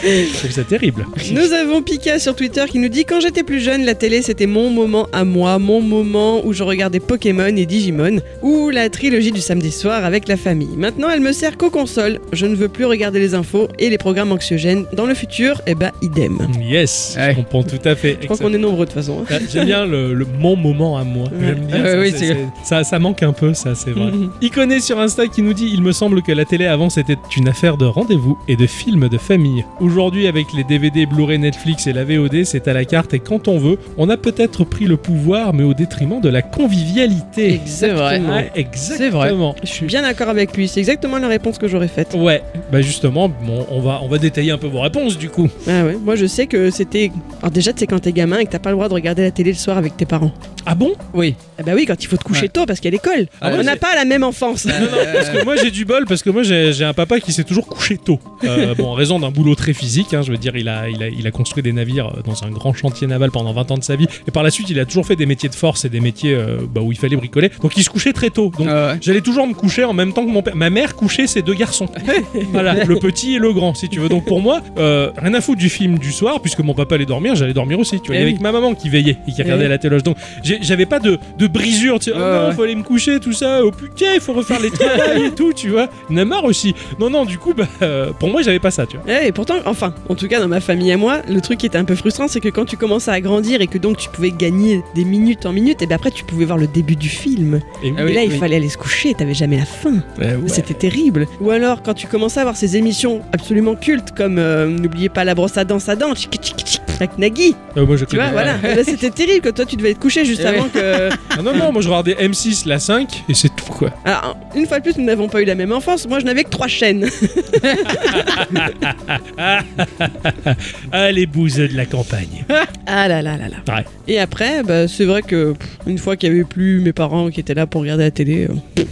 Speaker 1: c'est c'est terrible.
Speaker 3: Nous avons Pika sur Twitter qui nous dit Quand j'étais plus jeune, la télé c'était mon moment à moi, mon moment où je regardais Pokémon et Digimon, ou la trilogie du samedi soir avec la famille. Maintenant elle me sert qu'aux consoles, je ne veux plus regarder les infos et les programmes anxiogènes. Dans le futur, eh ben idem.
Speaker 1: Yes,
Speaker 2: Ouais.
Speaker 1: je comprends tout à fait.
Speaker 3: Je crois qu'on est nombreux de toute façon. hein.
Speaker 1: Ah, J'aime bien le, le mon moment à moi.
Speaker 3: Ouais.
Speaker 1: J'aime bien
Speaker 2: Euh,
Speaker 1: ça,
Speaker 2: oui,
Speaker 1: c'est-
Speaker 2: c'est-
Speaker 1: c'est- ça, ça manque un peu, ça, c'est vrai.
Speaker 3: Mhm.
Speaker 1: Iconé sur Insta qui nous dit Il me semble que la télé avant c'était une affaire de rendez-vous et de films de famille. Aujourd'hui, avec les DVD, Blu-ray, Netflix et la VOD, c'est à la carte et quand on veut, on a peut-être pris le pouvoir, mais au détriment de la convivialité.
Speaker 2: C'est vrai.
Speaker 3: Exactement.
Speaker 1: Ouais, exactement.
Speaker 3: Je suis bien d'accord avec lui, c'est exactement la réponse que j'aurais faite.
Speaker 1: Ouais, bah justement, bon, on, va, on va détailler un peu vos réponses du coup.
Speaker 3: Ah ouais, moi je sais que c'était. Alors déjà, tu sais, quand t'es gamin et que t'as pas le droit de regarder la télé le soir avec tes parents.
Speaker 1: Ah bon
Speaker 2: Oui.
Speaker 3: Ah bah oui, quand il faut te coucher
Speaker 2: Ouais.
Speaker 3: tôt parce qu'il y a l'école.
Speaker 2: Ah
Speaker 3: On
Speaker 2: ouais,
Speaker 3: n'a
Speaker 2: c'est- Bah,
Speaker 3: pas la même enfance.
Speaker 1: Parce que moi j'ai du bol parce que moi j'ai j'ai un papa qui s'est toujours couché tôt. Euh, bon, en raison d'un boulot très physique, hein, je veux dire, il a, il, a, il a construit des navires euh, dans un grand chantier naval pendant 20 ans de sa vie. Et par la suite, il a toujours fait des métiers de force et des métiers euh, bah, où il fallait bricoler. Donc il se couchait très tôt. Donc
Speaker 2: Ah ouais.
Speaker 1: J'allais toujours me coucher en même temps que mon père. Ma mère couchait ses deux garçons. voilà, le petit et le grand, si tu veux. Donc pour moi, euh, rien à foutre du film du soir, puisque mon papa allait dormir, j'allais dormir aussi. Tu vois, Il
Speaker 3: Eh
Speaker 1: y avait
Speaker 3: oui.
Speaker 1: que ma maman qui veillait et qui regardait
Speaker 3: oui.
Speaker 1: la téloche. Donc j'ai- j'avais pas de, de brisure. Tu sais, oh
Speaker 2: Ouais,
Speaker 1: non,
Speaker 2: ouais.
Speaker 1: faut aller me coucher, tout ça. Oh putain, il faut refaire les travails et tout, tu vois. Il y en a marre aussi. Non, non, du coup, bah, euh, pour moi, j'avais pas ça, tu vois.
Speaker 3: Ouais, et Eh, pourtant, enfin, en tout cas dans ma famille à moi, le truc qui était un peu frustrant, c'est que quand tu commences à grandir et que donc tu pouvais gagner des minutes en minutes, et bien après tu pouvais voir le début du film.
Speaker 1: Et
Speaker 2: Ah
Speaker 3: et
Speaker 2: oui,
Speaker 3: là, il
Speaker 2: oui. Eh
Speaker 3: fallait aller se coucher, t'avais jamais la fin.
Speaker 1: bah, ouais.
Speaker 3: C'était terrible. Ou alors quand tu commençais à voir ces émissions absolument cultes comme euh, N'oubliez pas la brosse à dents, à dents, tchic, tchic, tchic, avec Nagui.
Speaker 1: Euh, moi, je
Speaker 3: Tu vois,
Speaker 1: connais-
Speaker 3: voilà. Eh ben, C'était terrible que toi tu devais être couché juste
Speaker 2: Eh
Speaker 3: avant que.
Speaker 1: Ah, non, non, moi, je regardais M6, la 5, et c'est tout, quoi.
Speaker 3: Alors, une fois de plus, nous n'avons pas eu la même enfance. Moi, je n'avais que trois chaînes.
Speaker 1: Ah, les bouseux de la campagne.
Speaker 3: Ah là là là là.
Speaker 1: Ouais.
Speaker 3: Et après, bah, c'est vrai que pff, une fois qu'il y avait plus mes parents qui étaient là pour regarder la télé. euh,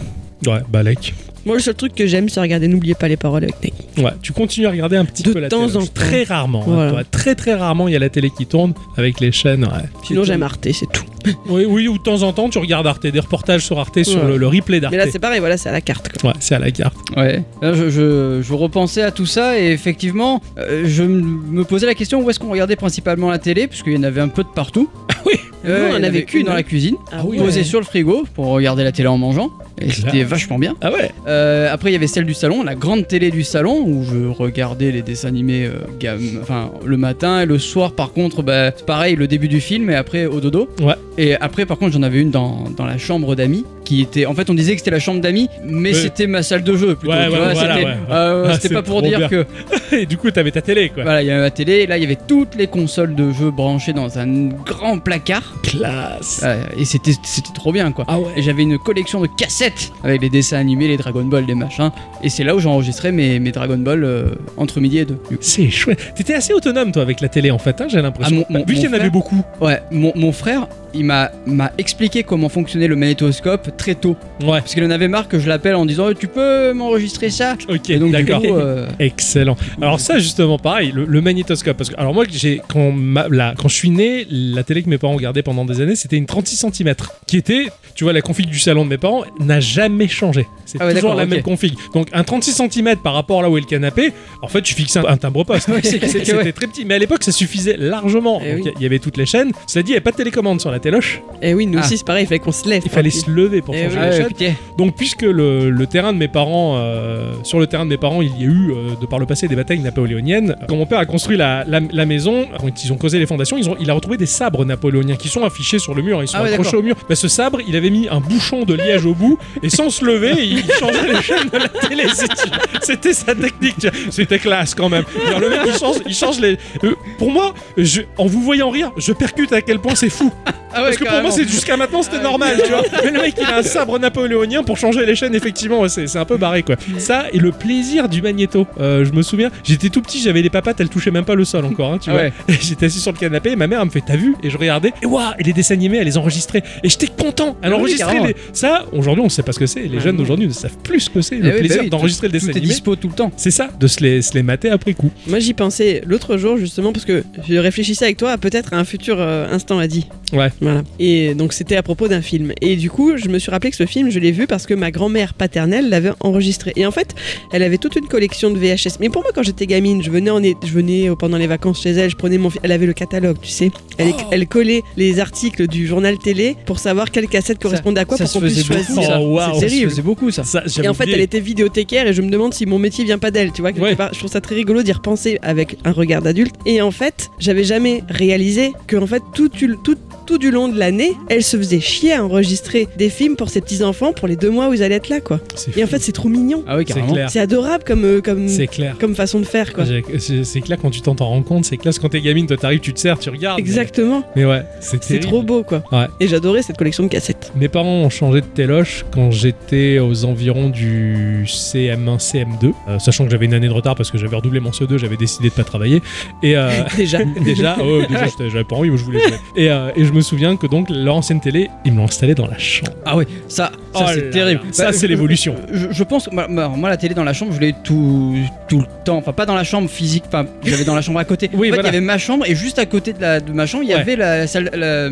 Speaker 1: Ouais, Balek.
Speaker 3: Moi, le seul truc que j'aime, c'est regarder N'oubliez pas les paroles avec Nagui.
Speaker 1: Ouais, tu continues à regarder un petit
Speaker 3: De
Speaker 1: peu la
Speaker 3: temps
Speaker 1: télé.
Speaker 3: en temps.
Speaker 1: Très rarement. hein,
Speaker 3: Voilà.
Speaker 1: toi. Très très rarement, il y a la télé qui tourne avec les chaînes. ouais.
Speaker 3: Sinon, j'aime Arte, c'est tout.
Speaker 1: Oui, oui, ou de temps en temps, tu regardes Arte, des reportages sur Arte, sur
Speaker 3: Ouais.
Speaker 1: le, le replay d'Arte.
Speaker 3: Mais là, c'est pareil, voilà, c'est à la carte.
Speaker 1: Ouais, c'est à la carte.
Speaker 2: Ouais, Là, je, je- je repensais à tout ça et effectivement, euh, je m- me posais la question où est-ce qu'on regardait principalement la télé, puisqu'il y en avait un peu de partout.
Speaker 1: oui.
Speaker 2: Euh,
Speaker 3: Ah Nous, on
Speaker 2: il
Speaker 3: en
Speaker 2: y en
Speaker 3: avait
Speaker 2: avait
Speaker 3: qu'une,
Speaker 2: qu'une dans
Speaker 3: hein.
Speaker 2: la cuisine,
Speaker 3: Ah
Speaker 1: oui,
Speaker 2: posée
Speaker 1: ouais.
Speaker 2: sur le frigo pour regarder la télé en mangeant. Et c'était
Speaker 1: Classe.
Speaker 2: vachement bien.
Speaker 1: Ah ouais
Speaker 2: Euh, après, il y avait celle du salon, la grande télé du salon, où je regardais les dessins animés euh, gamme, enfin, le matin. Et le soir, par contre, bah, c'est pareil, le début du film, et après, au dodo.
Speaker 1: Ouais.
Speaker 2: Et après, par contre, j'en avais une dans, dans la chambre d'amis, qui était. En fait, on disait que c'était la chambre d'amis, mais
Speaker 1: Ouais.
Speaker 2: c'était ma salle de jeu, plutôt.
Speaker 1: Ouais,
Speaker 2: tu
Speaker 1: ouais,
Speaker 2: vois,
Speaker 1: voilà,
Speaker 2: c'était
Speaker 1: ouais.
Speaker 2: euh,
Speaker 1: Ah,
Speaker 2: c'était
Speaker 1: c'est
Speaker 2: pas pour
Speaker 1: trop
Speaker 2: dire
Speaker 1: bien.
Speaker 2: que.
Speaker 1: Et du coup, t'avais ta télé, quoi.
Speaker 2: Voilà, il y avait ma télé, et là, il y avait toutes les consoles de jeux branchées dans un grand placard.
Speaker 1: Classe
Speaker 2: Euh, et c'était c'était trop bien, quoi.
Speaker 1: Ah ouais
Speaker 2: Et j'avais une collection de cassettes avec les dessins animés, les Dragon Ball, les machins. Et c'est là où j'enregistrais mes, mes Dragon Ball euh, entre midi et deux. du coup.
Speaker 1: C'est chouette. T'étais assez autonome, toi, avec la télé, en fait, hein, j'ai l'impression.
Speaker 2: Ah, mon- mon-
Speaker 1: Vu qu'il y en
Speaker 2: mon
Speaker 1: avait
Speaker 2: frère-
Speaker 1: beaucoup.
Speaker 2: Ouais, mon, mon frère, il m'a m'a expliqué comment fonctionnait le magnétoscope très tôt.
Speaker 1: Ouais.
Speaker 2: Parce qu'il en avait marre que je l'appelle en disant Eh, Tu peux m'enregistrer ça
Speaker 1: Ok,
Speaker 2: Et donc, du
Speaker 1: d'accord.
Speaker 2: coup, euh,
Speaker 1: Excellent. Alors ça justement pareil, le, le magnétoscope. Parce que alors moi j'ai quand ma- la- quand je suis né, la télé que mes parents regardaient pendant des années, c'était une 36 cm qui était, tu vois, la config du salon de mes parents n'a jamais changé. C'est
Speaker 2: Ah ouais,
Speaker 1: toujours la
Speaker 2: d'accord,
Speaker 1: même
Speaker 2: ok.
Speaker 1: config. Donc un 36 cm par rapport à là où est le canapé, en fait tu fixes un, un timbre poste.
Speaker 2: Ouais, c'est-
Speaker 1: C'est-
Speaker 2: c'est-
Speaker 1: c'était
Speaker 2: ouais.
Speaker 1: très petit, mais à l'époque ça suffisait largement.
Speaker 2: Eh
Speaker 1: Donc, Il
Speaker 2: oui.
Speaker 1: y avait toutes les chaînes. Cela dit, il n'y avait pas de télécommande sur la téloche.
Speaker 3: Et Eh oui, nous
Speaker 2: Ah.
Speaker 3: aussi, c'est pareil, il fallait qu'on se lève.
Speaker 1: Il fallait se lever pour
Speaker 3: Eh
Speaker 1: changer
Speaker 3: oui.
Speaker 1: la
Speaker 2: ah ouais,
Speaker 1: chaîne.
Speaker 2: putain.
Speaker 1: Donc puisque le, le terrain de mes parents, euh, sur le terrain de mes parents, il y a eu euh, de par le passé des batailles napoléoniennes. Quand mon père a construit la, la- la maison, quand ils ont causé les fondations, ils ont, il a retrouvé des sabres napoléoniens qui sont affichés sur le mur, ils sont
Speaker 2: Ah ouais,
Speaker 1: accrochés
Speaker 2: d'accord.
Speaker 1: au mur. Bah, ce sabre, il avait mis un bouchon de liège au bout et sans se lever, il changeait les chaînes de la télé. si tu- C'était sa technique. tu vois. C'était classe quand même. Alors, le mec, il change, il change les. Euh, pour moi, je- en vous voyant rire, je percute à quel point c'est fou.
Speaker 2: Ah ouais,
Speaker 1: Parce que pour
Speaker 2: carrément. Ah
Speaker 1: moi, c'est jusqu'à maintenant, c'était normal, tu vois. Mais le mec, il a un sabre napoléonien pour changer les chaînes, effectivement, ouais, c'est c'est un peu barré, quoi. Ça, et le plaisir du magnéto. Euh, je me souviens, j'étais tout petit, j'avais les papates, elles touchaient même pas le sol encore, hein, tu
Speaker 2: Ah
Speaker 1: vois.
Speaker 2: ouais.
Speaker 1: Et J'étais assis sur le canapé, et ma mère, elle me fait, t'as vu Et je regardais, et waouh, et les dessins animés, elle les enregistrait. Et j'étais content, elle
Speaker 2: Ah oui,
Speaker 1: enregistrait
Speaker 2: carrément.
Speaker 1: les. Ça, aujourd'hui, on sait pas ce que c'est, les
Speaker 3: Ah
Speaker 1: jeunes
Speaker 3: non.
Speaker 1: d'aujourd'hui ne savent plus ce que c'est,
Speaker 2: Eh
Speaker 1: le
Speaker 2: oui, bah
Speaker 1: plaisir
Speaker 2: oui,
Speaker 1: d'enregistrer le
Speaker 2: Tout
Speaker 1: dessin
Speaker 2: est
Speaker 1: animé.
Speaker 2: dispo tout le temps.
Speaker 1: C'est ça, de se les, se les mater après coup.
Speaker 3: Moi, j'y pensais l'autre jour, justement, parce que je réfléchissais avec toi à peut-être un futur euh, instant à dit.
Speaker 1: Ouais.
Speaker 3: Voilà. Et donc, c'était à propos d'un film. Et du coup, je me suis rappelé que ce film, je l'ai vu parce que ma grand-mère paternelle l'avait enregistré. Et en fait, elle avait toute une collection de VHS. Mais pour moi, quand j'étais gamine, je venais, en é- je venais euh, pendant les vacances chez elle, je prenais mon. fi- Elle avait le catalogue, tu sais. Elle, é- elle collait les articles du journal télé pour savoir quelle cassette correspondait à quoi
Speaker 2: ça
Speaker 3: pour
Speaker 2: se
Speaker 3: qu'on puisse
Speaker 2: faisait
Speaker 3: choisir.
Speaker 2: beaucoup, ça.
Speaker 1: Oh, waouh.
Speaker 2: C'est
Speaker 1: Ça se
Speaker 2: terrible. C'est beaucoup ça.
Speaker 1: Ça, j'avais
Speaker 3: Et en fait,
Speaker 1: oublié.
Speaker 3: elle était vidéothécaire et je me demande si mon métier vient pas d'elle, tu vois. quelque
Speaker 1: Ouais.
Speaker 3: part. je trouve ça très rigolo d'y repenser avec un regard d'adulte. Et en fait, j'avais jamais réalisé que en fait tout, du- tout, tout du long de l'année, elle se faisait chier à enregistrer des films pour ses petits enfants pour les deux mois où ils allaient être là, quoi.
Speaker 1: C'est
Speaker 3: Et en
Speaker 1: fou.
Speaker 3: fait, c'est trop mignon.
Speaker 2: Ah oui,
Speaker 1: c'est
Speaker 2: carrément.
Speaker 1: clair.
Speaker 3: C'est adorable comme euh, comme
Speaker 1: C'est clair.
Speaker 3: comme façon de faire, quoi.
Speaker 1: J'ai- C'est c'est clair quand tu t'en t'en rends compte, c'est classe quand t'es gamine, toi t'arrives, tu te sers, tu regardes. mais-
Speaker 3: Exactement.
Speaker 1: Mais, ouais, c'est
Speaker 3: C'est
Speaker 1: terrible.
Speaker 3: trop beau, quoi.
Speaker 1: Ouais.
Speaker 3: Et j'adorais cette collection de cassettes.
Speaker 1: Mes parents ont changé de téloche quand j'étais aux environs du CM1, CM2, euh, sachant que j'avais une année de retard parce que j'avais redoublé mon CE2, j'avais décidé de pas travailler. Et euh,
Speaker 3: Déjà.
Speaker 1: déjà, ouais, déjà j'étais- j'avais pas envie, moi je voulais. jouer. Et, euh, et je me souviens que donc leur ancienne télé, ils me l'ont installée dans la chambre.
Speaker 2: Ah ouais, ça, ça
Speaker 1: Oh là
Speaker 2: c'est terrible.
Speaker 1: là. Ça,
Speaker 2: Bah,
Speaker 1: c'est
Speaker 2: je-
Speaker 1: l'évolution.
Speaker 2: Je, je pense, que ma- ma- moi la télé dans la chambre, je l'ai tout, tout le temps. Enfin, pas dans la chambre physique, enfin, j'avais dans la chambre à côté.
Speaker 1: Oui,
Speaker 2: en fait,
Speaker 1: voilà.
Speaker 2: il y avait ma chambre et juste à côté de, la, de ma chambre, il y
Speaker 1: Ouais.
Speaker 2: avait la salle, la,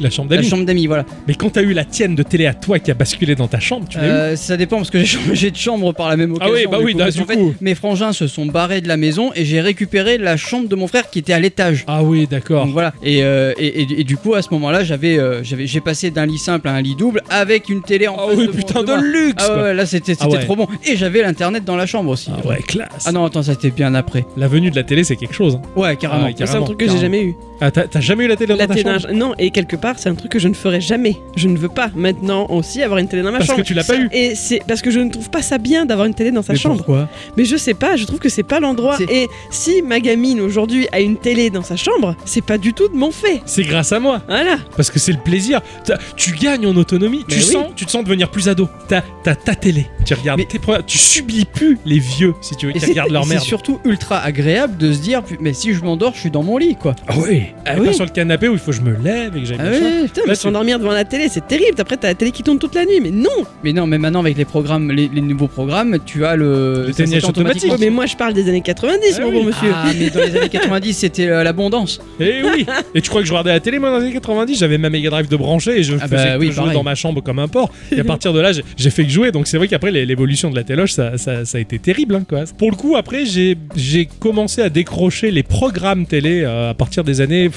Speaker 1: La chambre
Speaker 2: la
Speaker 1: d'amis.
Speaker 2: chambre d'amis. Voilà.
Speaker 1: Mais quand t'as eu la tienne de télé à toi qui a basculé dans ta chambre, tu l'as eu
Speaker 2: Euh, ça dépend parce que j'ai changé de chambre par la même
Speaker 1: Ah
Speaker 2: occasion.
Speaker 1: oui, bah
Speaker 2: du
Speaker 1: oui,
Speaker 2: coup,
Speaker 1: là,
Speaker 2: parce
Speaker 1: du
Speaker 2: qu'en fait,
Speaker 1: coup.
Speaker 2: mes frangins se sont barrés de la maison et j'ai récupéré la chambre de mon frère qui était à l'étage.
Speaker 1: Ah oui, d'accord.
Speaker 2: Donc voilà, et, euh, et, et- et du coup à ce moment-là, j'avais, euh, j'avais, j'ai passé d'un lit simple à un lit double avec une télé en
Speaker 1: Ah
Speaker 2: face
Speaker 1: oui,
Speaker 2: de mon-
Speaker 1: putain
Speaker 2: de
Speaker 1: de
Speaker 2: moi.
Speaker 1: luxe
Speaker 2: Ah
Speaker 1: quoi.
Speaker 2: ouais, là c'était,
Speaker 1: Ah
Speaker 2: c'était
Speaker 1: ouais.
Speaker 2: trop bon. Et j'avais l'internet dans la chambre aussi.
Speaker 1: Ah ouais, classe.
Speaker 2: Ah non, attends, ça c'était bien après.
Speaker 1: La venue de la télé, c'est quelque chose. hein.
Speaker 2: Ouais, carrément.
Speaker 1: Ah ouais,
Speaker 3: C'est un
Speaker 1: Carrément,
Speaker 3: truc que j'ai jamais eu.
Speaker 1: Ah, t'as t'as jamais eu la télé dans
Speaker 3: La
Speaker 1: ta
Speaker 3: télé
Speaker 1: chambre
Speaker 3: dans la ch- Non, et quelque part, c'est un truc que je ne ferai jamais. Je ne veux pas maintenant aussi avoir une télé dans ma
Speaker 1: Parce
Speaker 3: chambre.
Speaker 1: que tu l'as pas
Speaker 3: Ça-
Speaker 1: eu.
Speaker 3: Et c'est parce que je ne trouve pas ça bien d'avoir une télé dans sa
Speaker 2: Mais
Speaker 3: chambre.
Speaker 2: pourquoi
Speaker 3: Mais je sais pas, je trouve que c'est pas l'endroit.
Speaker 2: C'est-
Speaker 3: Et si ma gamine aujourd'hui a une télé dans sa chambre, c'est pas du tout de mon fait.
Speaker 1: C'est grâce à moi,
Speaker 3: Voilà.
Speaker 1: parce que c'est le plaisir. T'as- Tu gagnes en autonomie, tu
Speaker 2: Mais oui.
Speaker 1: sens, tu te sens devenir plus ado. T'as t'as ta télé, tu regardes
Speaker 2: Mais-
Speaker 1: tes premières- tu subis plus les vieux si tu veux,
Speaker 2: Et
Speaker 1: qui
Speaker 2: c'est
Speaker 1: regardent leur
Speaker 2: c'est
Speaker 1: merde.
Speaker 2: surtout ultra agréable de se dire, pu- mais si je m'endors, je suis dans mon lit, quoi.
Speaker 1: Ah oui,
Speaker 2: Ah
Speaker 1: Et
Speaker 2: oui.
Speaker 1: pas sur le canapé où il faut que je me lève et que j'aille
Speaker 2: Ah
Speaker 1: machin.
Speaker 2: ouais.
Speaker 3: Putain,
Speaker 1: Là,
Speaker 3: mais
Speaker 1: tu-
Speaker 3: s'endormir devant la télé, c'est terrible. Après, t'as la télé qui tourne toute la nuit. Mais non
Speaker 2: Mais non, mais maintenant avec les programmes, les, les nouveaux programmes, tu as le
Speaker 1: L'éteignage
Speaker 2: ça s'éteint
Speaker 1: automatique.
Speaker 2: automatiquement.
Speaker 3: Mais moi, je parle des années 90,
Speaker 1: Ah
Speaker 3: mon
Speaker 1: oui.
Speaker 3: bon monsieur.
Speaker 2: Ah, mais dans les années 90, c'était euh, l'abondance.
Speaker 1: Et Eh oui Et tu crois que je regardais la télé moi dans les années 90 J'avais ma Mega Drive de brancher et je
Speaker 2: Ah
Speaker 1: faisais
Speaker 2: bah
Speaker 1: que
Speaker 2: oui,
Speaker 1: jouer
Speaker 2: pareil.
Speaker 1: dans ma chambre comme un porc. Et à partir de là, j'ai- j'ai fait que jouer. Donc c'est vrai qu'après les- l'évolution de la téloche, ça, ça- ça a été terrible. hein, quoi. Pour le coup, après, j'ai j'ai commencé à décrocher les programmes télé euh, à partir des années années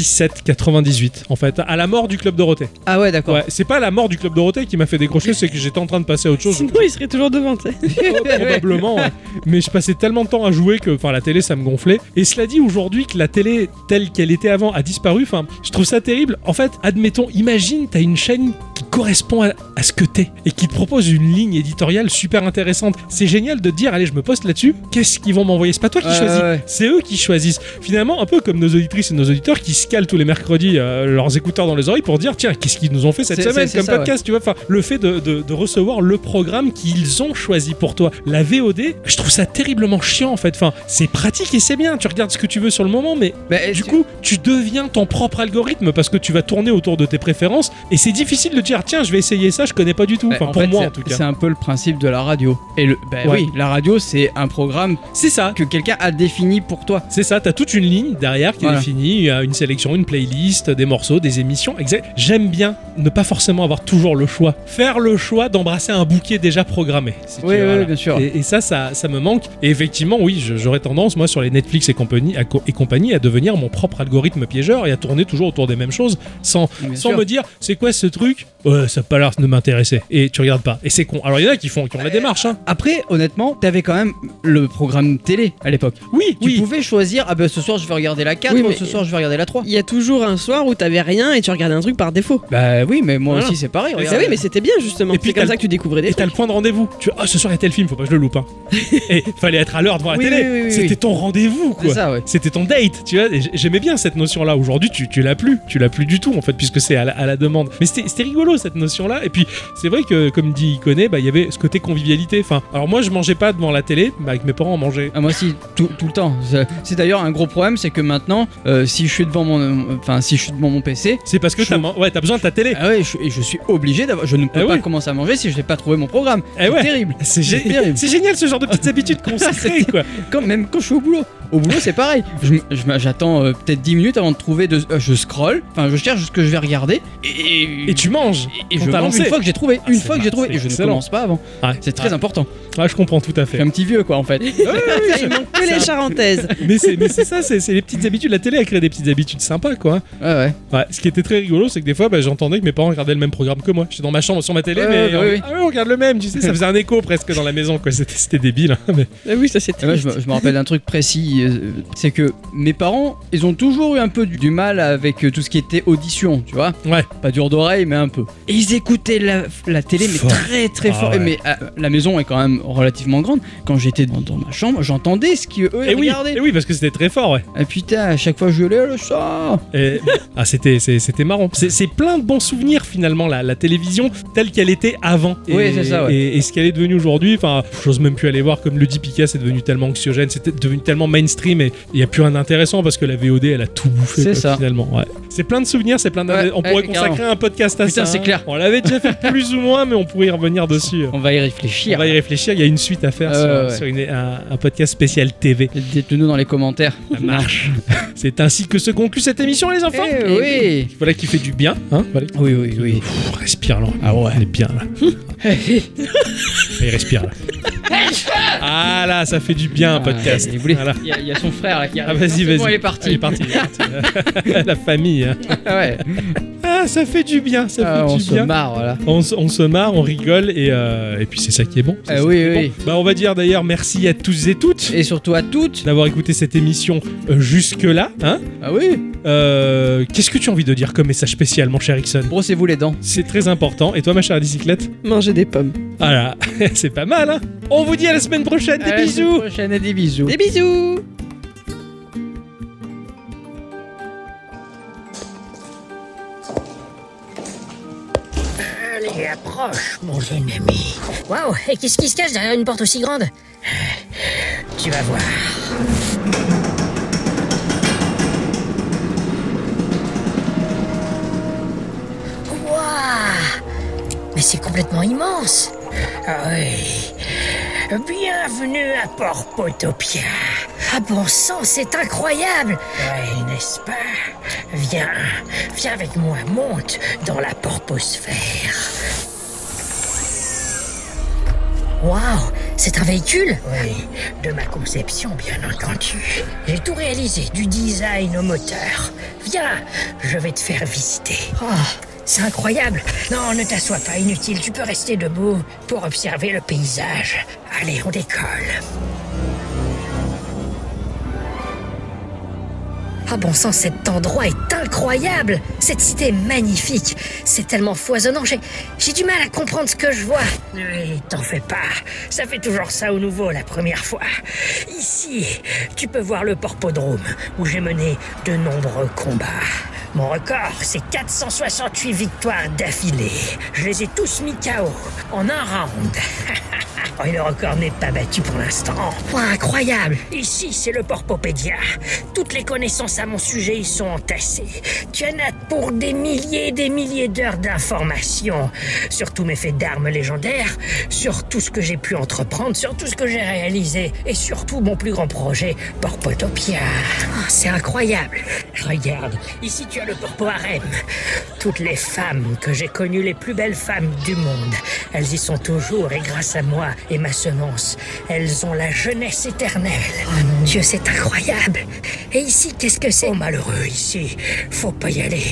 Speaker 1: 97-98, en fait, à la mort du Club Dorothée.
Speaker 2: Ah ouais, d'accord.
Speaker 1: Ouais, c'est pas la mort du Club Dorothée qui m'a fait décrocher, c'est que j'étais en train de passer à autre chose.
Speaker 3: Sinon, il serait toujours devant, tu sais.
Speaker 1: probablement. ouais. Mais je passais tellement de temps à jouer que enfin la télé ça me gonflait. Et cela dit aujourd'hui que la télé telle qu'elle était avant a disparu, enfin je trouve ça terrible. En fait, admettons, imagine t'as une chaîne qui correspond à, à ce que t'es et qui te propose une ligne éditoriale super intéressante. C'est génial de te dire allez je me poste là-dessus. Qu'est-ce qu'ils vont m'envoyer C'est pas toi qui
Speaker 2: Ouais,
Speaker 1: choisis,
Speaker 2: ouais, ouais.
Speaker 1: c'est eux qui choisissent. Finalement un peu comme nos auditrices et nos auditeurs qui se calent tous les mercredis euh, leurs écouteurs dans les oreilles pour dire tiens qu'est-ce qu'ils nous ont fait cette
Speaker 2: C'est-
Speaker 1: semaine
Speaker 2: c'est- c'est
Speaker 1: comme
Speaker 2: ça,
Speaker 1: podcast, tu vois. Enfin, le fait de, de- de recevoir le programme qu'ils ont choisi pour toi. La VOD, je trouve ça terriblement chiant en fait. Enfin, c'est pratique et c'est bien. Tu regardes ce que tu veux sur le moment, mais
Speaker 2: Mais,
Speaker 1: du
Speaker 2: tu-
Speaker 1: coup, tu deviens ton propre algorithme parce que tu vas tourner autour de tes préférences et c'est difficile de dire tiens, je vais essayer ça, je connais pas du tout.
Speaker 2: bah,
Speaker 1: Enfin,
Speaker 2: en
Speaker 1: pour
Speaker 2: fait,
Speaker 1: moi
Speaker 2: c'est-
Speaker 1: en tout cas.
Speaker 2: C'est un peu le principe de la radio. Et le, bah
Speaker 1: Ouais.
Speaker 2: oui, la radio, c'est un programme
Speaker 1: C'est ça.
Speaker 2: que quelqu'un a défini pour toi.
Speaker 1: C'est ça, t'as toute une ligne derrière qui
Speaker 2: Voilà.
Speaker 1: est définie, euh, une sélection, une playlist, des morceaux, des émissions. Exact. J'aime bien ne pas forcément avoir toujours le choix. Faire le choix d'embrasser un bouquet déjà programmé. si tu
Speaker 2: Oui,
Speaker 1: veux,
Speaker 2: oui,
Speaker 1: voilà.
Speaker 2: bien sûr.
Speaker 1: Et, et ça, ça, ça me manque. Et effectivement, oui, je- j'aurais tendance, moi, sur les Netflix et compagnie, à co- et compagnie, à devenir mon propre algorithme piégeur et à tourner toujours autour des mêmes choses sans,
Speaker 2: Bien
Speaker 1: sans
Speaker 2: sûr.
Speaker 1: me dire c'est quoi ce truc Ouais, ça a pas l'air de m'intéresser. Et tu regardes pas. Et c'est con. Alors, il y en a qui, font, qui ont la démarche. Hein.
Speaker 2: Après, honnêtement, t'avais quand même le programme télé à l'époque.
Speaker 1: Oui,
Speaker 2: Tu
Speaker 1: oui.
Speaker 2: pouvais choisir, ah ben ce soir je vais regarder la 4,
Speaker 3: Oui,
Speaker 2: ou
Speaker 3: mais-
Speaker 2: ce soir je vais regarder la 3.
Speaker 3: Il y a toujours un soir où t'avais rien et tu regardais un truc par défaut.
Speaker 2: Bah oui, mais moi
Speaker 3: Voilà.
Speaker 2: aussi c'est pareil.
Speaker 3: Ah
Speaker 2: regarde.
Speaker 3: oui, mais c'était bien justement.
Speaker 1: Et puis
Speaker 3: C'est comme
Speaker 1: t'as-
Speaker 3: ça que tu découvrais des
Speaker 1: Et t'as
Speaker 3: trucs.
Speaker 1: le point de rendez-vous. Tu vois, ah, ce soir, il y a tel film, faut pas que je le loupe. Hein. et fallait être à l'heure devant la
Speaker 2: Oui,
Speaker 1: télé.
Speaker 2: oui, oui, oui,
Speaker 1: C'était
Speaker 2: oui.
Speaker 1: ton rendez-vous,
Speaker 2: C'est
Speaker 1: quoi.
Speaker 2: ça, ouais.
Speaker 1: C'était ton date, tu vois. et j- J'aimais bien cette notion-là. Aujourd'hui, tu, tu l'as plus. Tu l'as plus du tout, en fait, puisque c'est à, la- à la demande. Mais c'était c'était rigolo, cette notion-là. Et puis, c'est vrai que, comme dit Iconé, bah, il y avait ce côté convivialité. Enfin, alors moi, je mangeais pas devant la télé, mais avec mes parents, on mangeait.
Speaker 2: Ah, moi aussi, tout, tout le temps. C'est- C'est d'ailleurs un gros problème, c'est que maintenant, euh, si je suis devant mon, enfin si je suis devant mon PC,
Speaker 1: C'est parce que
Speaker 2: Chou.
Speaker 1: t'as man- ouais, t'as besoin de ta télé.
Speaker 2: ah ouais, je, et je suis obligé d'avoir, je ne peux
Speaker 1: Ah
Speaker 2: pas
Speaker 1: ouais.
Speaker 2: commencer à manger si je n'ai pas trouvé mon programme.
Speaker 1: Eh
Speaker 2: C'est
Speaker 1: ouais.
Speaker 2: terrible.
Speaker 1: C'est gé-
Speaker 2: C'est terrible.
Speaker 1: c'est génial ce genre de petites habitudes qu'on se crée, quoi.
Speaker 2: Quand, même quand je suis au boulot. Au boulot, c'est pareil. Je m- je m- J'attends euh, peut-être 10 minutes avant de trouver. De, euh, je scroll, enfin, je cherche ce que je vais regarder. Et,
Speaker 1: Et tu manges.
Speaker 2: et- et
Speaker 1: on
Speaker 2: je
Speaker 1: t'a
Speaker 2: mange
Speaker 1: lancé.
Speaker 2: une fois que j'ai trouvé.
Speaker 1: Ah,
Speaker 2: Une
Speaker 1: c'est
Speaker 2: fois que j'ai
Speaker 1: mar-
Speaker 2: trouvé.
Speaker 1: c'est
Speaker 2: Et je ne
Speaker 1: excellent.
Speaker 2: commence pas avant.
Speaker 1: Ouais.
Speaker 2: C'est très
Speaker 1: Ouais.
Speaker 2: important.
Speaker 1: Ah, je comprends tout à fait.
Speaker 2: Je suis un petit vieux, quoi, en fait.
Speaker 3: Il manque que les charentaises.
Speaker 1: mais c'est mais c'est ça, c'est c'est les petites habitudes. La télé a créé des petites habitudes sympas, quoi.
Speaker 2: Ouais, ouais.
Speaker 1: Ouais, ce qui était très rigolo, c'est que des fois, bah, j'entendais que mes parents regardaient le même programme que moi. J'étais dans ma chambre sur ma télé,
Speaker 2: Ouais,
Speaker 1: mais
Speaker 2: ouais,
Speaker 1: on...
Speaker 2: ouais, ouais.
Speaker 1: Ah ouais, on regarde le même, tu sais, ça faisait un écho presque dans la maison, quoi. C'était c'était débile. hein, mais-
Speaker 3: Ah oui, ça c'est
Speaker 2: Et moi,
Speaker 3: triste.
Speaker 2: je, me- je me rappelle d'un truc précis, euh, c'est que mes parents, ils ont toujours eu un peu du, du mal avec euh, tout ce qui était audition, tu vois.
Speaker 1: Ouais.
Speaker 2: Pas dur d'oreille, mais un peu. Et ils écoutaient la, la télé, mais
Speaker 1: Fort.
Speaker 2: très très
Speaker 1: Ah
Speaker 2: fort.
Speaker 1: ouais.
Speaker 2: Et Mais euh, la maison est quand même relativement grande. Quand j'étais dans, dans ma chambre, j'entendais ce qu'eux
Speaker 1: Et Eh oui,
Speaker 2: regardaient.
Speaker 1: et oui, parce que c'était très fort, ouais.
Speaker 2: Ah putain, à chaque fois je gueulais le chat.
Speaker 1: Et- ah, c'était c'est- c'était marrant. C'est c'est plein de bons souvenirs finalement la, la télévision telle qu'elle était avant. Et,
Speaker 2: Oui, c'est ça, ouais.
Speaker 1: Et, et ce qu'elle est devenue aujourd'hui, enfin, j'ose même plus aller voir comme le dit Pika, c'est devenu tellement anxiogène, c'est devenu tellement mainstream et il y a plus rien d'intéressant parce que la VOD elle a tout bouffé
Speaker 2: C'est
Speaker 1: quoi,
Speaker 2: ça.
Speaker 1: finalement. Ouais. C'est plein de souvenirs, c'est plein. d'in-
Speaker 2: Ouais,
Speaker 1: on pourrait
Speaker 2: ouais,
Speaker 1: consacrer
Speaker 2: carrément.
Speaker 1: un podcast à
Speaker 2: Putain,
Speaker 1: ça.
Speaker 2: c'est
Speaker 1: hein.
Speaker 2: clair.
Speaker 1: On l'avait déjà fait plus ou moins, mais on pourrait y revenir dessus.
Speaker 2: On va y
Speaker 1: On
Speaker 2: réfléchir.
Speaker 1: va y réfléchir. Il y a une suite à faire
Speaker 2: Euh,
Speaker 1: sur,
Speaker 2: ouais.
Speaker 1: sur une- un, un podcast spécial TV.
Speaker 2: Dites-nous dans les commentaires.
Speaker 1: Ça marche. c'est ainsi que se conclut cette émission, les enfants.
Speaker 2: Eh oui.
Speaker 1: Voilà qui fait du bien, hein. Voilà
Speaker 2: Oui, oui, oui.
Speaker 1: Pff, respire là.
Speaker 2: Ah ouais.
Speaker 1: Elle est bien là. Il respire là. Ah là, ça fait du bien un
Speaker 2: Ah,
Speaker 1: podcast.
Speaker 2: il voulait-
Speaker 1: Voilà.
Speaker 2: Il y, a- il y a son frère là qui
Speaker 1: Ah
Speaker 2: arrive.
Speaker 1: vas-y,
Speaker 2: C'est
Speaker 1: vas-y.
Speaker 2: bon, il est parti.
Speaker 1: Il est parti. il est parti. La famille. hein.
Speaker 2: Ah ouais.
Speaker 1: Ah, ça fait du bien, ça
Speaker 2: Ah,
Speaker 1: fait
Speaker 2: on
Speaker 1: du
Speaker 2: se
Speaker 1: bien.
Speaker 2: marre, voilà.
Speaker 1: On, se- on se marre, on rigole et, euh, et puis c'est ça qui est bon. c'est
Speaker 2: Eh
Speaker 1: ça
Speaker 2: oui,
Speaker 1: qui est
Speaker 2: oui.
Speaker 1: bon. Bah on va dire d'ailleurs merci à tous et toutes
Speaker 2: Et surtout à toutes.
Speaker 1: d'avoir écouté cette émission euh, jusque là. Hein
Speaker 2: Ah oui.
Speaker 1: Euh, Qu'est-ce que tu as envie de dire comme message spécial, mon cher Ixon
Speaker 2: Brossez-vous les dents.
Speaker 1: C'est très important. Et toi, ma chère bicyclette
Speaker 3: Manger des pommes.
Speaker 1: Ah là, c'est pas mal. Hein on vous dit à la semaine prochaine. Des
Speaker 2: À la semaine
Speaker 1: bisous.
Speaker 2: prochaine et des bisous.
Speaker 3: Des bisous
Speaker 5: Allez, approche, mon jeune ami. Waouh, Oh, et qu'est-ce qui se cache derrière une porte aussi grande Tu vas voir. Waouh Mais c'est complètement immense Ah oui. Bienvenue à Port Potopia. Ah bon sang, c'est incroyable Oui, n'est-ce pas Viens, viens avec moi, monte dans la porposphère. Waouh, C'est un véhicule
Speaker 4: Oui, de ma conception, bien entendu. J'ai tout réalisé,
Speaker 5: Du design au moteur. Viens,
Speaker 4: je vais te faire visiter.
Speaker 5: Oh, c'est incroyable. Non, ne t'assois pas, inutile. Tu peux rester debout pour observer le paysage. Allez, on décolle. Ah bon sang, cet endroit est incroyable Cette cité est magnifique C'est tellement foisonnant, j'ai, j'ai du mal à comprendre ce que je vois
Speaker 4: Oui, t'en fais pas. Ça fait toujours ça au nouveau la première fois. Ici, tu peux voir le porpodrome où j'ai mené de nombreux combats. Mon record, c'est 468 victoires d'affilée. Je les ai tous mis KO en un round. Et Oh, le record n'est pas battu pour l'instant.
Speaker 5: Oh, Incroyable
Speaker 4: Ici, c'est le Porpopédia. Toutes les connaissances à mon sujet y sont entassées. Tu en as pour des milliers et des milliers d'heures d'informations. Sur tous mes faits d'armes légendaires, sur tout ce que j'ai pu entreprendre, sur tout ce que j'ai réalisé, et surtout mon plus grand projet, Porpotopia.
Speaker 5: Oh, C'est incroyable
Speaker 4: Regarde, ici tu as le Porpo Harem. Toutes les femmes que j'ai connues, les plus belles femmes du monde, elles y sont toujours, et grâce à moi et ma semence, elles ont la jeunesse éternelle.
Speaker 5: Oh mon Dieu, c'est incroyable Et ici, qu'est-ce que c'est
Speaker 4: Oh malheureux ici, faut pas y aller.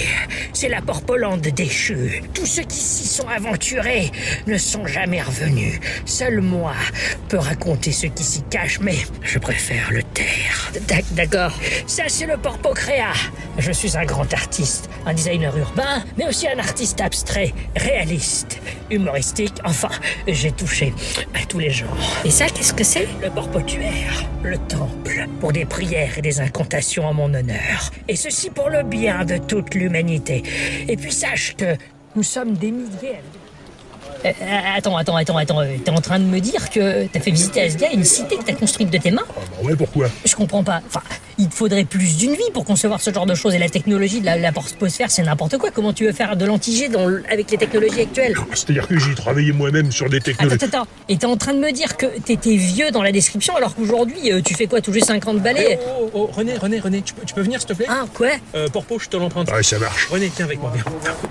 Speaker 4: C'est la Porpolande déchue. Tous ceux qui s'y sont aventurés ne sont jamais revenus. Seul moi peux raconter ce qui s'y cache, mais je préfère le taire.
Speaker 5: D'ac- D'accord.
Speaker 4: Ça c'est le Porpocréa. Je suis un grand artiste, un designer urbain, mais aussi un artiste abstrait, réaliste, humoristique. Enfin, j'ai touché à tous les genres.
Speaker 5: Et ça, qu'est-ce que c'est
Speaker 4: Le port portuaire, le temple, pour des prières et des incantations en mon honneur. Et ceci pour le bien de toute l'humanité. Et puis sache que nous sommes des milliers.
Speaker 5: Euh, Attends, attends, attends, attends. euh, T'es en train de me dire que t'as fait visiter à ce gars une cité que t'as construite de tes mains
Speaker 6: Ouais, pourquoi
Speaker 5: Je comprends pas. Enfin, il te faudrait plus d'une vie pour concevoir ce genre de choses et la technologie de la, la porte-posphère, c'est n'importe quoi. Comment tu veux faire de l'antigé dans l- avec les technologies actuelles
Speaker 6: C'est-à-dire que j'ai travaillé moi-même sur des
Speaker 5: Attends,
Speaker 6: technologies.
Speaker 5: attends, attends. Et t'es en train de me dire que t'étais vieux dans la description alors qu'aujourd'hui, euh, tu fais quoi tous les 50 balais
Speaker 7: Oh, oh, oh, René, René, René, tu peux, tu peux venir s'il te plaît
Speaker 5: Hein, quoi
Speaker 7: euh, Porpo, je te l'emprunte.
Speaker 6: Ouais, ça marche.
Speaker 7: René, viens avec moi, viens.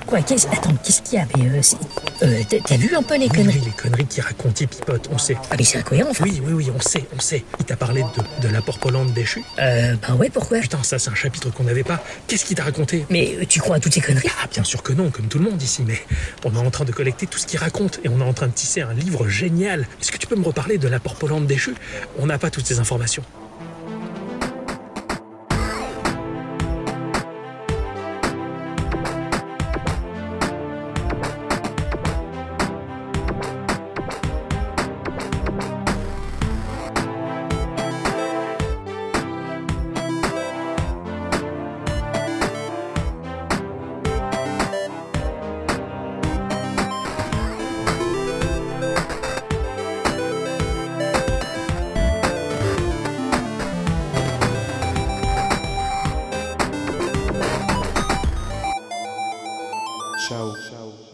Speaker 5: Quoi qu'est-ce... Attends, qu'est-ce qu'il y a Mais euh, c'est- euh, t'as- t'as vu un peu les
Speaker 7: Oui,
Speaker 5: conneries
Speaker 7: les conneries qu'il racontait, Pipote, on sait.
Speaker 5: Ah mais c'est incohérent, enfin.
Speaker 7: Oui, oui, oui, on sait, on sait. Il t'a parlé de, de la Porpolande déchue.
Speaker 5: Euh, bah ouais, pourquoi
Speaker 7: Putain, ça, c'est un chapitre qu'on n'avait pas. Qu'est-ce qu'il t'a raconté
Speaker 5: Mais euh, tu crois à toutes ces conneries
Speaker 7: Ah, bien sûr que non, comme tout le monde ici, mais on est en train de collecter tout ce qu'il raconte et on est en train de tisser un livre génial. Est-ce que tu peux me reparler de la Porpolande déchue On n'a pas toutes ces informations.
Speaker 8: Ciao. Ciao.